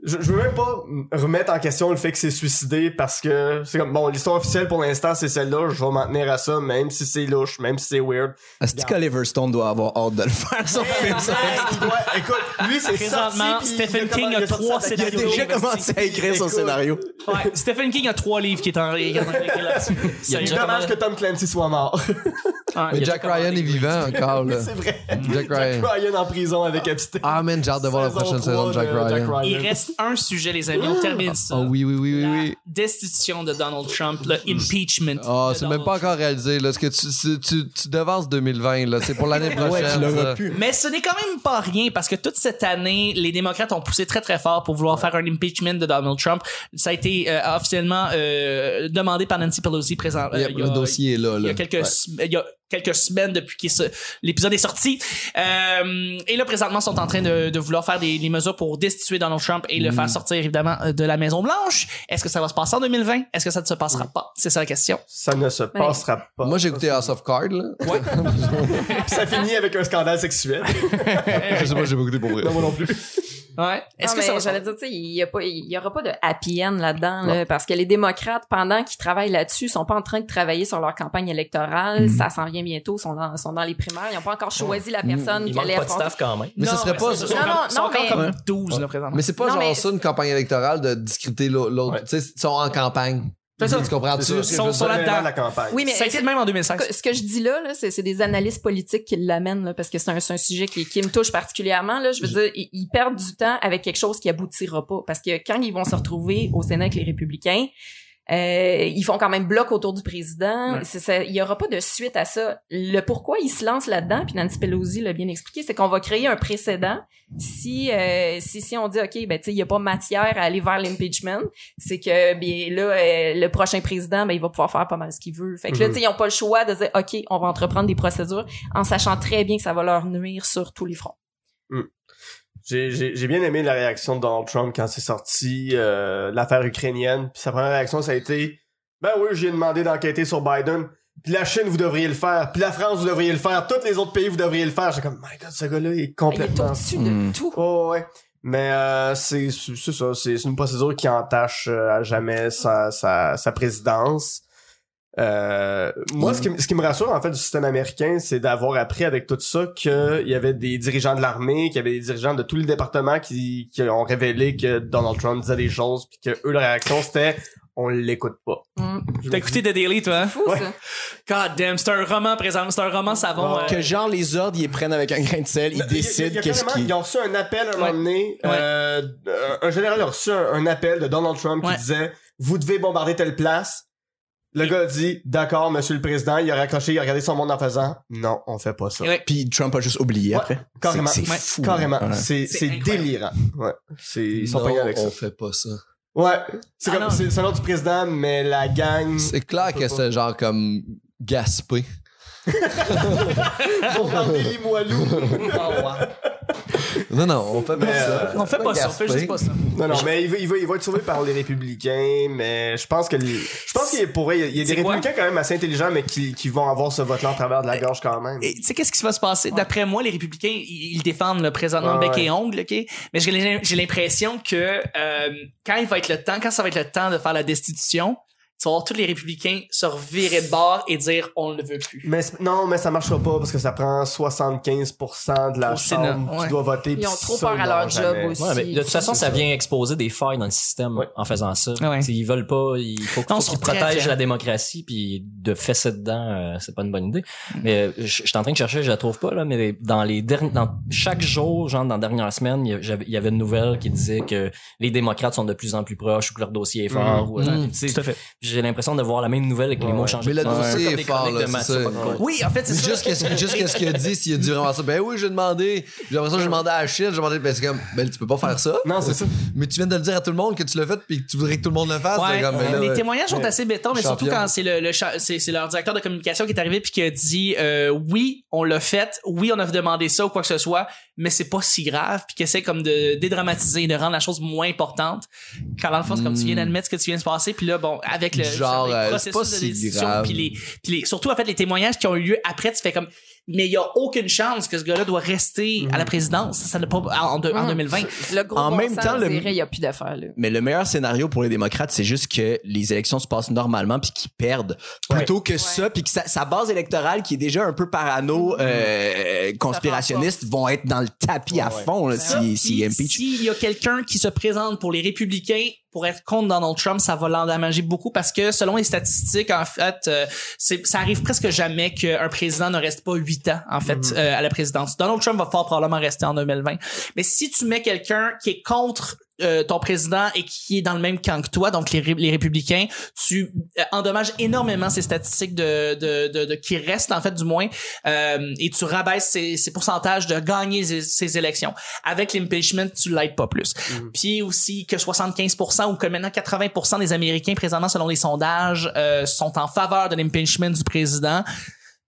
S3: je, je veux même pas remettre en question le fait que c'est suicidé parce que c'est comme bon, l'histoire officielle pour l'instant c'est celle-là. Je vais m'en tenir à ça, même si c'est louche, même si c'est weird.
S5: Est-ce que Oliver Stone doit avoir hâte de le faire, son film? ça?
S3: Il doit- écoute, lui c'est
S1: Présentement,
S3: sorti, puis il
S1: Stephen
S3: a
S1: King a
S3: commencé-
S1: trois
S3: sorti
S5: Il
S3: la-
S5: a
S1: scénarios. [laughs]
S5: déjà commencé à écrire son
S3: Écoute.
S5: scénario.
S1: Ouais, Stephen King a trois livres qui est en qui est en train d'écrire là-dessus.
S6: [laughs] Il y a
S1: Sérieux.
S6: déjà-
S3: Dommage que Tom Clancy soit mort. [laughs]
S1: Ouais.
S2: Mais Jack Ryan est vivant encore, là.
S3: c'est vrai.
S2: Jack Ryan.
S3: Jack Ryan en prison avec Epstein.
S2: Ah, man, j'ai hâte de voir la
S3: Saison
S2: prochaine saison de Jack
S3: trois
S2: Ryan.
S1: Il reste juste un sujet, les amis. On termine ça.
S2: Oh oui, oui, oui, oui,
S1: La
S2: oui.
S1: destitution de Donald Trump, le impeachment.
S2: Ah,
S1: de
S2: c'est même
S1: Donald
S2: pas encore réalisé, là. Ce que tu, tu, tu, tu devances 2020, là. C'est pour l'année prochaine.
S5: tu l'auras
S2: ça.
S5: pu.
S1: Mais ce n'est quand même pas rien parce que toute cette année, les démocrates ont poussé très très fort pour vouloir faire un impeachment de Donald Trump. Ça a été euh, officiellement euh, demandé par Nancy Pelosi présent. euh,
S2: Il y a-
S1: il y a-
S2: le dossier est là,
S1: il y
S2: là.
S1: a quelques, sem- il y a quelques semaines depuis que ce- l'épisode est sorti. Euh, et là, présentement, sont en train de, de vouloir faire des, des mesures pour destituer Donald Trump et le faire sortir, évidemment, euh, de la Maison-Blanche. Est-ce que ça va se passer en 2020? Est-ce que ça ne se passera pas? C'est ça la question.
S3: Ça ne se passera pas.
S2: Moi, j'ai écouté House of Cards, là.
S3: ça finit avec un scandale sexuel.
S2: je sais pas, j'ai pas écouté pour vrai.
S3: non, moi non plus.
S1: Ouais. Est-ce
S4: Non,
S1: que
S4: mais
S1: ça va se
S4: j'allais dire, tu sais, il y a pas, il y aura pas de happy end là-dedans, là, parce que les démocrates, pendant qu'ils travaillent là-dessus, sont pas en train de travailler sur leur campagne électorale.
S1: Mm-hmm.
S4: Ça s'en vient bientôt. Sont dans, sont dans les primaires. Ils ont pas encore choisi
S1: Mm.
S4: la personne
S6: Il
S4: qui
S6: manque
S4: allait
S6: pas de
S4: affronter.
S6: staff quand même.
S2: Mais ça
S1: Non,
S2: serait pas.
S1: ils
S2: ça-
S1: sont
S4: Non,
S1: encore-
S4: non,
S1: ils sont
S4: non,
S1: encore
S4: mais-
S1: comme 12, là, présentement.
S2: Mais c'est pas
S4: Non,
S2: genre
S4: mais-
S2: ça une campagne électorale de discréter l'au- l'autre.
S3: Ouais.
S2: Tu sais, ils sont en campagne.
S1: C'est ça.
S2: Tu comprends-tu?
S1: C'est ça.
S2: ce que
S1: Ils
S2: je
S1: sont-
S2: veux
S1: sont
S2: dire?
S1: là-
S3: Dans la campagne.
S4: Oui, mais
S1: ça a été de même en 2016.
S4: Ce que je dis là, là, c'est c'est des analystes politiques qui l'amènent, là, parce que c'est un, c'est un sujet qui, qui me touche particulièrement. Là. Je veux dire, ils, ils perdent du temps avec quelque chose qui aboutira pas. Parce que quand ils vont se retrouver au Sénat avec les républicains, euh, ils font quand même bloc autour du président.
S1: Ouais.
S4: C'est ça- il y aura pas de suite à ça. Le pourquoi ils se lancent là-dedans, puis Nancy Pelosi l'a bien expliqué, c'est qu'on va créer un précédent si euh, si si on dit ok ben tu sais il y a pas matière à aller vers l'impeachment c'est que ben là euh, le prochain président ben il va pouvoir faire pas mal ce qu'il veut fait que là
S3: Mhm.
S4: tu sais ils ont pas le choix de dire ok on va entreprendre des procédures en sachant très bien que ça va leur nuire sur tous les fronts
S3: J'ai j'ai- j'ai bien aimé la réaction de Donald Trump quand c'est sorti euh, l'affaire ukrainienne. Puis sa première réaction, ça a été Ben oui, j'ai demandé d'enquêter sur Biden. Puis la Chine, vous devriez le faire. Puis la France, vous devriez le faire. Tous les autres pays, vous devriez le faire. J'ai comme, My God, ce gars-là, il est
S4: il est
S3: complètement.
S4: au-dessus
S5: Mhm.
S4: de tout
S3: Oh, ouais. Mais euh, c'est c'est- c'est ça. C'est c'est une procédure qui entache euh, à jamais sa, sa, sa présidence. Euh, moi, ce, qui, me- ce qui me rassure en fait du système américain, c'est d'avoir appris avec tout ça qu'il y avait des dirigeants de l'armée, qu'il y avait des dirigeants de tous les départements qui, qui ont révélé que Donald Trump disait des choses, puis que eux, leur réaction c'était on l'écoute pas.
S4: Mhm.
S3: Je
S1: T'as
S3: me dis,
S1: écouté The Daily, toi? hein?
S4: fou
S3: Ouais.
S4: ça
S1: God damn, c'est un roman présent, c'est un roman savon. euh,
S5: Que genre, les ordres, ils les prennent avec un grain de sel, ils
S3: Il y a- il y a
S5: décident
S3: carrément-
S5: qu'est-ce qui.
S3: Ils ont reçu un appel à un
S1: Ouais.
S3: moment donné.
S1: Ouais.
S3: euh, euh, un général a reçu un, un appel de Donald Trump
S1: Ouais.
S3: qui disait Vous devez bombarder telle place. Le gars a dit D'accord, monsieur le président. Il a raccroché, il a regardé son monde en faisant Non, on fait pas ça.
S1: Ouais.
S5: Puis Trump a juste oublié
S3: Ouais,
S5: après.
S3: carrément.
S5: C'est c'est
S1: Ouais,
S5: fou. hein.
S3: Carrément.
S5: Ouais.
S3: C'est
S1: hein. C'est
S3: c'est
S1: incroyable.
S3: délirant. Ouais. C'est- Ils sont
S2: Non,
S3: pognés avec ça.
S2: on fait pas ça.
S3: Ouais. C'est
S1: Ah non.
S3: comme c'est c'est le nom du président, mais la gang
S2: C'est clair que c'est genre comme gaspé.
S3: bombarder les moelleux.
S2: Non, non, on fait pas
S3: Mais,
S2: ça.
S1: On fait pas ça, on fait
S2: gaspé.
S1: juste pas ça.
S3: Non, non, mais il va, il va, il va être sauvé par les républicains, mais je pense que les- je pense qu'il est pour vrai, il y a- il y a des
S1: C'est quoi?
S3: républicains quand même assez intelligents, mais qui, qui vont avoir ce vote-là en travers de la gorge quand même.
S1: Et tu sais, qu'est-ce qui va se passer? D'après moi, les républicains, ils, ils défendent le présentement
S3: Ouais,
S1: bec
S3: ouais.
S1: et ongle, OK? Mais j'ai l'im- j'ai l'impression que euh, quand il va être le temps, quand ça va être le temps de faire la destitution, tu vas voir tous les républicains se revirer de bord et dire on ne le veut plus.
S3: Mais c'est- non, mais ça marchera pas parce que ça prend 75% de la
S1: Au Sénat,
S3: chambre
S1: ouais.
S3: qui doit voter.
S4: ils
S3: puis
S4: ont trop
S3: ça,
S4: peur à
S3: ils
S4: leur
S3: l'auront
S4: job
S3: jamais.
S4: aussi
S6: Ouais, mais de toute façon, ça vient exposer des failles dans le système
S3: Ouais.
S6: en faisant ça.
S1: Ah ouais.
S6: T'sais, Ils veulent pas, il faut,
S1: Non,
S6: faut
S1: ils sont
S6: qu'ils
S1: très
S6: protègent
S1: fiers.
S6: la démocratie, puis de fesser dedans, euh, c'est pas une bonne idée. Mais euh, je je suis en train de chercher, je la trouve pas, là, mais dans les derniers, dans chaque jour, genre dans la dernière semaine, il y a- j'avais- il y avait une nouvelle qui disait que les démocrates sont de plus en plus proches ou que leur dossier est
S2: Mm.
S6: fort. ou, euh,
S1: Mm.
S6: t'sais,
S1: fait.
S6: J'ai l'impression de voir la même nouvelle avec les
S3: Ouais.
S6: mots changés.
S2: Mais le
S6: Ouais.
S2: dossier
S6: Comme
S2: est
S6: des
S2: fort,
S6: chroniques
S2: là,
S6: de
S2: c'est
S6: Matt,
S2: ça.
S6: c'est pas de con.
S1: Oui, en fait, c'est
S2: C'est
S1: ça.
S2: juste qu'est-ce que- juste qu'est-ce qu'il a dit, s'il a dit vraiment ça. Ben oui, j'ai demandé. J'ai l'impression que j'ai demandé à la Chine, j'ai demandé, ben c'est comme, ben tu peux pas faire ça.
S3: Non, c'est ça.
S2: Mais tu viens de le dire à tout le monde que tu l'as fait puis que tu voudrais que tout le monde le fasse.
S1: Ouais,
S2: C'est comme, ben là,
S1: les
S2: ouais.
S1: témoignages sont assez bétons, mais surtout
S2: Champion.
S1: quand c'est le, le cha- c'est, c'est leur directeur de communication qui est arrivé puis qui a dit euh, oui, on l'a fait, oui, on a demandé ça ou quoi que ce soit, mais c'est pas si grave, puis qui essaie comme de dédramatiser, de rendre la chose moins importante. Quand dans le fond, c'est comme tu viens d'admettre ce que tu viens de se passer, puis là, bon, avec le,
S2: Hmm. Genre,
S1: le
S2: euh, c'est
S1: processus
S2: pas
S1: de
S2: si
S1: décision,
S2: grave.
S1: puis les, puis les- surtout en fait les témoignages qui ont eu lieu après, tu fais comme mais il y a aucune chance que ce gars-là doit rester
S2: Hmm.
S1: à la présidence. Ça n'a pas en, en- en
S4: Mhm.
S1: 2020.
S4: le gros
S5: En
S4: bon
S5: même
S4: sens
S5: temps, le-
S4: dirait, il y a plus d'affaires là
S5: Mais le meilleur scénario pour les démocrates, c'est juste que les élections se passent normalement puis qu'ils perdent. Plutôt que ça, puis que sa, sa base électorale qui est déjà un peu parano, euh, conspirationniste, vont être dans le tapis à fond là,
S1: Ça,
S5: si, si
S1: puis
S5: impeach.
S1: S'il y a quelqu'un qui se présente pour les républicains pour être contre Donald Trump, ça va l'endommager beaucoup parce que selon les statistiques, en fait, euh, c'est- ça arrive presque jamais qu'un président ne reste pas huit ans, en fait, euh, à la présidence. Donald Trump va fort probablement rester en 2020. Mais si tu mets quelqu'un qui est contre euh, ton président et qui est dans le même camp que toi, donc les, ré- les républicains, tu euh, endommages énormément ces statistiques de, de, de, de- qui restent en fait du moins, euh, et tu rabaisses ces, ces pourcentages de gagner ces, ces élections. Avec l'impeachment, tu l'aides pas plus.
S2: Mhm.
S1: Puis aussi que 75% ou que maintenant 80% des Américains présentement selon les sondages euh, sont en faveur de l'impeachment du président.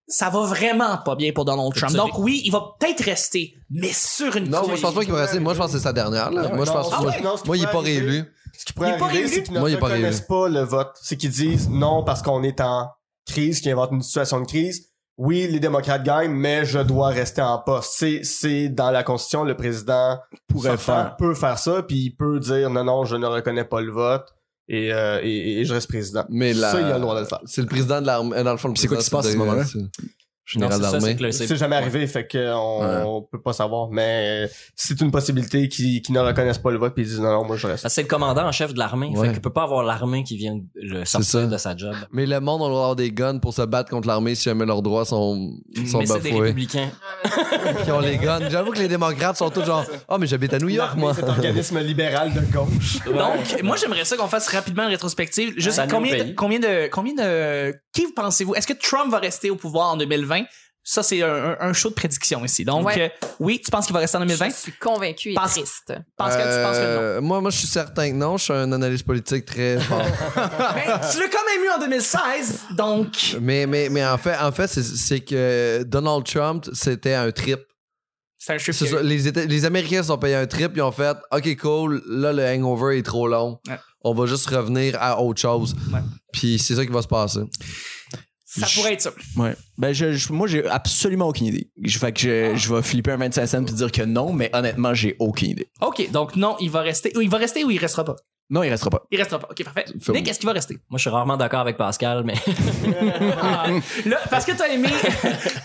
S1: Ça va vraiment pas bien pour Donald Trump. Donc oui, il va peut-être rester, mais sur une
S2: Non, moi,
S1: course.
S2: je pense pas qu'il va rester. Moi, je pense que c'est sa dernière. Ah, là. Moi, je pense
S6: Ah
S3: Non,
S2: moi,
S3: c'est- non, ce qui
S2: moi, il est pas
S3: pourrait arriver-
S2: réélu.
S3: Ce qui pourrait
S1: Il est pas
S3: arriver,
S1: réélu?
S3: c'est qu'ils ne
S2: Moi, il est pas
S3: reconnaissent
S2: réélu.
S3: pas le vote. C'est qu'ils disent non parce qu'on est en crise, qu'ils inventent une situation de crise. Oui, les démocrates gagnent, mais je dois rester en poste. C'est, c'est dans la Constitution, le président
S5: Pourrait
S3: sortant
S5: faire.
S3: peut faire ça, puis il peut dire non, non, je ne reconnais pas le vote et, euh, et, et je reste président.
S2: Mais la-
S3: Ça, il a le droit de le faire.
S2: C'est le président de l'armée. euh, Dans le fond, le
S5: C'est quoi
S2: président,
S5: qui se passe à ce
S2: le-
S5: moment-là?
S2: c'est le
S6: Non,
S2: Général
S6: c'est ça, c'est
S2: d'armée.
S6: que le-
S3: C'est jamais arrivé, fait qu'on on peut pas savoir. Mais euh, c'est une possibilité qu'ils, qu'ils ne reconnaissent pas le vote, puis ils disent non, non, moi je reste.
S6: Parce que c'est le commandant en chef de l'armée.
S2: Ouais.
S6: Fait qu'il peut pas avoir l'armée qui vient le
S2: ça.
S6: sortir de sa job.
S2: Mais le monde, on leur des guns pour se battre contre l'armée si jamais leurs droits sont, sont
S6: mais c'est des
S2: bafoués.
S6: républicains.
S2: Qui ont les guns. J'avoue que les démocrates sont tous genre, oh, mais j'habite à New York,
S3: L'armée,
S2: moi.
S3: Cet organisme libéral de gauche.
S1: [laughs] Donc, moi, j'aimerais ça qu'on fasse rapidement une rétrospective. Juste
S6: Ça nous
S1: combien, de,
S6: paye.
S1: combien de, combien de, qui vous pensez-vous? Est-ce que Trump va rester au pouvoir en 2020? Ça, c'est un, un- un show de prédiction ici. Donc,
S4: Ouais.
S1: euh, oui, tu penses qu'il va rester en 2020?
S4: Je suis convaincue et
S1: Pense-
S4: triste.
S1: Pascal, tu penses que non?
S2: Euh, Moi, moi, je suis certain que non. Je suis un analyste
S1: [laughs]
S2: politique très fort.
S1: Mais Ben, tu l'as quand même eu en 2016, donc...
S2: mais, mais, mais en fait, en fait c'est- c'est que Donald Trump, c'était un trip.
S1: C'est un show
S2: C'est ça,
S1: qui-
S2: les, Éta- les Américains se sont payés un trip, ils ont fait OK, cool, là le hangover est trop long.
S1: Ouais.
S2: On va juste revenir à autre chose.
S1: Ouais. Euh,
S2: Puis c'est ça qui va se passer.
S1: Ça pourrait être ça.
S5: Ouais. Ben, je, je- moi, j'ai absolument aucune idée. Je, fait que je, je vais flipper un 25 cents puis dire que non, mais honnêtement, j'ai aucune idée.
S1: OK, donc non, il va rester. ou Il va rester ou il restera pas?
S5: Non, il restera pas.
S1: Il restera pas. OK, parfait.
S2: Faut-
S1: Nick, est-ce qu'il va rester?
S6: Moi, je suis rarement d'accord avec Pascal, mais [laughs]
S1: Ah, là, parce que t'as aimé, [laughs]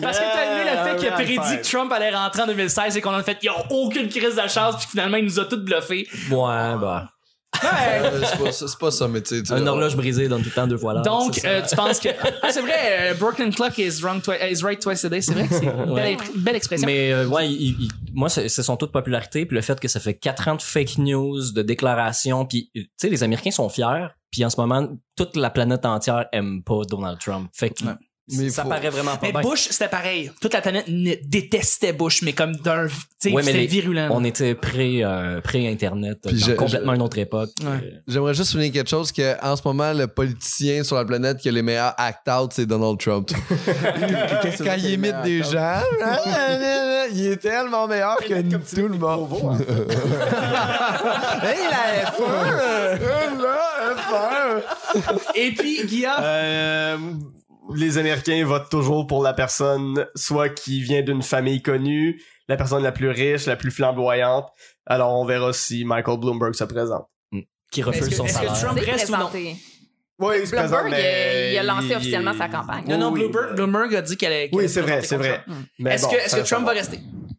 S1: parce que t'as aimé le fait qu'il a
S3: Yeah,
S1: prédit
S3: right.
S1: que Trump allait rentrer en 2016 et qu'on a fait, ils ont aucune crise de chance puis que finalement il nous a tous bluffé.
S6: ouais, bah,
S2: Euh, c'est pas, ça- c'est pas ça, mais tu sais. tu-
S6: un horloge brisée donne tout le temps deux fois l'heure.
S1: Donc,
S6: c'est ça.
S1: euh, tu penses que [laughs] Ah, c'est vrai, euh, Brooklyn clock is wrong twi- is right twice a day. C'est vrai, que c'est une belle, belle expression.
S6: mais euh, ouais, il- il- moi, c'est c'est son taux de popularité puis le fait que ça fait quatre ans de fake news, de déclarations, puis tu sais, les Américains sont fiers. Puis en ce moment, toute la planète entière aime pas Donald Trump. Fait que
S2: Mais
S6: ça
S2: faut-
S6: paraît vraiment pas
S1: Mais
S6: bien.
S1: Bush, c'était pareil. Toute la planète ne- détestait Bush, mais comme d'un, tu sais,
S6: Ouais, mais
S1: c'était
S6: les-
S1: virulent.
S6: On était pré euh, pré internet,
S2: Puis je-
S6: complètement une autre époque.
S1: Ouais.
S2: J'aimerais juste souligner quelque chose que en ce moment, le politicien sur la planète qui a les meilleurs act-out, c'est
S1: [laughs]
S2: Donald Trump. Quand il imite des gens, Euh, il est tellement
S3: oh, [laughs]
S2: meilleur que tout le monde.
S5: hein.
S2: Hey, la F1!
S1: Et puis
S6: [laughs]
S1: Guillaume,
S3: Euh, les Américains votent toujours pour la personne soit qui vient d'une famille connue, la personne la plus riche, la plus flamboyante. Alors on verra si Michael Bloomberg se présente.
S6: Qui refuse
S1: Est-ce que-
S6: son
S1: est-ce que
S6: salaire.
S1: Trump-
S4: C'est
S1: reste ou non?
S4: présenté.
S3: Oui, il se
S4: Bloomberg,
S3: présente, mais
S4: il a lancé
S3: il-
S4: officiellement
S3: il-
S4: sa campagne.
S1: non, non,
S3: Oui,
S1: Bloomberg,
S3: euh,
S1: Bloomberg a dit qu'elle allait.
S3: Oui,
S1: qu'elle
S3: c'est vrai,
S1: présentait contre
S3: c'est vrai.
S1: Trump.
S3: Mais
S1: Est-ce
S3: bon,
S1: que, est-ce
S3: ça,
S1: que
S3: ça
S1: Trump va
S3: va.
S1: rester? Ben,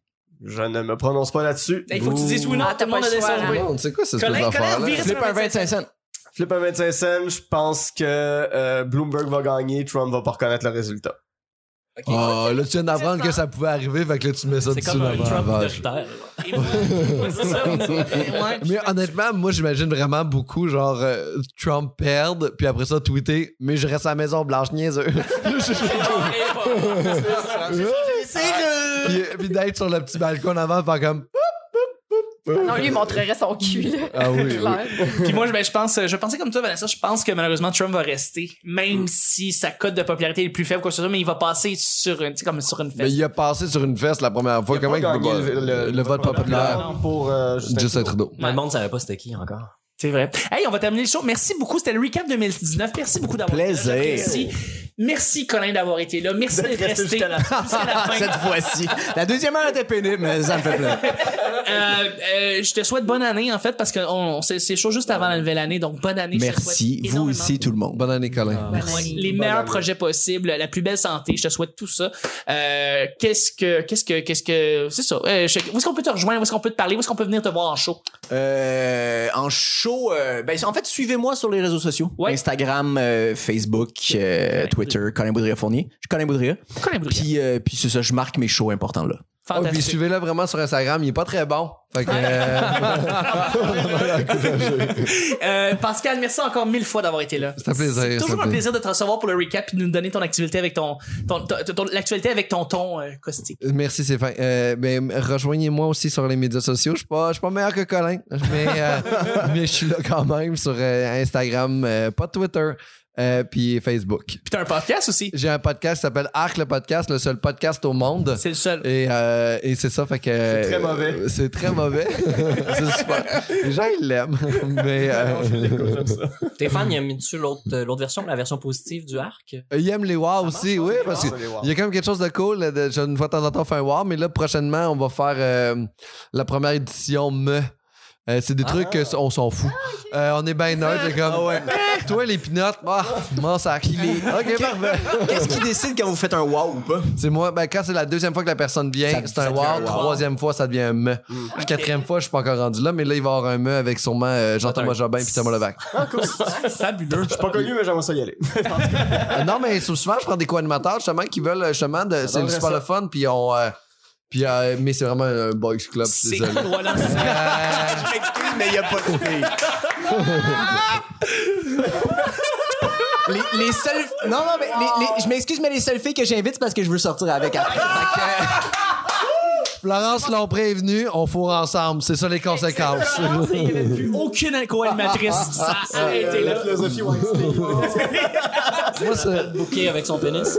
S3: Je ne me prononce pas là-dessus.
S1: Il faut que tu dises oui ou non.
S4: Ah,
S1: Tout
S4: t'as
S1: le
S4: pas
S1: monde a
S4: le
S1: des
S4: choix,
S1: sons.
S4: là.
S2: Non, C'est quoi cette
S1: Colin,
S2: espèce
S1: Colin,
S2: d'affaire-là?
S1: vire-
S5: Flipper un 25 cents.
S3: Flip à 25 cents, je pense que euh, Bloomberg va gagner, Trump va pas reconnaître le résultat.
S2: Ah, là, tu viens d'apprendre que ça pouvait arriver, fait que là, tu mets ça
S6: C'est
S2: dessus
S6: comme un
S2: là-bas.
S6: Trump
S2: avant.
S6: minoritaire.
S1: Et vous- Ouais, [laughs] c'est ça, on dit- ouais, puis-
S2: Mais
S1: [laughs]
S2: honnêtement, moi, j'imagine vraiment beaucoup, genre, euh, Trump perdre, puis après ça, tweeter, mais je reste à la maison blanche niaiseux. [laughs] puis, euh, puis d'être sur le petit balcon avant, faire comme.
S4: Non, lui, il montrerait son cul. là.
S2: Ah oui, oui.
S1: Puis moi, je- ben, je pense, euh, je pensais comme toi, Vanessa, je pense que malheureusement Trump va rester, même si sa cote de popularité est plus faible quoi que ce soit, mais il va passer sur une, tu sais, comme sur une
S2: Mais
S1: fête.
S2: Ben, il a passé sur une fesse la première fois.
S3: Il a
S2: Comment il
S3: pas
S2: peut
S3: gagné
S2: pas-
S3: le- le-
S2: le vote
S3: le-
S2: populaire?
S1: Non.
S3: Pour euh, Justin
S2: Justin
S3: Trudeau.
S2: Trudeau.
S6: Mais le monde savait pas c'était qui encore.
S1: C'est vrai. Hey, on va terminer le show. Merci beaucoup. C'était le recap 2019. Merci beaucoup d'avoir
S5: Plaisir.
S1: été là. J'apprécie. Merci, Colin, d'avoir été là. Merci d'être resté jusqu'à la fin.
S5: Cette fois-ci. La deuxième heure était pénible, mais ça me fait plaisir.
S1: Euh, euh, je te souhaite bonne année, en fait, parce que on, on- c'est c'est chaud juste avant la nouvelle année. Donc, bonne année. je te
S5: Merci.
S1: souhaite
S5: Vous
S1: énormément.
S5: aussi, tout le monde.
S2: Bonne année, Colin.
S1: Ouais, les meilleurs projets possibles, la plus belle santé, je te souhaite tout ça. Euh, qu'est-ce que, qu'est-ce que, qu'est-ce que, c'est ça. Euh, je- où est-ce qu'on peut te rejoindre, où est-ce qu'on peut te parler, où est-ce qu'on peut venir te voir en show?
S5: Euh, en show, euh, ben, en fait, suivez-moi sur les réseaux sociaux.
S1: Ouais.
S5: Instagram, euh, Facebook, euh, Twitter, Colin Boudria Fournier. Je suis Colin Boudria.
S1: Colin Boulier.
S5: Puis, euh, puis c'est ça, je marque mes shows importants là.
S2: Oh, puis
S1: Fantastique.
S2: suivez-le vraiment sur Instagram, il est pas très bon. Fait que, euh,
S1: Euh, Pascal, merci encore mille fois d'avoir été là.
S2: C'était un plaisir,
S1: C'est
S2: c'était
S1: toujours
S2: un
S1: un plaisir de te recevoir pour le recap et de nous donner ton activité avec ton, ton, ton- ton- l'actualité avec ton ton euh, caustique.
S2: merci Stéphane. Euh, ben, rejoignez-moi aussi sur les médias sociaux. Je suis pas, je suis pas meilleur que Colin, mais, euh, mais je suis là quand même sur euh, Instagram, euh, pas Twitter, euh, puis Facebook.
S1: Puis t'as un podcast aussi.
S2: J'ai un podcast qui s'appelle Arc le podcast, le seul podcast au monde.
S1: C'est le seul.
S2: Et, euh, et c'est ça, fait que.
S3: C'est très mauvais.
S2: euh, C'est très mauvais. [laughs] c'est super. Les gens, ils l'aiment. [laughs] Mais euh,
S1: [laughs]
S6: Stéphane, il a mis dessus l'autre euh, l'autre version, la version positive du arc.
S2: ils aiment les wow aussi, oui, parce que.
S3: Ah, allez voir.
S2: Il y a quand même quelque chose de cool. là, de- je- une fois de temps en temps, on fait un war, mais là, prochainement, on va faire euh, la première édition me. Euh, c'est des trucs que s- on s'en fout. Euh, on est bien neutre. c'est comme, [laughs] Toi, les pinottes, ah, mon sac. Ok, parfait.
S5: Qu'est-ce qui décide quand vous faites un wow ou pas?
S2: C'est moi, ben, quand c'est la deuxième fois que la personne vient, c'est un wow. Troisième fois, ça devient un me. Puis Quatrième fois, je suis pas encore rendu là, mais là, il va y avoir un me avec sûrement euh, Jean-Thomas Jobin et Thomas Levac.
S1: Fabuleux.
S3: Je suis pas connu, mais j'aimerais ça y
S1: [laughs]
S3: aller.
S2: Euh, non, mais sou- souvent, je prends des co-animateurs justement qui veulent euh, justement de. C'est
S3: devrait
S2: super
S3: ça.
S2: le fun, puis on. euh, puis, euh, mais c'est vraiment un boys club, je suis
S1: C'est
S2: désolé.
S1: [laughs] voilà, c'est-
S5: Je m'excuse, mais il n'y a pas de Les, les seules. Non, non, mais les- les- je m'excuse, mais les seules filles que j'invite, c'est parce que je veux
S3: [laughs]
S5: sortir avec après.
S2: Florence l'ont prévenu, on fourre ensemble. C'est ça les conséquences.
S1: il n'y avait plus aucune co-animatrice. Ça a arrêté
S3: La
S1: là.
S3: philosophie Weinstein.
S2: Moi, c'est-
S6: Booké avec son pénis.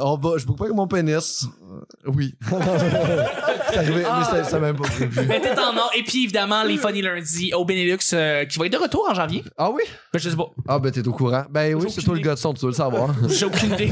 S2: on va- je bouge pas avec mon pénis. Euh, [laughs] Oui. c'est arrivé, mais c'est- c'est même pas prévu.
S1: Mais Ben, t'es en or. Et puis évidemment, les Funny Lundi au Benelux euh, qui va être de retour en janvier.
S2: Ah oui?
S1: Ben, je sais pas.
S2: Ah ben t'es au courant. Ben oui,
S1: J'ai
S2: c'est toi le
S1: aucune
S2: gars de son, tu dois le savoir. [laughs]
S1: J'ai aucune idée.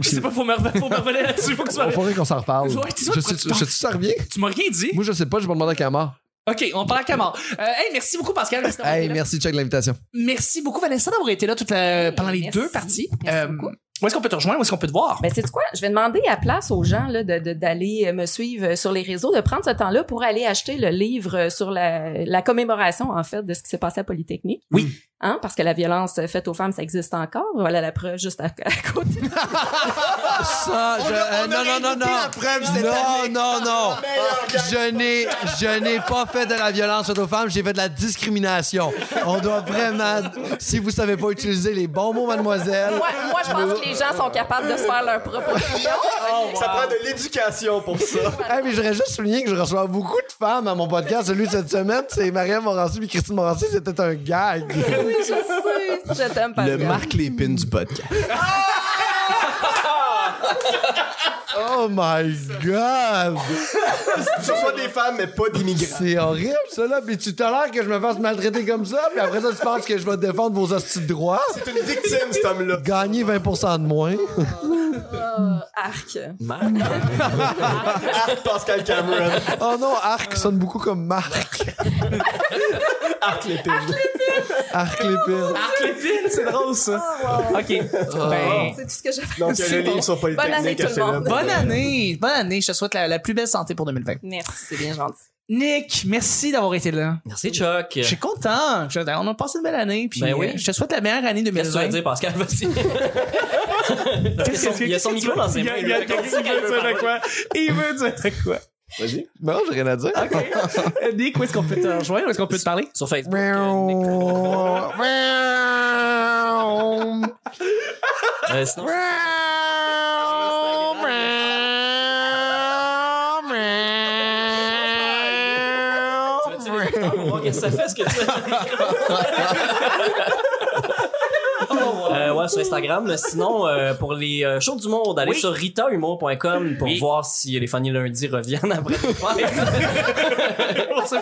S1: je sais pas, faut me revenir, faut me revenir là-dessus. Faut que tu
S2: On
S1: m'en-
S2: faudrait qu'on s'en reparle.
S1: Ouais, t'es sûr
S2: Je
S1: de quoi
S2: sais,
S1: tu
S2: je sais,
S1: parles?
S2: ça revient?
S1: Tu m'as rien dit.
S2: Moi je sais pas, je vais demander à Camar.
S1: Ok, on parle à Camar. Euh, hey, merci beaucoup Pascal. Merci d'avoir été
S2: Hey,
S1: là.
S2: merci Chuck de l'invitation.
S1: Merci beaucoup, Vanessa, d'avoir été là toute la- pendant les
S4: merci.
S1: deux parties. Euh,
S4: Merci beaucoup.
S1: où est-ce qu'on peut te rejoindre? Où est-ce qu'on peut te voir?
S4: Ben, c'est quoi? Je vais demander à place aux gens là, de- de- d'aller euh, me suivre euh, sur les réseaux, de prendre ce temps-là pour aller acheter le livre euh, sur la, la commémoration, en fait, de ce qui s'est passé à Polytechnique.
S1: Oui.
S4: Hein? Parce que la violence euh, faite aux femmes, ça existe encore. Voilà la preuve juste à, à côté.
S2: Ça, je, euh, non, non, non, non. non, non, non. Je n'ai, je n'ai pas fait de la violence faite aux femmes, j'ai fait de la discrimination. On doit vraiment, si vous savez pas utiliser les bons mots, mademoiselle.
S4: moi, moi, je pense que les gens sont capables de se faire leur propre
S1: Oh,
S4: opinion.
S3: Ça prend de l'éducation pour ça.
S2: Hey, Eh, mais j'aurais juste souligné que je reçois beaucoup de femmes à mon podcast. Celui de cette semaine, c'est Marianne Morancy et Christine Morancy. C'était un gag.
S4: oui, je sais. Je t'aime, Pascal.
S5: Lépine du podcast.
S2: Oh my God!
S3: Que ce soit des femmes, mais pas d'immigrants.
S2: C'est horrible, ça, là. Puis tu tolères que je me fasse maltraiter comme ça, puis après ça, tu penses que je vais défendre vos hosties de droits.
S3: C'est une victime, cet homme-là.
S2: Gagner 20 de moins.
S4: Ah, arc.
S6: Marc. [laughs]
S3: Pascal Cameron.
S2: Oh non, Arc sonne beaucoup comme [laughs] Marc.
S3: Arc l'épine.
S2: Arc l'épine.
S1: Marc Lépine, c'est drôle ça. OK. Ben,
S4: C'est tout ce que j'avais.
S3: Donc, il y a le
S4: C'est bon.
S3: livre sur Polytechnique.
S4: Bonne année, tout le
S3: achetez-le.
S4: monde.
S1: bonne année. Bonne année. Je te souhaite la, la plus belle santé pour 2020.
S4: Merci, c'est bien gentil.
S1: Nick, merci d'avoir été là.
S6: Merci, Chuck.
S1: Je suis content. Je- on a passé une belle année. Puis,
S6: Ben oui.
S1: euh, Je te souhaite la meilleure année
S6: Qu'est-ce que
S1: 2020.
S6: tu vas dire, Pascal? Vas-y. Parce que son-
S1: que-
S6: il y a son
S1: qu'est-ce que
S6: micro
S1: tu
S6: dans
S1: veux-
S6: ses
S1: il y a-
S6: mains.
S1: il y a-
S6: Il veut dire
S1: il veut dire de quoi. Il veut dire de quoi.
S2: Non, j'ai rien à dire.
S1: Euh, Nick, où est-ce qu'on peut te rejoindre? Où est-ce qu'on peut te parler?
S6: Sur Facebook. euh, Nick.
S2: Miaou.
S6: Euh, sinon, tu veux-tu les faire pour voir qu'est-ce que ça fait, ce que tu as euh, Ouais, sur Instagram. là. Sinon, euh, pour les euh, shows du monde, allez
S1: Oui.
S6: sur ritahumour.com pour voir si les Funny Lundi reviennent après les fêtes.
S1: [laughs]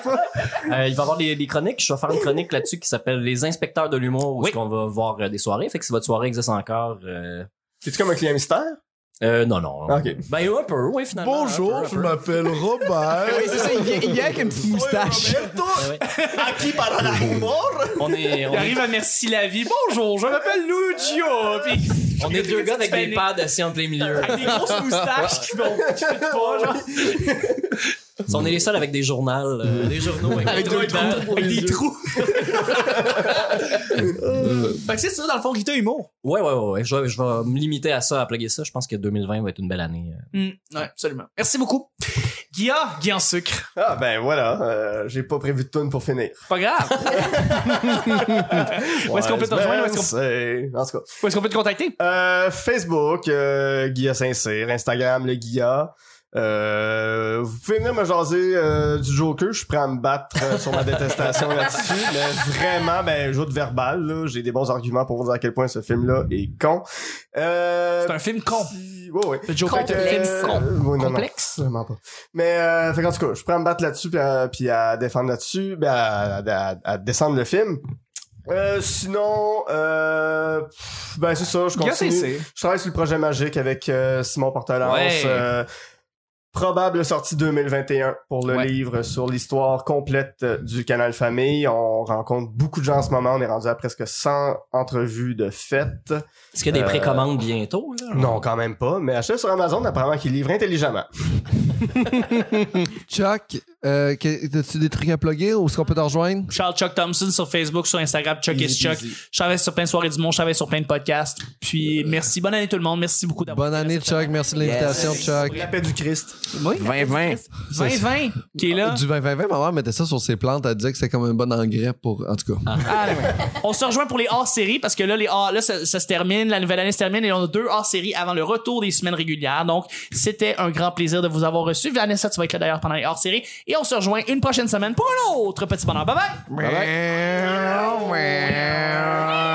S6: Euh, il va y avoir des, des chroniques. Je vais faire une chronique là-dessus qui s'appelle Les Inspecteurs de l'humour, où
S1: Oui.
S6: on va voir euh, des soirées. Fait que si votre soirée existe encore... euh,
S3: C'est-tu comme un client mystère?
S6: euh, non, non.
S3: Ah, Ok.
S6: Ben, un peu, oui, finalement. Un
S2: Bonjour,
S6: peu, un
S2: je
S6: peu.
S2: m'appelle Robert.
S5: c'est ça, il vient, il vient avec une petite moustache.
S6: Ben oui.
S3: Acquis par la mort?
S6: On est, on
S1: [laughs] Il
S6: est-
S1: arrive à Merci la vie. Bonjour, je m'appelle Lucio. Puis-
S6: on est deux gars avec des pads assis en plein milieu.
S1: Avec des grosses moustaches qui vont qui font pas, genre.
S6: [laughs] Si on est les seuls avec des journaux, euh, des journaux avec,
S1: Mmh. Avec
S6: des
S1: deux
S6: bandes.
S1: trous. Avec des trous.
S6: Euh.
S1: Fait que c'est ça, dans le fond, Rita Humour.
S6: Ouais, ouais, ouais, ouais. Je, vais- je vais me limiter à ça, à plugger ça. Je pense que 2020 va être une belle année.
S1: Ouais, absolument. Merci beaucoup. Guilla, Guilla en sucre.
S3: Ah, ben voilà, euh, j'ai pas prévu de tune pour finir.
S1: Pas grave. Où est-ce qu'on peut te
S3: Ouais,
S1: rejoindre? Où est-ce qu'on-
S3: c'est- En tout cas.
S1: Où est-ce qu'on peut te contacter?
S3: Euh, Facebook, euh, Guilla Saint-Cyr, Instagram, le Guilla. Euh, vous pouvez venir me jaser euh, du Joker, je suis prêt à me battre euh, sur ma détestation là-dessus, mais vraiment, ben, joute verbal, là, j'ai des bons arguments pour vous dire à quel point ce film-là est con. Euh,
S1: C'est un film con.
S3: si- ouais, ouais.
S1: Le Joker est un
S4: Complexe.
S1: film con.
S3: Euh, oui, non, non.
S1: Complexe.
S3: Vraiment pas. Mais euh, fait en tout cas, je prends à me battre là-dessus puis à, puis à défendre là-dessus, ben à, à- à- à descendre le film. Euh, sinon, euh, pff, ben c'est ça, je
S1: Guilla, c'est-
S3: continue.
S1: c'est.
S3: Je travaille sur le projet magique avec euh, Simon Portelance.
S1: Ouais.
S3: euh, probable sortie 2021 pour le
S1: Ouais.
S3: livre sur l'histoire complète euh, du canal Famille. On rencontre beaucoup de gens en ce moment. On est rendu à presque 100 entrevues de fête.
S6: Est-ce qu'il y a des
S3: Euh,
S6: précommandes bientôt? Là?
S3: Non, quand même pas. Mais achetez sur Amazon, apparemment qu'ils livrent intelligemment.
S2: Chuck, euh, que- as-tu des trucs à plugger ou est-ce qu'on peut te rejoindre?
S1: Charles Chuck Thompson sur Facebook, sur Instagram, Chuck is Chuck. Je travaille sur plein de soirées du monde, je travaille sur plein de podcasts. Puis merci, bonne année tout le monde, merci beaucoup d'avoir
S2: Euh, Bonne année, Chuck. Merci de l'invitation, Chuck.
S3: La paix du Christ.
S5: 20-20.
S1: 2020 qui est là.
S2: Ah, Du 2020, ma mère mettait ça sur ses plantes. Elle disait que c'était comme un bon engrais pour. En tout cas.
S1: On se rejoint pour les hors-séries parce que là, les hors, là ça, ça se termine, la nouvelle année se termine et on a deux hors-séries avant le retour des semaines régulières. Donc, c'était un grand plaisir de vous avoir reçu. Vanessa, tu vas être là d'ailleurs pendant les hors-séries. Et on se rejoint une prochaine semaine pour un autre petit bonheur. Bye bye!
S2: Bye bye.